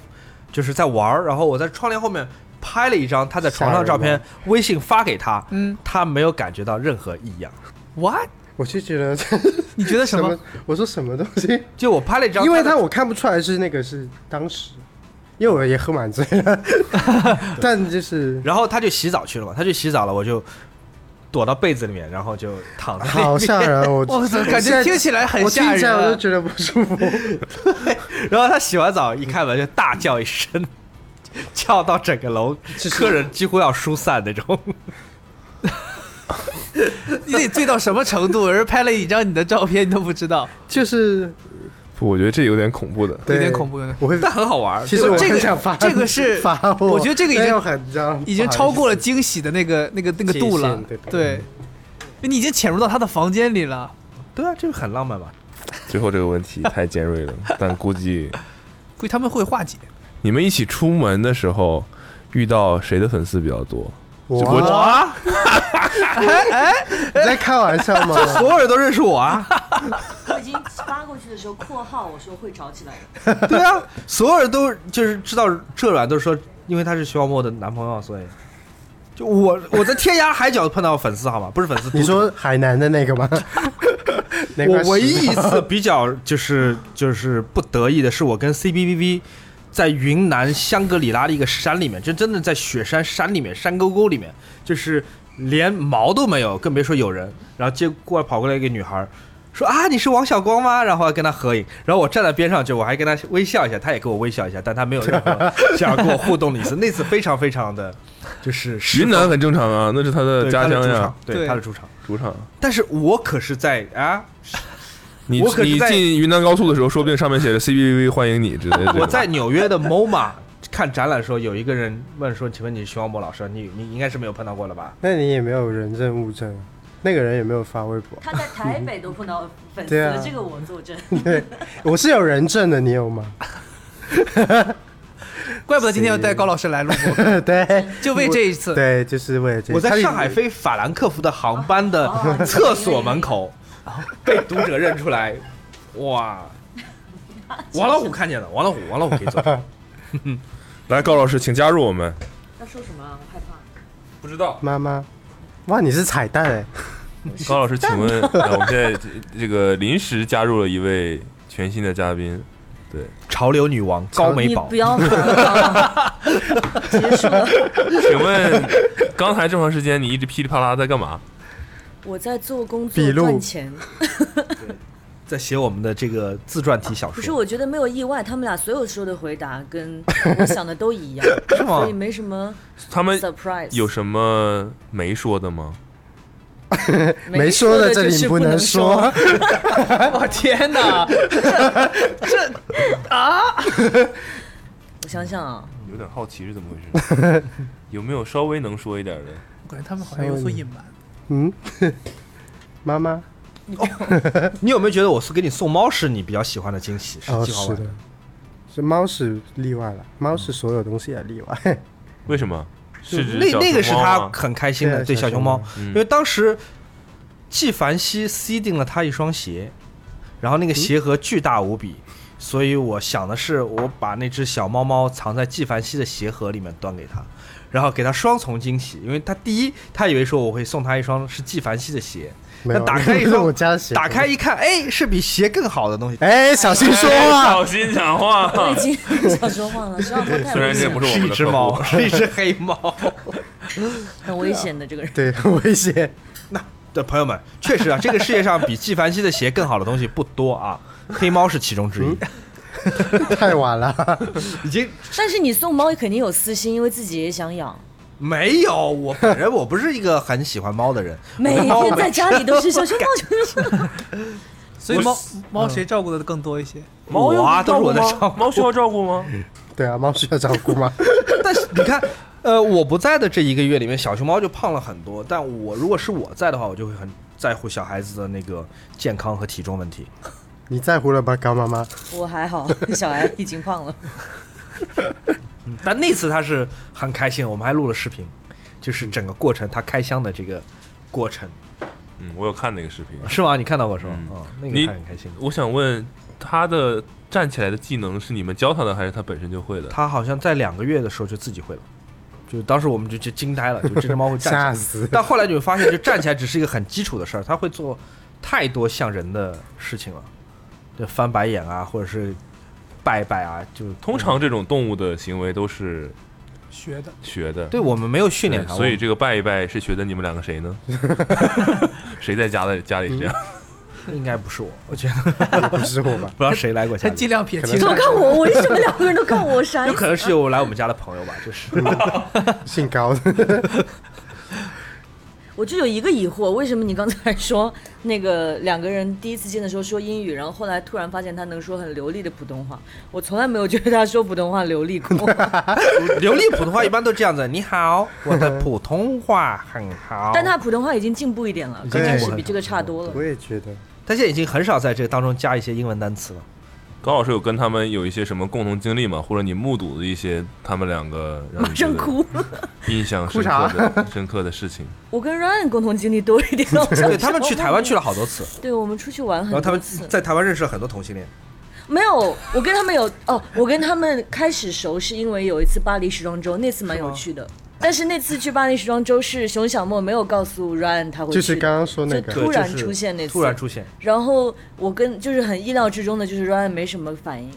就是在玩儿。然后我在窗帘后面拍了一张他在床上的照吓片人，微信发给他，嗯他没有感觉到任何异样。 ，what？我就觉得你觉得什什么么？，我说什么东西？就我拍了一张，因为他他我看不出来是那个是当时，因为我也喝满醉 了，但就是然后他就洗澡去了嘛，他去洗澡了，我就躲到被子里面，然后就躺在那好吓人，我 我操，感现在觉听起来很我听吓起人来我啊就。觉得不舒 服。 然后他洗完澡一开门就大叫一声， 叫到整个楼就是客人几乎要疏散那 种。你得醉到什么程度？有人拍了一张你的照片，你都不知道，就是不我觉得这有点恐怖的。有对点恐怖。我会，但很好玩，其实我这个很想发，这个是 发我觉得这个已经但又很这样已经不好意思超过了惊喜的那个那个那个度界了限对吧。对，你已经潜入到他的房间里了。对啊，这个很浪漫嘛。最后这个问题太尖 锐了，但估计估计他们会化解。你们一起出门的时候遇到谁的粉丝比较多？我啊，你在开玩笑 吗？所有人都认识我 啊，我已经发过去的时候，括号我说会找起来的，对啊，所有人都就是知道这软都说，因为他是徐小沫的男朋友，所以。就我我在天涯海角碰到粉丝好吗？不是粉丝，你说海南的那个 吗？那块我唯石一头一次比较就是就是不得意的是，我跟 CBBV 在云南香格里拉的一个山里面，就真的在雪山山里面山沟沟里面，就是连毛都没有，更别说有人。然后接过来跑过来一个女孩，说啊你是王小光吗？然后还跟她合影，然后我站在边上就我还跟她微笑一下，她也跟我微笑一下，但她没有任何想要跟我互动的意思。那次非常非常的，就是失云南很正常啊，那是他的对家她的乡主呀场，，对对她的主场。主场。但是我可是在啊，你我可是你在进云南高速的时候，说不定上面写着 CBV 欢迎你之类的这种。我在纽约的 MoMA 看展览的时候，有一个人问说：“请问你是徐浩波老师？你你应该是没有碰到过了吧那你也没有人证物证，？”那个人也没有发微博，他在台北都碰到粉丝，对啊这个我作证。对，我是有人证的，你有吗？ 怪不得今天要带高老师来录 播，对， 就为这一次。对，就是为了这。我在他上海飞法兰克福的航班的哦哦厕所门口被读者认出来， 哇！王老虎看见了，王老虎，王老虎可以做证。来，高老师，请加入我们。要说什么啊？我害怕。不知道，妈妈，哇，你是彩蛋哎、高老师，请问，呃我们现在这这个临时加入了一位全新的嘉宾，对，潮流女王高美你宝不，要玩了，结束了。请问 刚才这么长时间你一直噼里啪啦在干嘛？ 我在做工作笔录赚钱，在写我们的这个自传体小不是？说，我觉得没有意外，他们俩所有说的回答跟我想的都一样，是吗所以？没什么他们 surprise。有什么没说的吗？没说的这就里是不能说。哎我天 哪！我想想啊，有点好奇是怎么回事？ 有没有稍微能说一点的？我感觉他们好像有所隐瞒。嗯， 妈妈，你有没有觉得我送给你送猫是你比较喜欢的惊喜？是哦，计划是外的，是猫是例外了，猫是所有东西也例外。 为什么？是指那小那个是熊猫他吗很开心的，对啊对小小熊熊猫猫，嗯因为当时纪梵希 C 定了他一双鞋，然后那个鞋盒巨大无比，所以我想的是我把那只小猫猫藏在纪梵希的鞋盒里面端给他，然后给他双重惊喜，因为他第一他以为说我会送他一双是纪梵希的鞋，没有，那 打开一那是双我家的鞋，打开，一看，哎，是比鞋更好的东西，哎，小心说哎话，小心讲话。我已经不想说话了，说话太虽然危这险不了，是我是们一的只客户 猫，是一只黑猫。很危险的这个人。对，很危险。的朋友们，确实啊，这个世界上比纪梵希的鞋更好的东西不多啊，黑猫是其中之一。太晚了，嗯已经但是你送猫肯定有私心，因为自己也想养。没有，我本人我不是一个很喜欢猫的人， 每猫天在家里都是 小熊猫，所以猫猫谁照顾的更多一些？猫 我啊要都是我在照照顾吗顾猫需要照顾吗？ 对啊，猫需要照顾吗？ 但是你看，呃，我不在的这一个月里面，小熊猫就胖了很多。但我如果是我在的话，我就会很在乎小孩子的那个健康和体重问题。你在乎了吧，高妈妈？我还好， 小孩已经 胖了。嗯但那次他是很开心，我们还录了视频，就是整个过程他开箱的这个过程，嗯，我有看那个视频。是吗？你看到过是吗？嗯哦，那你个还很开心。我想问，他的站起来的技能是你们教他的，还是他本身就会的？他好像在两个月的时候就自己会了，就当时我们就就惊呆了，就这只猫会站起来吓。 死！但后来你会发现，就站起来只是一个很基础的事儿，它会做太多像人的事情了，就翻白眼啊，或者是拜拜啊，就通常这种动物的行为都是学的，学的，对我们没有对训练它，所我以们这个拜一拜是学的你们两个谁呢？ 谁在家的家里是这样？嗯应该不是我，我觉得 不是我吧？不知道谁来过他家里，尽量撇清都。看我，我为什么两个人都看我？ 啥意有思？可能是有来我们家的朋友吧， 就是。姓高的，我就有一个疑惑，为什么你刚才说那个两个人第一次见的时候说英语，然后后来突然发现他能说很流利的普通话？我从来没有觉得他说普通话流 利过。流利普通话一般都这样子，你好，我的普通话很好。但他普通话已经进步一点了，刚对开始比这个差多了我。也觉得。他现在已经很少在这个当中加一些英文单词了。高老师有跟他们有一些什么共同经历吗？或者你目睹的一些他们两个让马你觉 上得哭！印象深刻的 深刻的事情？我跟 Ryan 共同经历多 一点。对他们去台湾去了好多次，对，我们出去玩很然后他多们次。在台湾认识了很多同性恋。没有，我跟他们有哦，我跟他们开始熟是因为有一次巴黎时装周，那次蛮有趣的。但是那次去巴黎时装周是熊小莫没有告诉 Ryan 他会去的，就是刚刚说那就个对突然就是出现那次，突然出现，然后我跟就是很意料之中的，就是 Ryan 没什么 反应，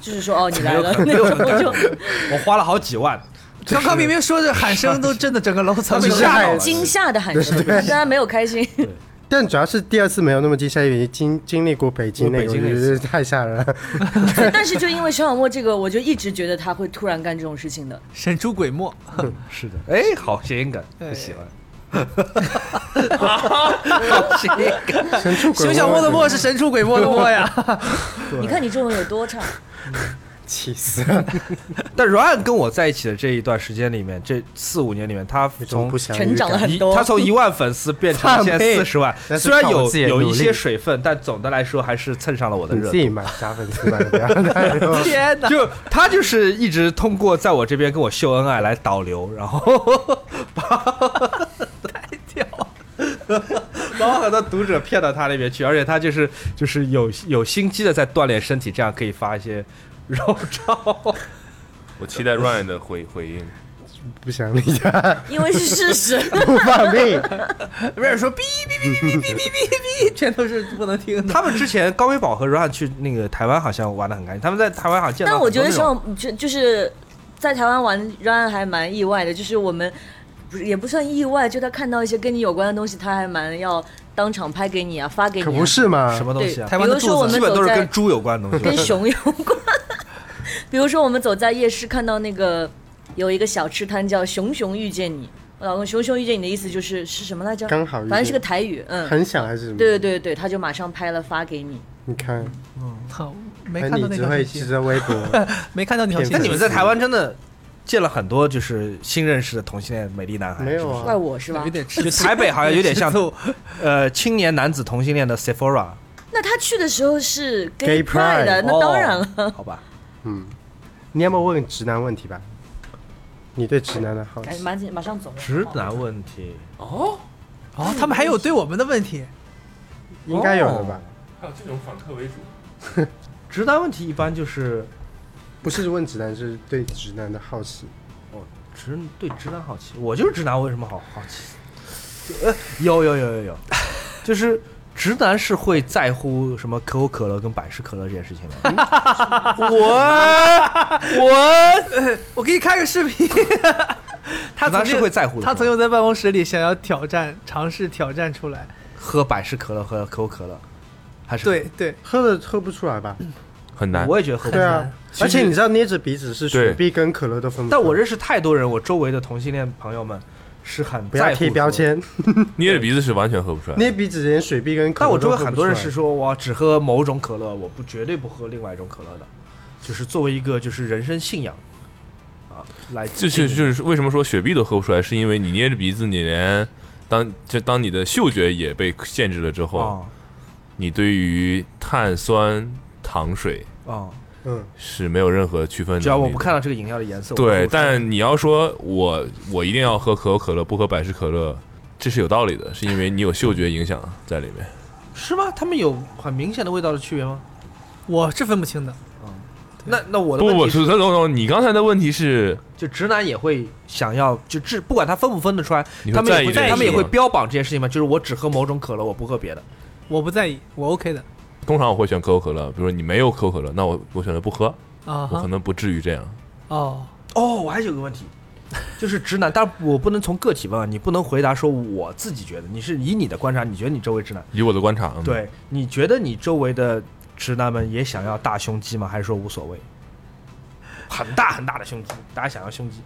就是说哦你来了，那种我就 我花了好几万，刚刚明明说着喊声都震得整个楼 层被都吓到了。惊吓的喊声，虽然没有开心，但主要是第二次没有那么惊吓，因为经经历过北京那个，我我北京那觉次得太吓人了。但是就因为熊小莫这个，我就一直觉得他会突然干这种事情的。神出鬼没。是的，哎，好谐音梗，哎不喜欢。好谐音梗，神出鬼没 熊小莫的莫是神出鬼没的没呀。你看你中文有多差，气死！ 但 Ryan 跟我在一起的这一段时间里面，这四五年里面，他有种从不祥成预长了感很一多他从一万粉丝变成了 现在四十万，但是虽然靠我有自己的有一努力些水分，但总的来说还是蹭上了我的你热自度。己买假粉丝买的，不要 哎太多天哪！ 就他就是一直通过在我这边跟我秀恩爱来导流，然 后 把把我很多读者骗到他那边去，而且他就是就是有有心机的在锻炼身体，这样可以发一些肉 照。我期待 Ryan 的回回应。不想理他，因为是事实。不放屁。不是说哔哔哔哔哔哔哔哔，全都是不能听的。他们之前高微宝和 Run 去那个台湾好像玩的很开心，他们在台湾好像见到 但我觉得很多那种像就就是在台湾玩 run 还蛮意外的，就是我们不是也不算意外，就他看到一些跟你有关的东西，他还蛮要当场拍给你啊，发给你、啊。可不是嘛？什么东对，西啊，台湾的比如说兔我子基们本都走是跟在猪有关的东西。跟熊有关， 比如说我们走在夜市看到那个有一个小吃摊叫“熊熊遇见你”，我老公“熊熊遇见你”的意思就是是什么来着？刚好遇见反正是个台语，嗯，很想还是什么？对对，对对，他就马上拍了发给你。你看，好，没那看到哎你那只条会信只息，在微博，没看到那条信息。那你们在台湾真的见了很多就是新认识的同性恋美丽男孩，没有是不是怪啊？我是吧有？点 吃醋，台北好像有点 像吃醋呃青年男子同性恋的 Sephora，那他去的时候是 Gay gay pride pride 的， 那哦当然了。，好吧。嗯，你要么问直男问题吧？你对直男的好赶紧奇？马上马上走了。直男问题，哦，他们还有对我们的问题，应该有的吧？还有这种反客为主，直男问题一般就是不是问直男，是对直男的好奇。哦，直对直男好奇，我就是直男，为什么好好奇？ 呃，有有有有有，就是直男是会在乎什么可口可乐跟百事可乐这件事情吗？ 我我我给你看个视频。他直曾男经是会在乎的他曾经在办公室里想要挑战，尝试挑战出来。喝百事可乐和可口可乐，还是对对，喝了喝不出来吧？很难。我也觉得喝不对出来啊，而且你知道捏着鼻子是雪对碧跟可乐都分不出来。但我认识太多人，我周围的同性恋朋友们是很不在要乎贴说标。签，捏着鼻子是完全喝不出来的。捏鼻子连雪碧跟可但乐我都周围喝不出来。很多人是说，我只喝某种可乐，我不绝对不喝另外一种可乐的，就是作为一个就是人生信仰啊，来就是就是为什么说雪碧都喝不出来，是因为你捏着鼻子，你连当就当你的嗅觉也被限制了之后，哦你对于碳酸糖水哦，嗯，是没有任何区分能力的。只要我不看到这个饮料的颜色，我对，就但你要说我我一定要喝可口可乐，不喝百事可乐，这是有道理的，是因为你有嗅觉影响在里面。是吗？他们有很明显的味道的区别吗？我我是分不清的。那那我的不问不，题是主持人总总，你刚才的问题是，就直男也会想要就至不管他分不分得出来，你会他们在也意会这个他们也事会吗标榜这件事情吗？就是我只喝某种可乐，我不喝别的。我不在意，我 OK 的通常我会选可口可乐，比如说你没有可口可乐，那我我选择不喝，啊我可哈能不至于这样。哦，哦，我还有个问 题，就是直男，但我不能从个体问啊，你不能回答说我自己觉得，你是以你的观察，你觉得你周围直男，以我的观察，嗯，对，你觉得你周围的直男们也想要大胸肌吗？还是说无所谓？很大很大的胸肌，大家想要胸肌，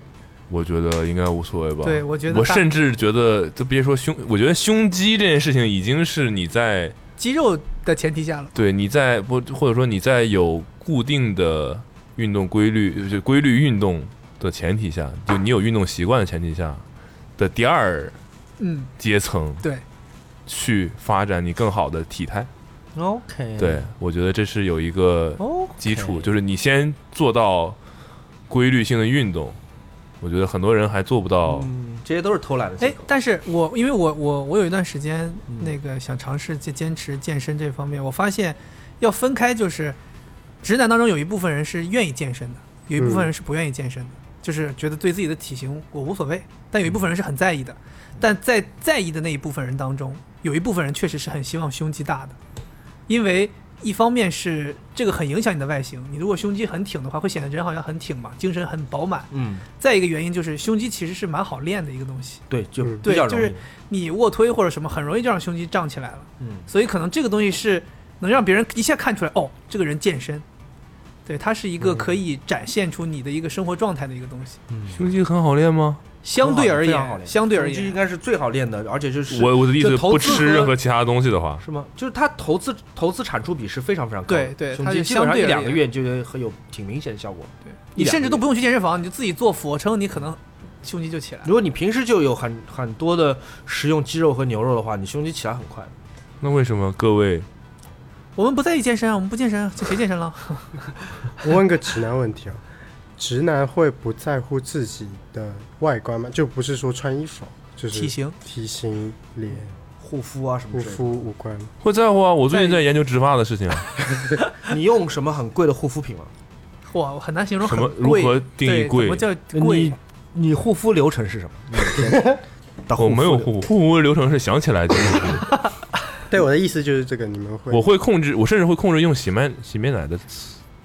我觉得应该无所谓吧。对我觉得我大甚至觉得，都别说胸，我觉得胸肌这件事情已经是你在肌肉的前提下了。对你在不或者说你在有固定的运动规律，就规律运动的前提下，就你有运动习惯的前提下的第二嗯，阶层对，去发展你更好的体态。哦嗯 OK，对我觉得这是有一个哦，基础，就是你先做到规律性的运动。我觉得很多人还做不哦到。嗯，这些都是偷懒的借哎口，。但是我因为我我我有一段时间嗯那个想尝试坚坚持健身这方面，我发现要分开，就是直男当中有一部分人是愿意健身的，有一部分人是不愿意健身的，就是觉得对自己的体型我无所谓，但有一部分人是很在意的，但在在意的那一部分人当中，有一部分人确实是很希望胸肌大的，因为。一方面是这个很影响你的外形，你如果胸肌很挺的话，会显得人好像很挺嘛，精神很饱满。嗯，再一个原因就是胸肌其实是蛮好练的一个东西，对，就嗯比较对就容易。是你卧推或者什么，很容易就让胸肌胀起来了。嗯，所以可能这个东西是能让别人一下看出来，哦，这个人健身，对，它是一个可以展现出你的一个生活状态的一个东西。胸肌很好练吗？相对而非常好言，练嗯哦相对而就应言，该是最好练的，而且就是我我的意思就投不资和吃任何其他东西的话，是吗？就是他投资投资产出比是非常非常高的，对对胸它肌就基本相上对一而两个言月就很有挺明显的效果。你一两甚至个都月不用去健身房，你就自己做俯卧撑，你可能胸肌就起来了。如果你平时就有很很多的食用鸡肉和牛肉的话，你胸肌起来很快。那为什么各位我们不在意健身啊，我们不健身，啊，这谁健身了？ 我问个直男问题啊，直男会不在乎自己的外观吗？就不是说穿衣服，就是体、型体型、脸、护肤啊什护么之类肤、五官。会在乎啊？我最近在研究植发的事情啊， 的，你用什么很贵的护肤品吗？哇，很难形容什很么如贵何定义对贵怎么？叫呃贵你？你护肤流程是 什么？你的我没有护肤护护肤流程是想起来就护肤， 对我的意思就是这个，你们会我会控制，我甚至会控制用洗面洗面奶的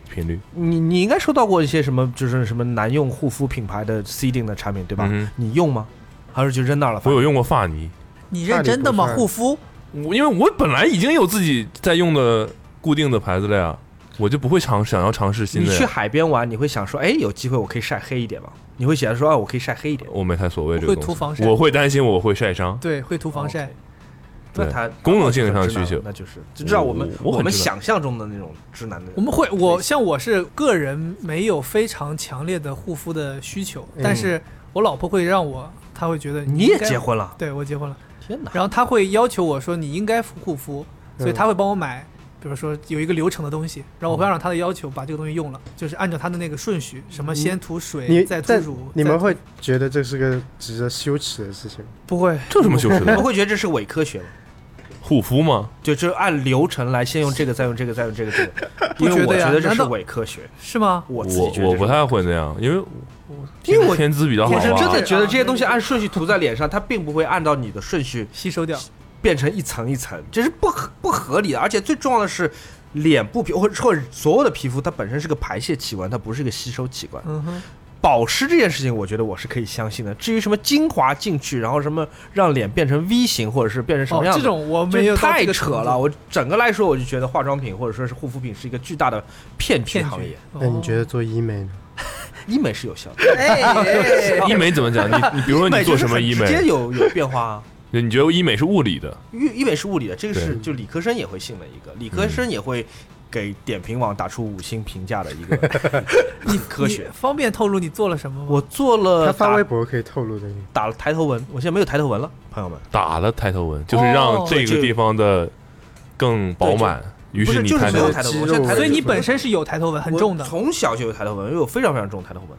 频率。流，你你应该收到过一些什么，就是什么男用护肤品牌的 C D 的产品对吧？嗯哼你用吗？还是就扔那儿了？我有用过发泥，你认真的吗？那你不算护肤？我因为我本来已经有自己在用的固定的牌子了呀，我就不会尝想要尝试新你的去呀。海边玩，你会想说，哎，有机会我可以晒黑一点吗？你会想说，啊，我可以晒黑一点。我没太所谓这个会东西涂防晒我会担心我会晒伤。对，会涂防晒。对那他功能性上的需求那就是就知道我们我我很我们知道想象中的那种直男的。我们会，我像我是个人没有非常强烈的护肤的需求，但是我老婆会让我，她会觉得嗯你应也该结？婚了？对我结婚了，天哪！然后她会要求我说你应该护肤，嗯所以她会帮我买，比如说有一个流程的东西，然后我会按照她的要求把这个东西用了，就是按照她的那个顺序，什么先涂你水，再涂但乳，你再们涂会觉得这是个值得羞耻的事情吗？不会？这有什么羞耻你们的？会觉得这是伪科学吗？护肤吗？就就按流程来，先用这个，再用这个，再用这个，这个。不 因为觉我得呀觉得这难是道伪科学，是吗？我自己我觉得我这是不太会那样，因为因为我天资比较好我是啊。真的觉得这些东西按顺序涂在脸上，它并不会按照你的顺序吸收掉，变成一层一层，这是不合不合理的。而且最重要的是，脸部皮或者或者所有的皮肤，它本身是个排泄器官，它不是一个吸收器官。嗯哼，保湿这件事情，我觉得我是可以相信的。至于什么精华进去，然后什么让脸变成 V 型，或者是变成什哦么样，子，这种我就没有到太这个扯程度了。，我整个来说，我就觉得化妆品或者说是护肤品是一个巨大的骗局骗行局业。。哦那、哎你觉得做医美呢？医美是有效的，哎 医美怎么讲？你你比如说医美你做就是什么很医直接美？有有变化啊。你觉得医美是物理的？医医美是物理的，这个对是就理科生也会信的一个，理科生也会给点评网打出五星评价的一个嗯很 科你学。方便透露你做了什么吗？我做他了发微呃打博可以透露的，打了抬头纹，我现在没有抬头纹了，朋友们。打了抬头纹，就是让这个地方的更饱满，于不是是你就是抬没头有纹抬头肌纹，我现在肉抬头所以纹你就本身是有抬头纹，很重的我。从小就有抬头纹，因为我非常非常重抬头纹，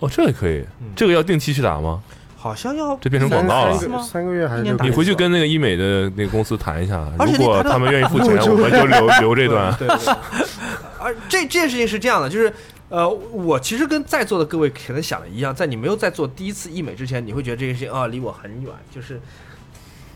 哦，这也可以嗯，这个要定期去打吗？好像要这变成广三告了三。吗个三个月还是一年六打个一你月回去跟那个医美的那个公司谈一下，而且如你果抬头他们愿意付 钱，我们就留留这段。对对对。而这这件事情是这样的，就是呃，我其实跟在座的各位可能想的一样，在你没有在做第一次医美之前，你会觉得这件事情啊离我很远，就是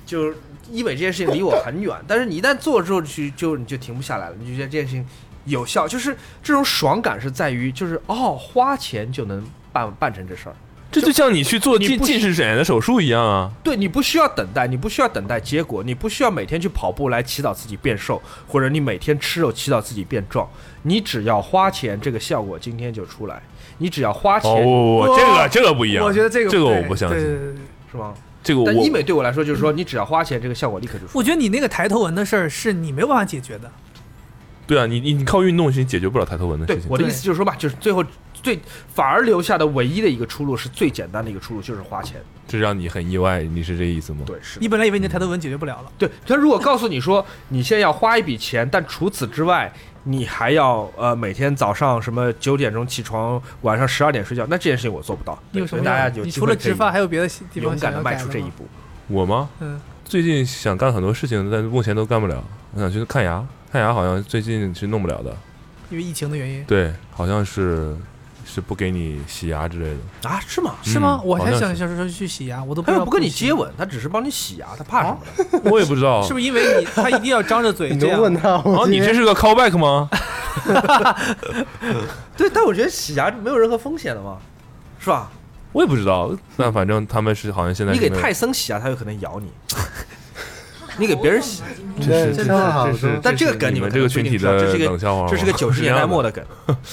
就是医美这件事情离我很远。但是你一旦做了之后，去就你就停不下来了，你就觉得这件事情有效，就是这种爽感是在于就是哦，花钱就能办办成这事儿。这就像你去做你近不近视眼的手术一样啊！对你不需要等待，你不需要等待结果，你不需要每天去跑步来祈祷自己变瘦，或者你每天吃肉祈祷自己变壮，你只要花钱，这个效果今天就出来。你只要花钱，哦，不不不，哇这个这个不一样，我觉得这个这个我对不相对信，对对对是吗？这个我但医美对我来说就是说，你只要花钱，这个效果立刻就出我觉得你那个抬头纹的事儿是你没有办法解决的。对啊，你你你靠运动是解决不了抬头纹的对事情我。的意对思就是说吧，就是最后最反而留下的唯一的一个出路是最简单的一个出路，就是花钱。这让你很意外，你是这意思吗？对，是的。你本来以为你的抬头纹解决不了了，对他如果告诉你说你现在要花一笔钱，但除此之外，你还要呃每天早上什么九点钟起床，晚上十二点睡觉，那这件事情我做不到。你有什么对大家样？有你机除会了可植以发，还有别的西地方勇想敢要的改迈的出这一吗？步。我吗？嗯，最近想干很多事情，但目前都干不了。我想去看牙，看牙好像最近是弄不了的。因为疫情的原嗯因，对，好像是是不给你洗牙之类 的。啊，是吗？是吗？嗯我还好想像是想说去洗牙，我都不他知又道不跟你洗接，吻，他只是帮你洗牙，他怕什么呢？我也不知道。是不是因为你他一定要张着嘴你这都样？问他，啊我，今你这天是个 callback 吗？对，但我觉得洗牙没有任何风险的嘛，是吧？我也不知道。但反正他们是好像现在你是给没有 泰森洗牙，他有可能咬你。你给别人写，对真真的好这是说但这个梗你们们可这能个不一群定体知道的这是一冷个笑话吗，这是个九十年代末的梗，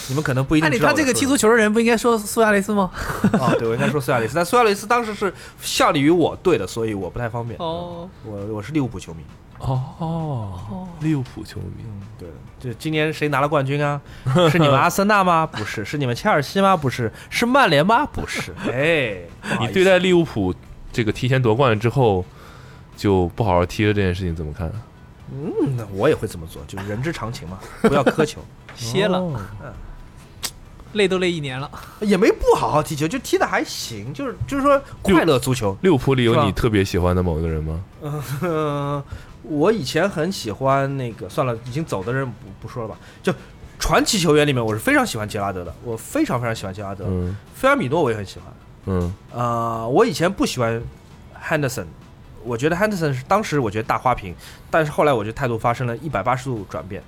你们可能不一那定你知道他我在这说什么。个踢足球的人不应该说苏亚雷斯吗？ 啊，对，我应该说苏亚雷斯，但苏亚雷斯当时是效力于我队的，所以我不太方便。哦，我我是利物浦球迷。嗯哦，利物浦球迷，对的，就今年谁拿了冠军 啊？是你们阿森纳吗？不是，是你们切尔西吗？不是，是曼联吗？不是。 哎，不好意你思对待利物浦这个提前夺冠之后就不好好踢了这件事情怎么看？嗯，那我也会这么做，就是人之常情嘛，不要苛求，歇了，嗯哦累都累一年了。 也没不好好踢球，就踢的还行，就是就是说快乐足球。利物浦里是有吧你特别喜欢的某一个人吗？ 嗯，我以前很喜欢那个，算了，已经走的人不不说了吧，就。传奇球员里面，我是非常喜欢杰拉德的，我非常非常喜欢杰拉德。嗯菲尔米诺我也很喜欢，嗯呃，我以前不喜欢 Henderson，我觉得 Henderson 是当时我觉得大花瓶，但是后来我觉得态度发生了一百八十度转变。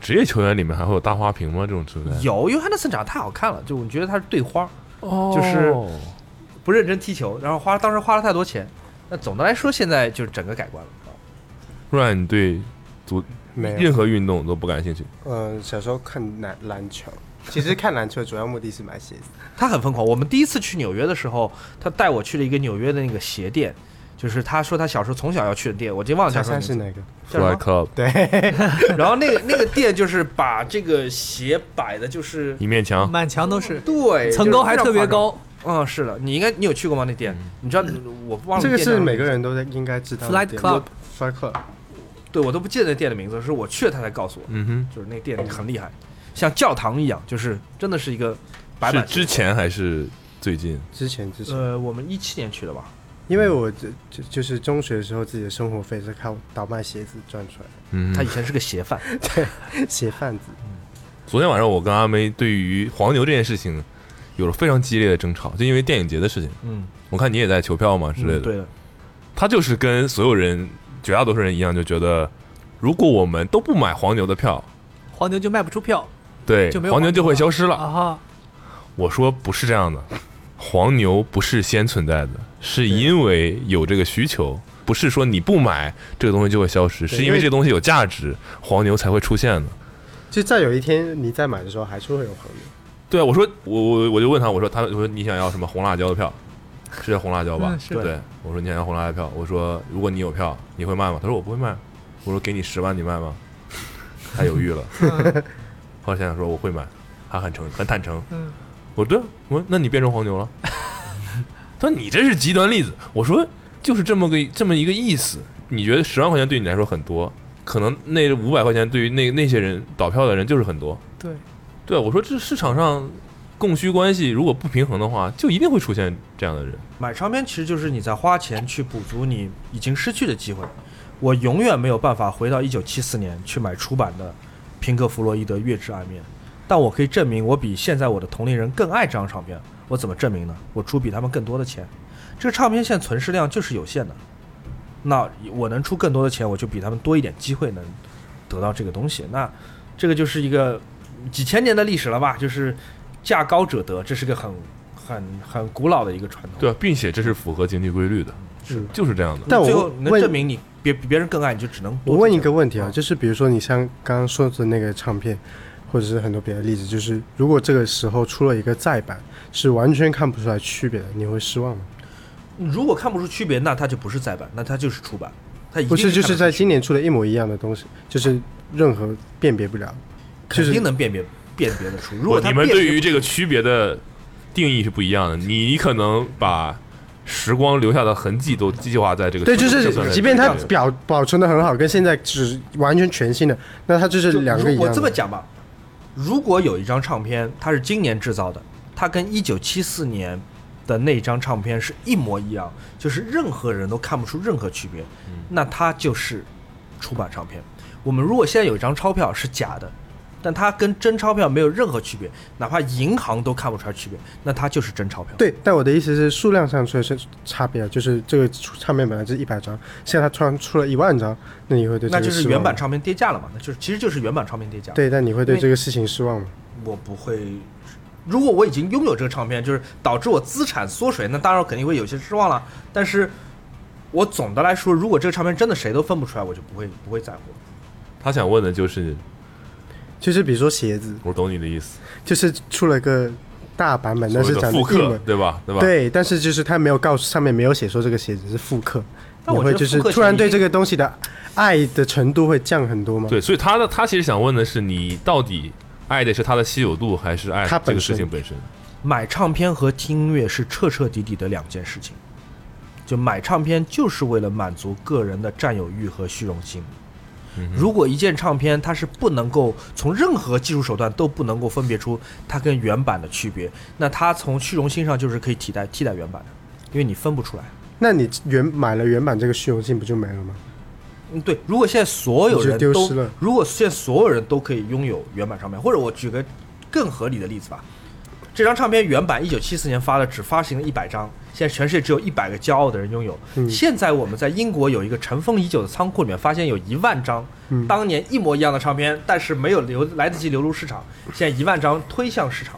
职业球员里面还会有大花瓶吗？这种存在？有，因为 Henderson 长得太好看了，就我觉得他是对花，哦就是不认真踢球，然后花当时花了太多钱。那总的来说，现在就是整个改观了。不然你对足没有任何运动都不感兴趣？嗯，小时候看篮篮球，其实看篮球主要目的是买鞋子。他很疯狂。我们第一次去纽约的时候，他带我去了一个纽约的那个鞋店，就是他说他小时候从小要去的店，我已经忘了叫小什么三是名字。哪叫个？什么 Fly Club 然后那个那个店就是把这个鞋摆的，就是一面墙，满墙都是，对，层高还特别高。嗯，是的，你应该你有去过吗？那店，你知道我忘了这个店叫是什么每个人都在应该知道的 Flight 点。 Club Flight Club，对我都不记得那店的名字，是我去了他才告诉我，嗯就是那店很厉害，像教堂一样，就是真的是一个白哼，是板。之前还是最近？之前之前，呃，我们一七年去的吧，因为我就就就是中学的时候自己的生活费是靠倒卖鞋子赚出来嗯他哼以，前是个鞋贩，的， 鞋贩子。昨天晚上我跟阿梅对于黄牛这件事情有了非常激烈的争吵，就因为电影节的事情。嗯，我看你也在求票嘛之类嗯的，对的，他就是跟所有人绝大多数人一样，就觉得如果我们都不买黄牛的票，黄牛就卖不出票对，就没有黄牛就会消失了。啊哈！我说不是这样的，黄牛不是先存在的，是因为有这个需求，不是说你不买这个东西就会消失，是因因为为这个东西有价值，黄牛才会出现的。就再有一天你再买的时候，还是会有黄牛。嗯对啊，我说我我我就问他，我说他我说你想要什么红辣椒的票，是叫红辣椒吧？嗯是对，我说你想要红辣椒的票，我说如果你有票，你会卖吗？他说我不会卖。我说给你十万，你卖吗？ 他犹豫了，嗯 后来想想说我会买，他很诚很坦诚。嗯，我对啊，我说那你变成黄牛 了。他说你这是极端例子。我说就是这么个这么一个意思。你觉得十万块钱对你来说很多，可能那五百块钱对于那那些人倒票的人就是很多。对，对啊，我说这市场上供需关系如果不平衡的话，就一定会出现这样的人。买唱片其实就是你在花钱去补足你已经失去的机会。我永远没有办法回到一九七四年去买出版的平克·弗洛伊德《月之暗面》，但我可以证明我比现在我的同龄人更爱这张唱片。我怎么证明呢？我出比他们更多的钱。这个唱片现在存世量就是有限的，那我能出更多的钱，我就比他们多一点机会能得到这个东西。那这个就是一个几千年的历史了吧？就是价高者得，这是个很很很古老的一个传统。对啊，并且这是符合经济规律的，是就是这样的。但最我后能问证明你别比别人更爱，你就只能多我问做一个问题啊啊，就是比如说你像刚刚说的那个唱片，或者是很多别的例子，就是如果这个时候出了一个再版，是完全看不出来区别的，你会失望吗？这样如果看不出区别，那它就不是再版，那它就是出版，它一定不是，就看是得出在今年出了一模一样的东西，就是任何辨别不了。就肯是定能辨别辨别得出。如果不它你们辨对别于这个区别的定义是不一样的，你你可能把时光留下的痕迹都计划在这个对，就这算是在即便它这个表保存的很好，跟现在只完全全新的，那它就是就两个一如我样这么的。讲吧，如果有一张唱片，它是今年制造的，它跟一九七四年的那张唱片是一模一样，就是任何人都看不出任何区别，嗯那它就是出版唱片。我们如果现在有一张钞票是假的，但它跟真钞票没有任何区别，哪怕银行都看不出来区别，那它就是真钞票。对，但我的意思是数量上出现差别，啊就是这个出唱片本来是一百张，现在它突然出了一万张，那你会对这那个就是失望原版吗唱片跌价了嘛？那就是其实就是原版唱片跌价。对，但你会对因为这个事情失望吗？我不会。如果我已经拥有这个唱片，就是导致我资产缩水，那当然我肯定会有些失望了。但是我总的来说，如果这个唱片真的谁都分不出来，我就不会不会在乎。他想问的就是，就是比如说鞋子，我懂你的意思，就是出了个大版本，但是所谓的讲的复英刻文，，对吧？对吧？对，但是就是他没有告诉上面没有写说这个鞋子是复刻，但我你会觉得就是复刻突然前对一这个东西的爱的程度会降很多吗？对，所以他的他其实想问的是，你到底爱的是它的稀有度，还是爱它这本个事身情本身？买唱片和听音乐是彻彻底底的两件事情。就买唱片就是为了满足个人的占有欲和虚荣心。如果一件唱片它是不能够从任何技术手段都不能够分别出它跟原版的区别，那它从虚荣心上就是可以替代替代原版的，因为你分不出来。那你原买了原版这个虚荣性不就没了吗？嗯，对，如果现在所有人你就丢都失了，如果现在所有人都可以拥有原版唱片，或者我举个更合理的例子吧，这张唱片原版一九七四年发的，只发行了一百张，现在全世界只有一百个骄傲的人拥有。嗯现在我们在英国有一个尘封已久的仓库里面，发现有一万张嗯当年一模一样的唱片，但是没有流来得及流入市场，现在一万张推向市场。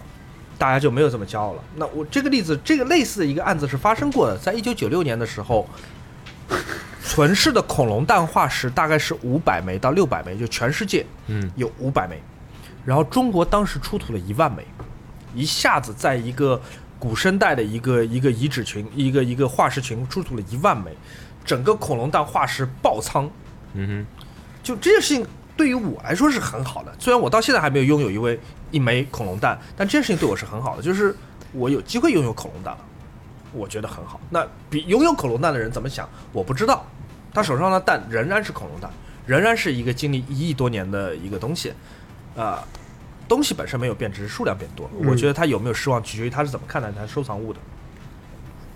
大家就没有这么骄傲了。那我这个例子，这个类似的一个案子是发生过的，在一九九六年的时候，存世的恐龙蛋化石大概是五百枚到六百枚，就全世界嗯有五百枚，然后中国当时出土了一万枚，一下子在一个古生代的一个一个遗址群、一个一个化石群出土了一万枚，整个恐龙蛋化石爆仓，嗯就这件事情对于我来说是很好的，虽然我到现在还没有拥有一位一枚恐龙蛋，但这件事情对我是很好的，就是我有机会拥有恐龙蛋了，我觉得很好。那比拥有恐龙蛋的人怎么想，我不知道。他手上的蛋仍然是恐龙蛋，仍然是一个经历一亿多年的一个东西，啊、东西本身没有变，只是数量变多。嗯我觉得他有没有失望，取决于他是怎么看待他收藏物的。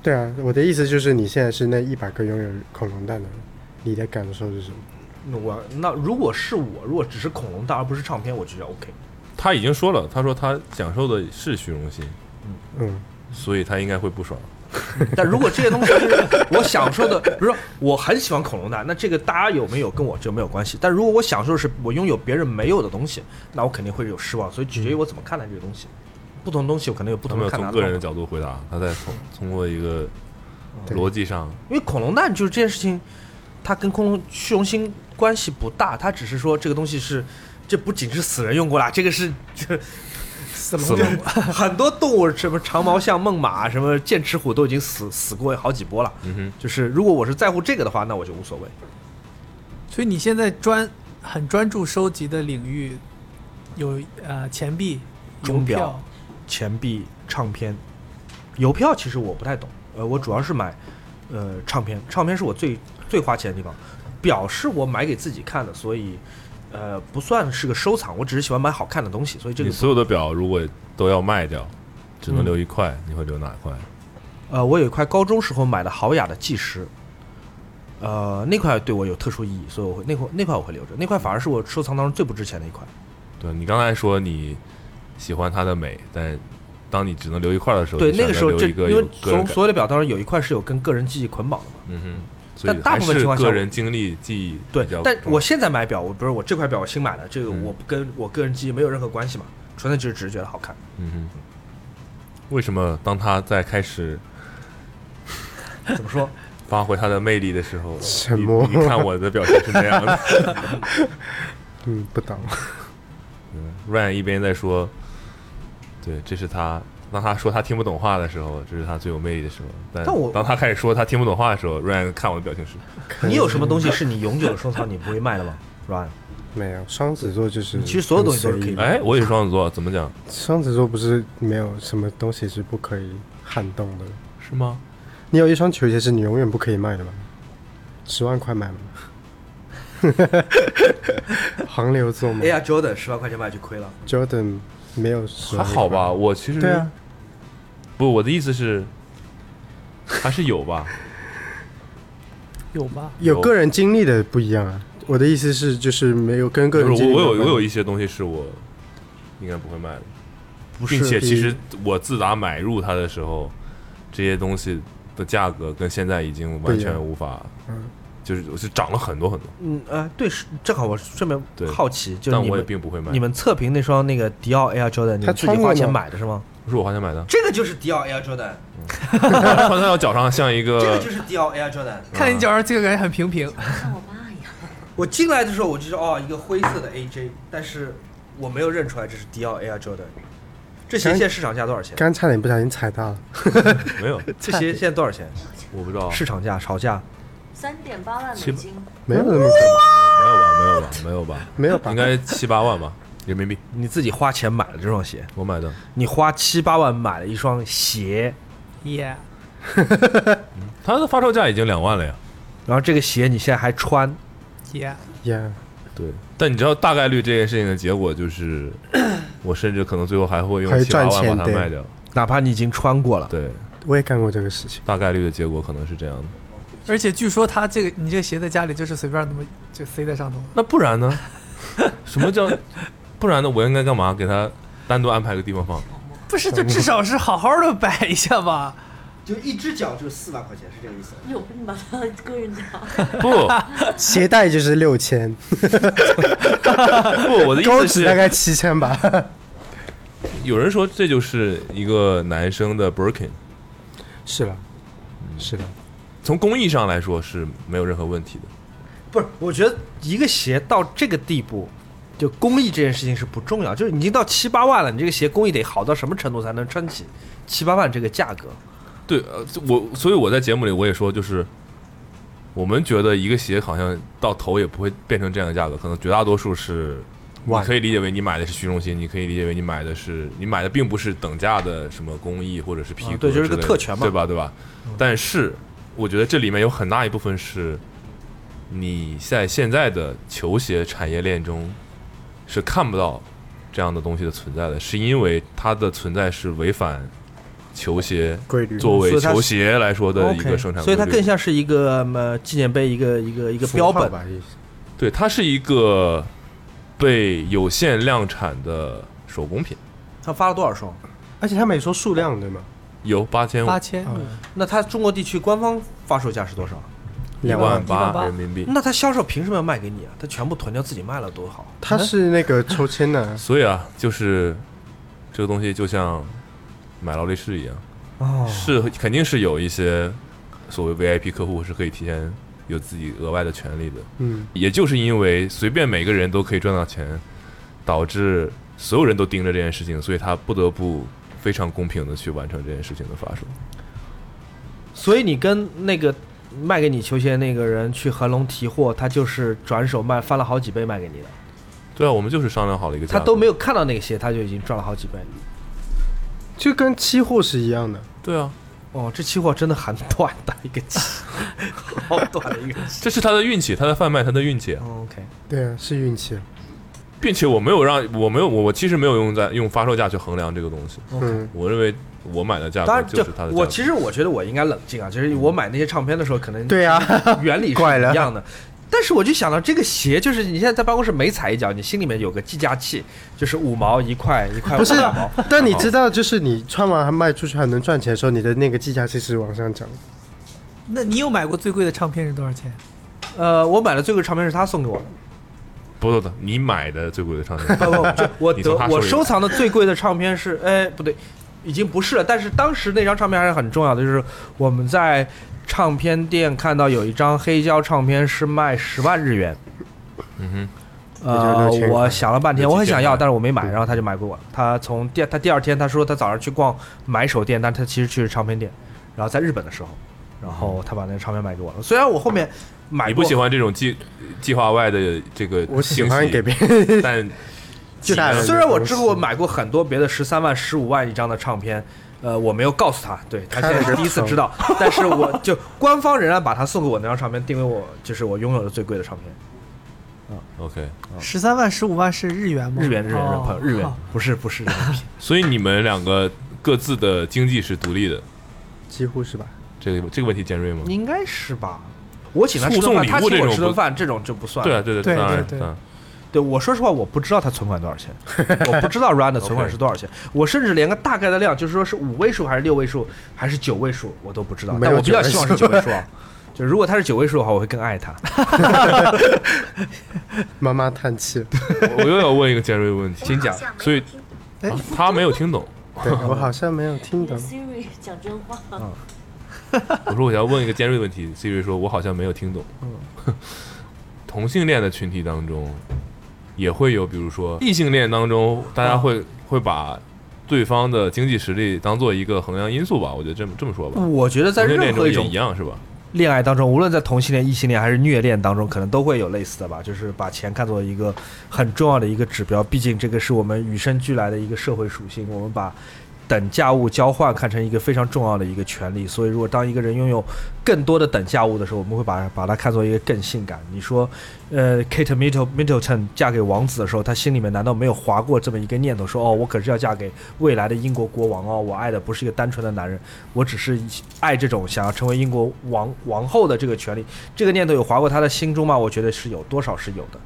对啊，我的意思就是你现在是那一百个拥有恐龙蛋的人，你的感受是什么？那我那如果是我，如果只是恐龙蛋而不是唱片，我觉得 OK。哼，他已经说了，他说他享受的是虚荣心，嗯，所以他应该会不爽。但如果这些东西是我享受的，比如说我很喜欢恐龙蛋，那这个大家有没有跟我就没有关系。但如果我享受的是我拥有别人没有的东西，那我肯定会有失望。所以取决于我怎么看待这个东西，不同东西我可能有不他同没的有看从法。嗯个人的角度回答，他在从通过一个对逻辑上，因为恐龙蛋就是这件事情，它跟恐龙虚荣心关系不大，它只是说这个东西是，这不仅是死人用过啦，这个是 这死死龙龙用过，很多动物，什么长毛象、孟马、什么剑齿虎都已经死死过好几波了。嗯哼，就是如果我是在乎这个的话，那我就无所谓。所以你现在专很专注收集的领域有呃钱币、钟邮表票、钱币、唱片、邮票，其实我不太懂。呃，我主要是买呃唱片，唱片是我最最花钱的地方。表是我买给自己看的，所以呃不算是个收藏，我只是喜欢买好看的东西，所以这你个嗯所有的表如果都要卖掉，只能留一块，你会留哪块？呃我有一块高中时候买的好雅的计时。呃，那块对我有特殊意义，所以我会那块那块我会留着，那块反而是我收藏当中最不值钱的一块。对你刚才说你喜欢它的美，但当你只能留一块的时候，对，你那个想着时候留这一个因为有个人从感所有的表当中有一块是有跟个人记忆捆绑的嘛，嗯哼，所以但大还部分是情况下个我人经历记忆对比较，但重我要现在买表，我比如我这块表我新买的，这个嗯我不跟我个人记忆没有任何关系嘛，纯粹就是只是觉得好看。 嗯哼，为什么当他在开始怎么说？发挥他的魅力的时候，沉默你你看我的表情是那 样的。嗯，不懂。 Ryan 一边在说，对，这是他。当他说他听不懂话的时候，这是他最有魅力的时候。但但我当他开始说他听不懂话的时候，Ryan 看我的表情是，你有什么东西是你永久的收藏，你不会卖的 吗？Ryan， 没有，双子座就是其实所有东西都是很随意可以哎，我也是双子座，怎么讲？双子座不是没有什么东西是不可以撼动的。是吗？你有一双球鞋是你永远不可以卖的吗？十万 块买吗？黄牛座吗哎呀，Jordan 十万块钱卖就亏了。 ？Jordan 没有十还万，好吧，？我其实对啊，不，我的意思是，还是有 吧。有吧？有个人经历的不一样啊。我的意思是，就是没有跟个就是人经历我我有有我有关一些东西是我应该不会卖的，不是并且比其实我自打买入它的时候，这些东西的价格跟现在已经完不一全样无法嗯，就是就是涨了很多很多，嗯呃，对，是正好我顺对便好奇，就是但你我也们并不会卖你。们测评那双那个迪奥 Air Jordan，你他们自己穿过花钱吗买的是吗？不是我花钱买的， 这个就是迪奥 Air Jordan，穿在我脚上像一这个个就是 D L A I 胶带。看你脚上这个感觉很 平平，看我妈呀，我进来的时候我就说哦，一个灰色的 A J，但是我没有认出来这是 D L A I 胶带。这鞋现在市场价多少钱？刚差点不小心踩到了，没有，这鞋现在多少钱？我不知道，市场价、炒价？三点八万七美金，没有那么贵，没有吧？没有吧？没有吧？ 没有吧应？该七八万吧，人民币。你自己花钱买了这双鞋，我买的，你花七八万买了一双鞋，耶，它的发售价已经两万了呀。然后这个鞋你现在还穿，耶，呀，对，但你知道大概率这件事情的结果就是，我甚至可能最后还会还用会七八赚万钱把它对卖掉。哪怕你已经穿过了，对，我也干过这个事情。大概率的结果可能是这样的。而且据说他这个你这鞋在家里就是随便那么就塞在上头，那不然呢？ 什么叫不然呢？我应该干嘛？给他单独安排个地方放？不是就至少是好好的摆一下吧？就一只脚就四万块钱，是这个意思。你有病吧？个人家，不鞋带就是六千，不，我的 钩意思子大是，概七千 吧。有人说这就是一个男生的 Birkin，是了，是了，从工艺上来说是没有任何问题的。不是，我觉得一个鞋到这个地步，就工艺这件事情是不重要，就是你已经到七八万了，你这个鞋工艺得好到什么程度才能撑起七八万这个价格？对，呃，这我所以我在节目里我也说，就是我们觉得一个鞋好像到头也不会变成这样的价格，可能绝大多数是，你万可以理解为你买的是虚荣心，你可以理解为你买的是你买的并不是等价的什么工艺或者是皮革啊之对类的、就是个特权嘛嗯对吧？对吧？但是我觉得这里面有很大一部分是你在现在的球鞋产业链中是看不到这样的东西的存在的，是因为它的存在是违反球鞋规律作为所以它是球鞋来说的一个 OK，生产所以它规律更像是一个呃纪念碑，一个一个一个符标号本。吧，意思对，它是一个被有限量产的手工品，它发了多少双？而且他们也说数量对吗？有八嗯千八千，那它中国地区官方发售价是多少？一两万啊万。八八人民币。，那它销售凭什么要卖给你啊？它全部囤掉自己卖了多好？他是那个抽签的 所以啊，就是这个东西就像买劳力士一样，哦，是肯定是有一些所谓 VIP 客户是可以提前有自己额外的权利的，嗯，也就是因为随便每个人都可以赚到钱，导致所有人都盯着这件事情，所以他不得不非常公平的去完成这件事情的发生。所以你跟那个卖给你球鞋那个人去合龙提货，他就是转手卖翻了好几倍卖给你的，对啊，我们就是商量好了一个价格，他都没有看到那个鞋，他就已经赚了好几倍。就跟期货是一样的。对啊，哦，这期货真的很短的一个期， 好短的一个期。这是他的运气，他在贩卖他的运气啊，哦 OK，对啊，是运气。并且我没有让我没有我我其实没有用在用发售价去衡量这个东西，嗯，我认为我买的价当格然就就是他的价格。我其实我觉得我应该冷静啊，就是我买那些唱片的时候，可能对 啊， 原理是怪了一样的。但是我就想到这个鞋，就是你现在在办公室每踩一脚，你心里面有个计价器，就是五毛一块一块不是五毛。但你知道，就是你穿完还卖出去还能赚钱的时候，你的那个计价其实往上涨。那你有买过最贵的唱片是多少钱？呃，我买的最贵的唱片是他送给我的。不不不，你买的最贵的唱片， 不不，就我你得从他手里我收藏的最贵的唱片是，哎，不对，已经不是了。但是当时那张唱片还是很重要的，就是我们在唱片店看到有一张黑胶唱片是卖十万日元。嗯呃那就6000，我想了半天，六七千我很想要，块但是我没买。然后他就买给我了。他从第他第二天，他说他早上去逛买手店，但他其实去唱片店。然后在日本的时候，然后他把那个唱片买给我了。虽然我后面买你不过喜欢这种计计划外的这个哎我喜欢惊喜给别人， 但就大人虽然我之后买过很多别的十三万、十五万一张的唱片，呃，我没有告诉他，对他现在是第一次知道，但是我就官方仍然把他送给我那张唱片定为我就是我拥有的最贵的唱片， OK，十三万、十五万是日元吗？哦日元日元日元哦朋友日元好不是不是人民币所以你们两个各自的经济是独立的，几乎是吧？这个这个问题尖锐吗？ 应该是吧？ 我请他吃顿互送饭，礼物他请这我种吃顿不饭，这种就不算。对啊，对对对当然对对当然对我说实话，我不知道他存款多少钱，我不知道 Run 的存 款是多少钱，我甚至连个大概的量，就是说是五位数还是六位数还是九位数，我都不知道。没有但我比较希望是九九位数啊，就如果他是九位数的话，我会更爱他。妈妈叹气，我又要问一个尖锐问题，请讲所以啊哎他没有听懂，对我好像没有 听懂。 Siri 讲真话，我说我想要问一个尖锐的问题，Siri 说我好像没有听懂。嗯 同性恋的群体当中，也会有，比如说异性恋当中，大家嗯会会把对方的经济实力当做一个衡量因素吧？我觉得这么这么说吧，我觉得在同性恋任中何一也种一样是吧？恋爱当中，无论在同性恋、异性恋还是虐恋当中，可能都会有类似的吧，就是把钱看作一个很重要的一个指标。毕竟这个是我们与生俱来的一个社会属性，我们把等价物交换看成一个非常重要的一个权利。所以，如果当一个人拥有更多的等价物的时候，我们会把把它看作一个更性感。你说，呃，Kate Middle- Middleton 嫁给王子的时候，她心里面难道没有划过这么一个念头，说哦，我可是要嫁给未来的英国国王哦，我爱的不是一个单纯的男人，我只是爱这种想要成为英国王王后的这个权利，这个念头有划过他的心中吗？我觉得是有多少是有的。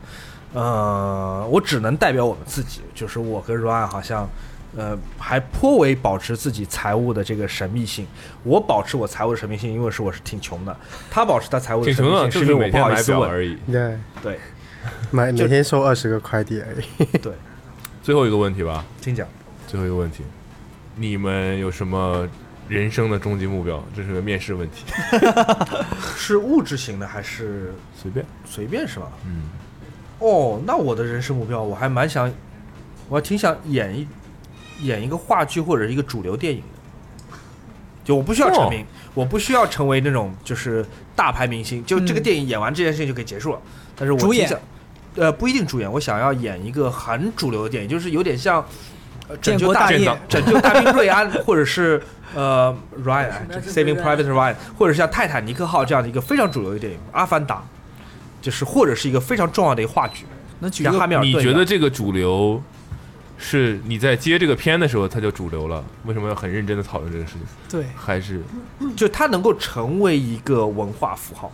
呃，我只能代表我们自己，就是我跟 Ryan 好像，呃，还颇为保持自己财务的这个神秘性。我保持我财务的神秘性，因为是我是挺穷的，他保持他财务的挺神穷秘的，性，就是是因为每我不天好意买思表问。而已。对，对每就每天收二十个快递而已。对，最后一个问题吧，听讲。最后一个问题，你们有什么人生的终极目标？这是个面试问题，是物质型的还是随便。随便是吧？嗯，哦，那我的人生目标，我还蛮想，我还挺想演一演一个话剧或者一个主流电影的。就我不需要成哦名，我不需要成为那种就是大牌明星，就这个嗯电影演完这件事情就可以结束了。但是我主挺演想，呃，不一定主演，我想要演一个很主流的电影，就是有点像呃拯建救国大大兵业建， 拯救大兵瑞安，或者是呃 Ryan 什么叫 Saving 拯救瑞 Private Ryan，或者像《泰坦尼克号》这样的一个非常主流的电影，《阿凡达》，就是或者是一个非常重要的一个话剧，能举一像个汉密尔顿你一样。觉得这个主流是你在接这个片的时候它就主流了？为什么要很认真的讨论这个事情？对还是就它能够成为一个文化符号，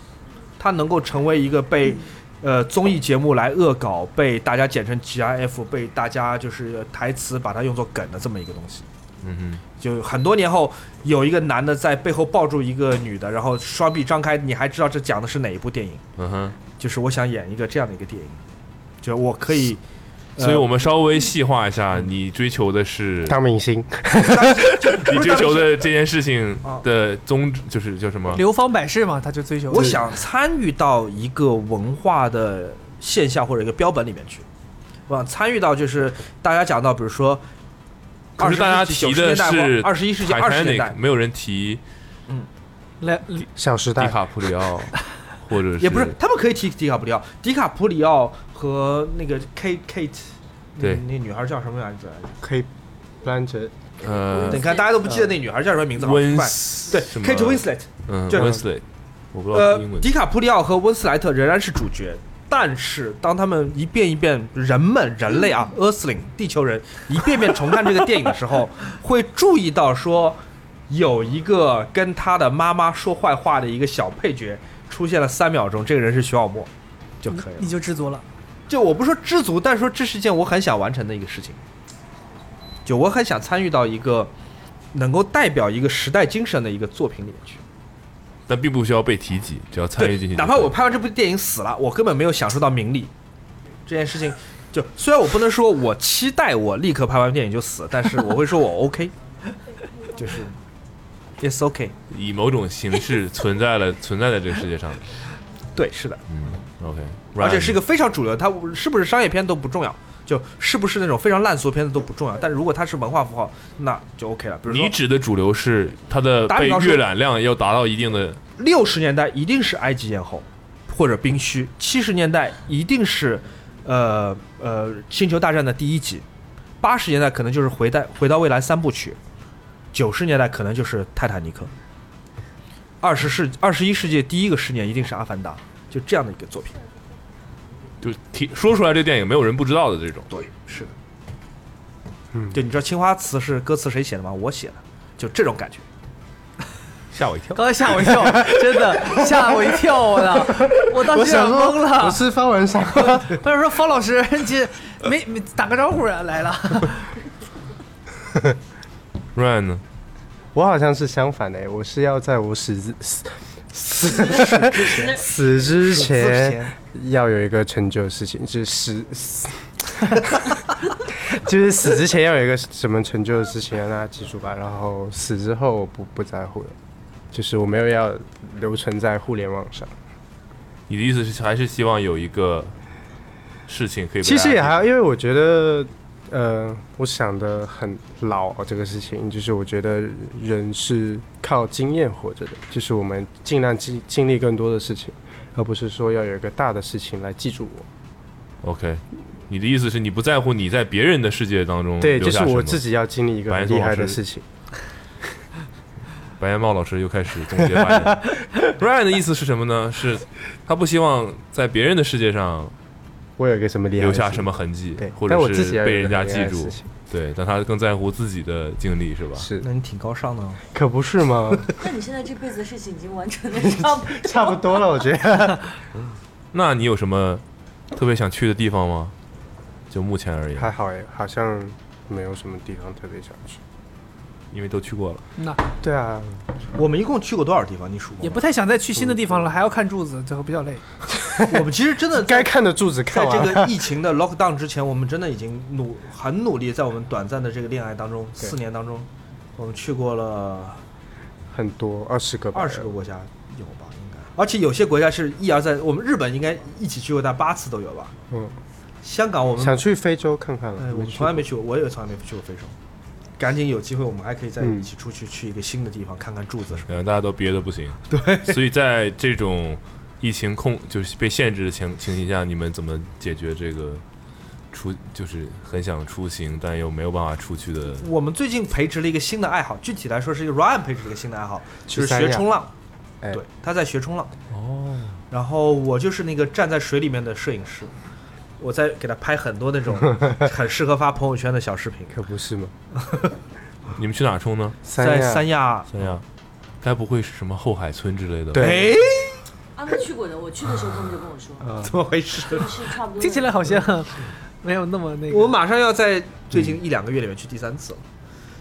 它能够成为一个被、呃综艺节目来恶搞，被大家简称 GIF，被大家就是台词把它用作梗的这么一个东西。嗯就很多年后，有一个男的在背后抱住一个女的，然后双臂张开，你还知道这讲的是哪一部电影？哼嗯哼，就是我想演一个这样的一个电影，就我可以，呃所以我们稍微细化一下，你追求的是当明星，你追求的这件事情啊的宗旨，就是叫什么？流芳百世嘛，他就追求嗯我想参与到一个文化的现象或者一个标本里面去，我想参与到就是大家讲到，比如说可二是十大家提的是二十一世纪二十年代 Titanic，，没有人提来《小时代迪》卡普里奥，或者是也不是他们可以提迪卡普里奥，迪卡普里奥和那个 Kate Kate，对那那女孩叫什么名字来着？可以 b l a n c h e 呃你看大家都不记得嗯那女孩叫什么名字，好啊温快对什么，Kate Winslet，嗯这样 Winslet，我不知道呃英文，迪卡普里奥和温斯莱特仍然是主角，但是当他们一遍一遍人们人类啊，Earthling 地球人一遍遍重看这个电影的时候， 会注意到说有一个跟他的妈妈说坏话的一个小配角出现了三秒钟，这个人是徐小沫就可以你了。就知足了。就我不说知足，但是说这是一件我很想完成的一个事情，就我很想参与到一个能够代表一个时代精神的一个作品里面去。但并不需要被提及，只要参对，与进去就可以。哪怕我拍完这部电影死了，我根本没有享受到名利这件事情。就虽然我不能说我期待我立刻拍完电影就死，但是我会说我 OK，就是 it's OK。以某种 形式存在了，存在在这个世界上。对，是的，嗯，OK，而且是一个个非常主流的，它是不是商业片都不重要，就是不是那种非常烂俗的片子都不重要。但如果它是文化符号，那就 OK 了。比如你说指的主流是它的打比被方说阅览量要达到一定的，六十年代一定是埃及艳后或者冰虚，七十年代一定是呃呃星球大战的第一集，八十年代可能就是回带回到未来三部曲，九十年代可能就是泰坦尼克，二十世二十一世纪第一个十年一定是阿凡达，就这样的一个作品。就提说出来这电影没有人不知道的这种。对，是的。嗯对，你知道青花瓷是歌词谁写的吗？我写的，就这种感觉。吓我一跳。刚才吓我一 跳，真的吓我一跳，我 的，我当我时想有点懵说，我了。是方文山。朋友说方老师，这没没打个招呼啊，来了。 Ryan 呢？我好像是相反的诶，我是要在我死之死死死之 前要有一个成就的事情，就是死死。就是死之前要有一个什么成就的事情让大家记住吧，然后死之后不不在乎了，就是我没有要留存在互联网上。你的意思是还是希望有一个事情可以被其大家实也记还住好，因为我觉得，呃，我想的很老这个事情，就是我觉得人是靠经验活着的，就是我们尽量经经历更多的事情，而不是说要有一个大的事情来记住我。 OK。你的意思是你不在乎你在别人的世界当中对，留就是下什我么自己要经历一个白很松厉老害的师事情。白岩茂老师又开始总结发言。Ryan 的意思是什么呢？是他不希望在别人的世界上我有一个什么厉害的留下事情什么？痕迹对，，或但我者自己是要有被一人个家很厉记害的住事。情对，但他更在乎自己的经历，是吧？是，那你挺高尚的哦。可不是吗？。那你现在这辈子的事情已经完成的差不 多差不多了，我觉得。那你有什么特别想去的地方吗？就目前而 言，还好哎，好像没有什么地方特别想去。因为都去过了。那对啊，我们一共去过多少地方？你数过吗也不太想再去新的地方了，还要看柱子，这个比较累。 我们其实真的该看的柱子看在完这了。个疫情的 lockdown 之前，我们真的已经努 很努力，在我们短暂的这个恋爱当中，对呃四年当中，我们去过了很多，二十个吧，二十个国家有吧，应该。而且有些国家是一而再，我们日本应该一起去过，但八次都有吧。嗯，香港我们，想去非洲看看哎了，我去从来没去过，我也从来没去过非洲。赶紧有机会，我们还可以再嗯一起出去去一个新的地方看看柱子什么。呃然后大家都憋得不行。对，所以在这种疫情控就是被限制的情情形下，你们怎么解决这个出就是很想出行但又没有办法出去的？我们最近培植了一个新的爱好，具体来说是一个 Ryan 培植了一个新的爱好，去就是三学亚冲浪。哎对，他在学冲浪。哦，然后我就是那个站在水里面的摄影师，我在给他拍很多那 种很适合发朋友圈的小视频。可不是吗？你们去哪儿冲呢？在亚三亚，三亚，该不会是什么后海村之类的吧？对哎，他们去过的，我去的时候他们就跟我说，怎么回 事？是差不多的。嗯听起来好像没有那么那个。我马上要在最嗯近一两个月里面去第三次了，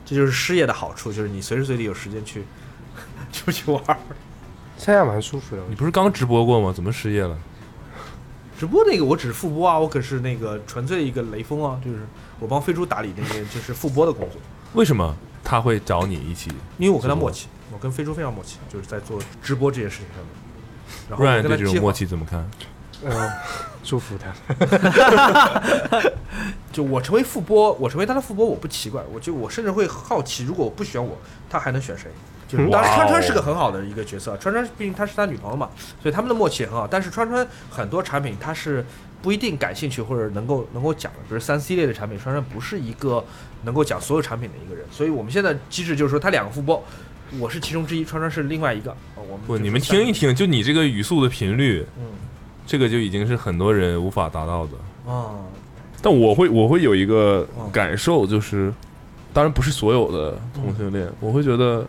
这就是失业的好处，就是你随时随地有时间去 出去玩儿。三亚蛮舒服的，我你觉不是刚直播过吗？怎么失业了？只不过那个我只是副播啊，我可是那个纯粹一个雷锋啊，就是我帮飞猪打理那个就是副播的工作，为什么他会找你一起？因为我跟他默契，我跟飞猪非常默契，就是在做直播这件事情上面。然后我 Ryan 跟对他这计种划默契怎么看？得嗯，祝福他。就我成为副播，我成为他的副播，我不奇怪，我就我甚至会好奇，如果我不选我，他还能选谁？就是嗯当然，哇哦川川是个很好的一个角色，川川毕竟她是他女朋友嘛，所以他们的默契也很好。但是川川很多产品他是不一定感兴趣或者能够能够讲的，比如三 C 类的产品，川川不是一个能够讲所有产品的一个人。所以我们现在机制就是说，他两个副播，我是其中之一，川川是另外一个。哦我们不，就是你们三个听一，听，就你这个语速的频率，嗯这个就已经是很多人无法达到的。啊、但我会我会有一个嗯感受，就是，当然不是所有的同性恋，我会觉得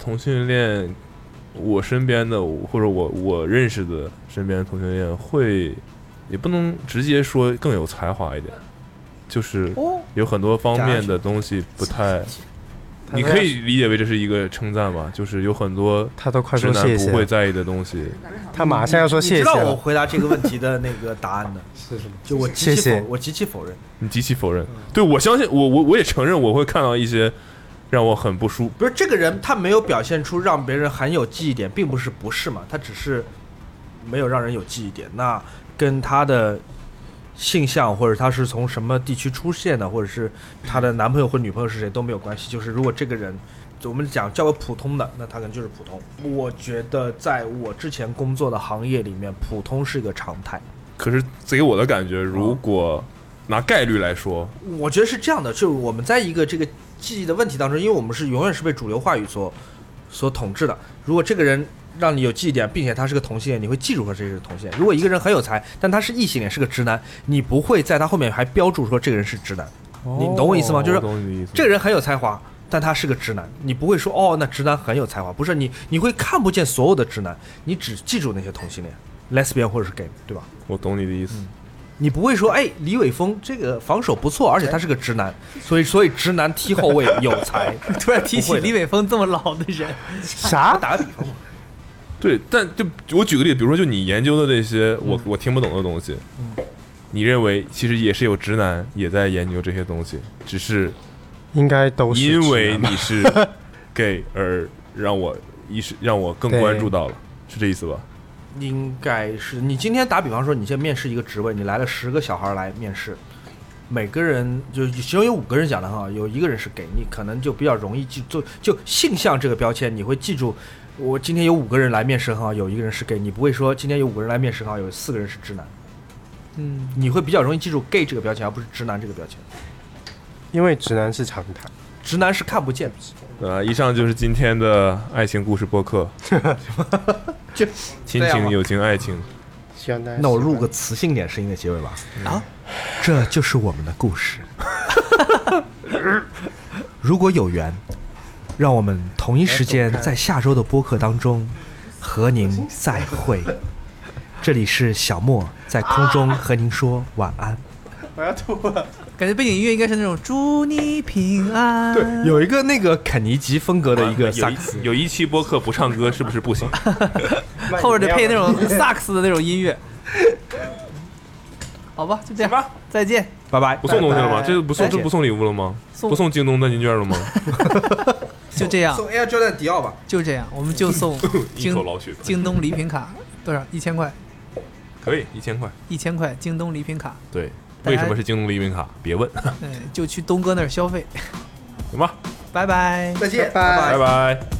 同性恋，我身边的或者我我认识的身边的同性恋会，也不能直接说更有才华一点，就是哦，有很多方面的东西不太，你可以理解为这是一个称赞吧，就是有很多他都快直说男谢不谢会了，在意的东西。他马上要说你谢谢知啊道我了。回答这个问题的那个答案的， 是什么？就我极其否，谢谢我极其否认。你极其否认。对我相信，我我我也承认，我会看到一些让我很不舒。不是这个人，他没有表现出让别人很有记忆点，并不是不是嘛，他只是没有让人有记忆点。那跟他的性向，或者他是从什么地区出现的，或者是他的男朋友或女朋友是谁都没有关系。就是如果这个人，我们讲叫个普通的，那他可能就是普通。我觉得在我之前工作的行业里面，普通是个常态。可是给我的感觉，如果拿概率来说，我觉得是这样的，就是我们在一个这个记忆的问题当中，因为我们是永远是被主流话语所所统治的。如果这个人让你有记忆点，并且他是个同性恋，你会记住说这是同性恋；如果一个人很有才，但他是异性恋，是个直男，你不会在他后面还标注说这个人是直男。你懂我意思哦吗？就是懂你的意思。这个人很有才华，但他是个直男，你不会说哦，那直男很有才华，不是你你会看不见所有的直男，你只记住那些同性恋、lesbian 或者是 gay，对吧？我懂你的意思。嗯你不会说，哎，李玮峰这个防守不错，而且他是个直男，所以所以直男踢后卫有才。突然提不起会的李伟峰这么老的人，我啥？打个比方嘛，嗯对，但就我举个例子，比如说就你研究的这些我我听不懂的东西，你认为其实也是有直男也在研究这些东西，只是应该都是因为直男你是 gay 而让我意识让我更对关注到了，是这意思吧？应该是你今天打比方说，你现在面试一个职位，你来了十个小孩儿来面试，每个人就其中有五个人讲的很好，有一个人是给你可能就比较容易记住，就性向这个标签，你会记住。我今天有五个人来面试很好，有一个人是 gay，你不会说今天有五个人来面试很好，有四个人是直男，嗯，你会比较容易记住 gay 这个标签，而不是直男这个标签。因为直男是常态。直男是看不见的，呃，以上就是今天的爱情故事播客，就亲这样情、吗友情、爱情。希望大家那我喜欢录个磁性点声音的结尾吧。啊，这就是我们的故事。 如果有缘，让我们同一时哎间在下周的播客当中和您再会。这里是小莫在空中和您说晚安。感觉背景音乐应该是那种“祝你平安”，有一个那个肯尼基风格的一个萨有克一斯，有一期播客不唱歌是不是不行？后边得配那种萨克斯的那种音乐。 好吧，就这样吧，再见。拜拜。不送东西了吗？这不送再见这不送礼物了吗？送不送京东代金券了吗？就这样， Air Jordan 迪奥吧。就这样，我们就送一京口老血，京东礼品卡多少？一千块，可以一千块。一千块京东礼品卡，呃对，大为家什么是京东礼品卡？别问，嗯，就去东哥那儿消费， 行吧，拜拜。再见，拜拜拜拜。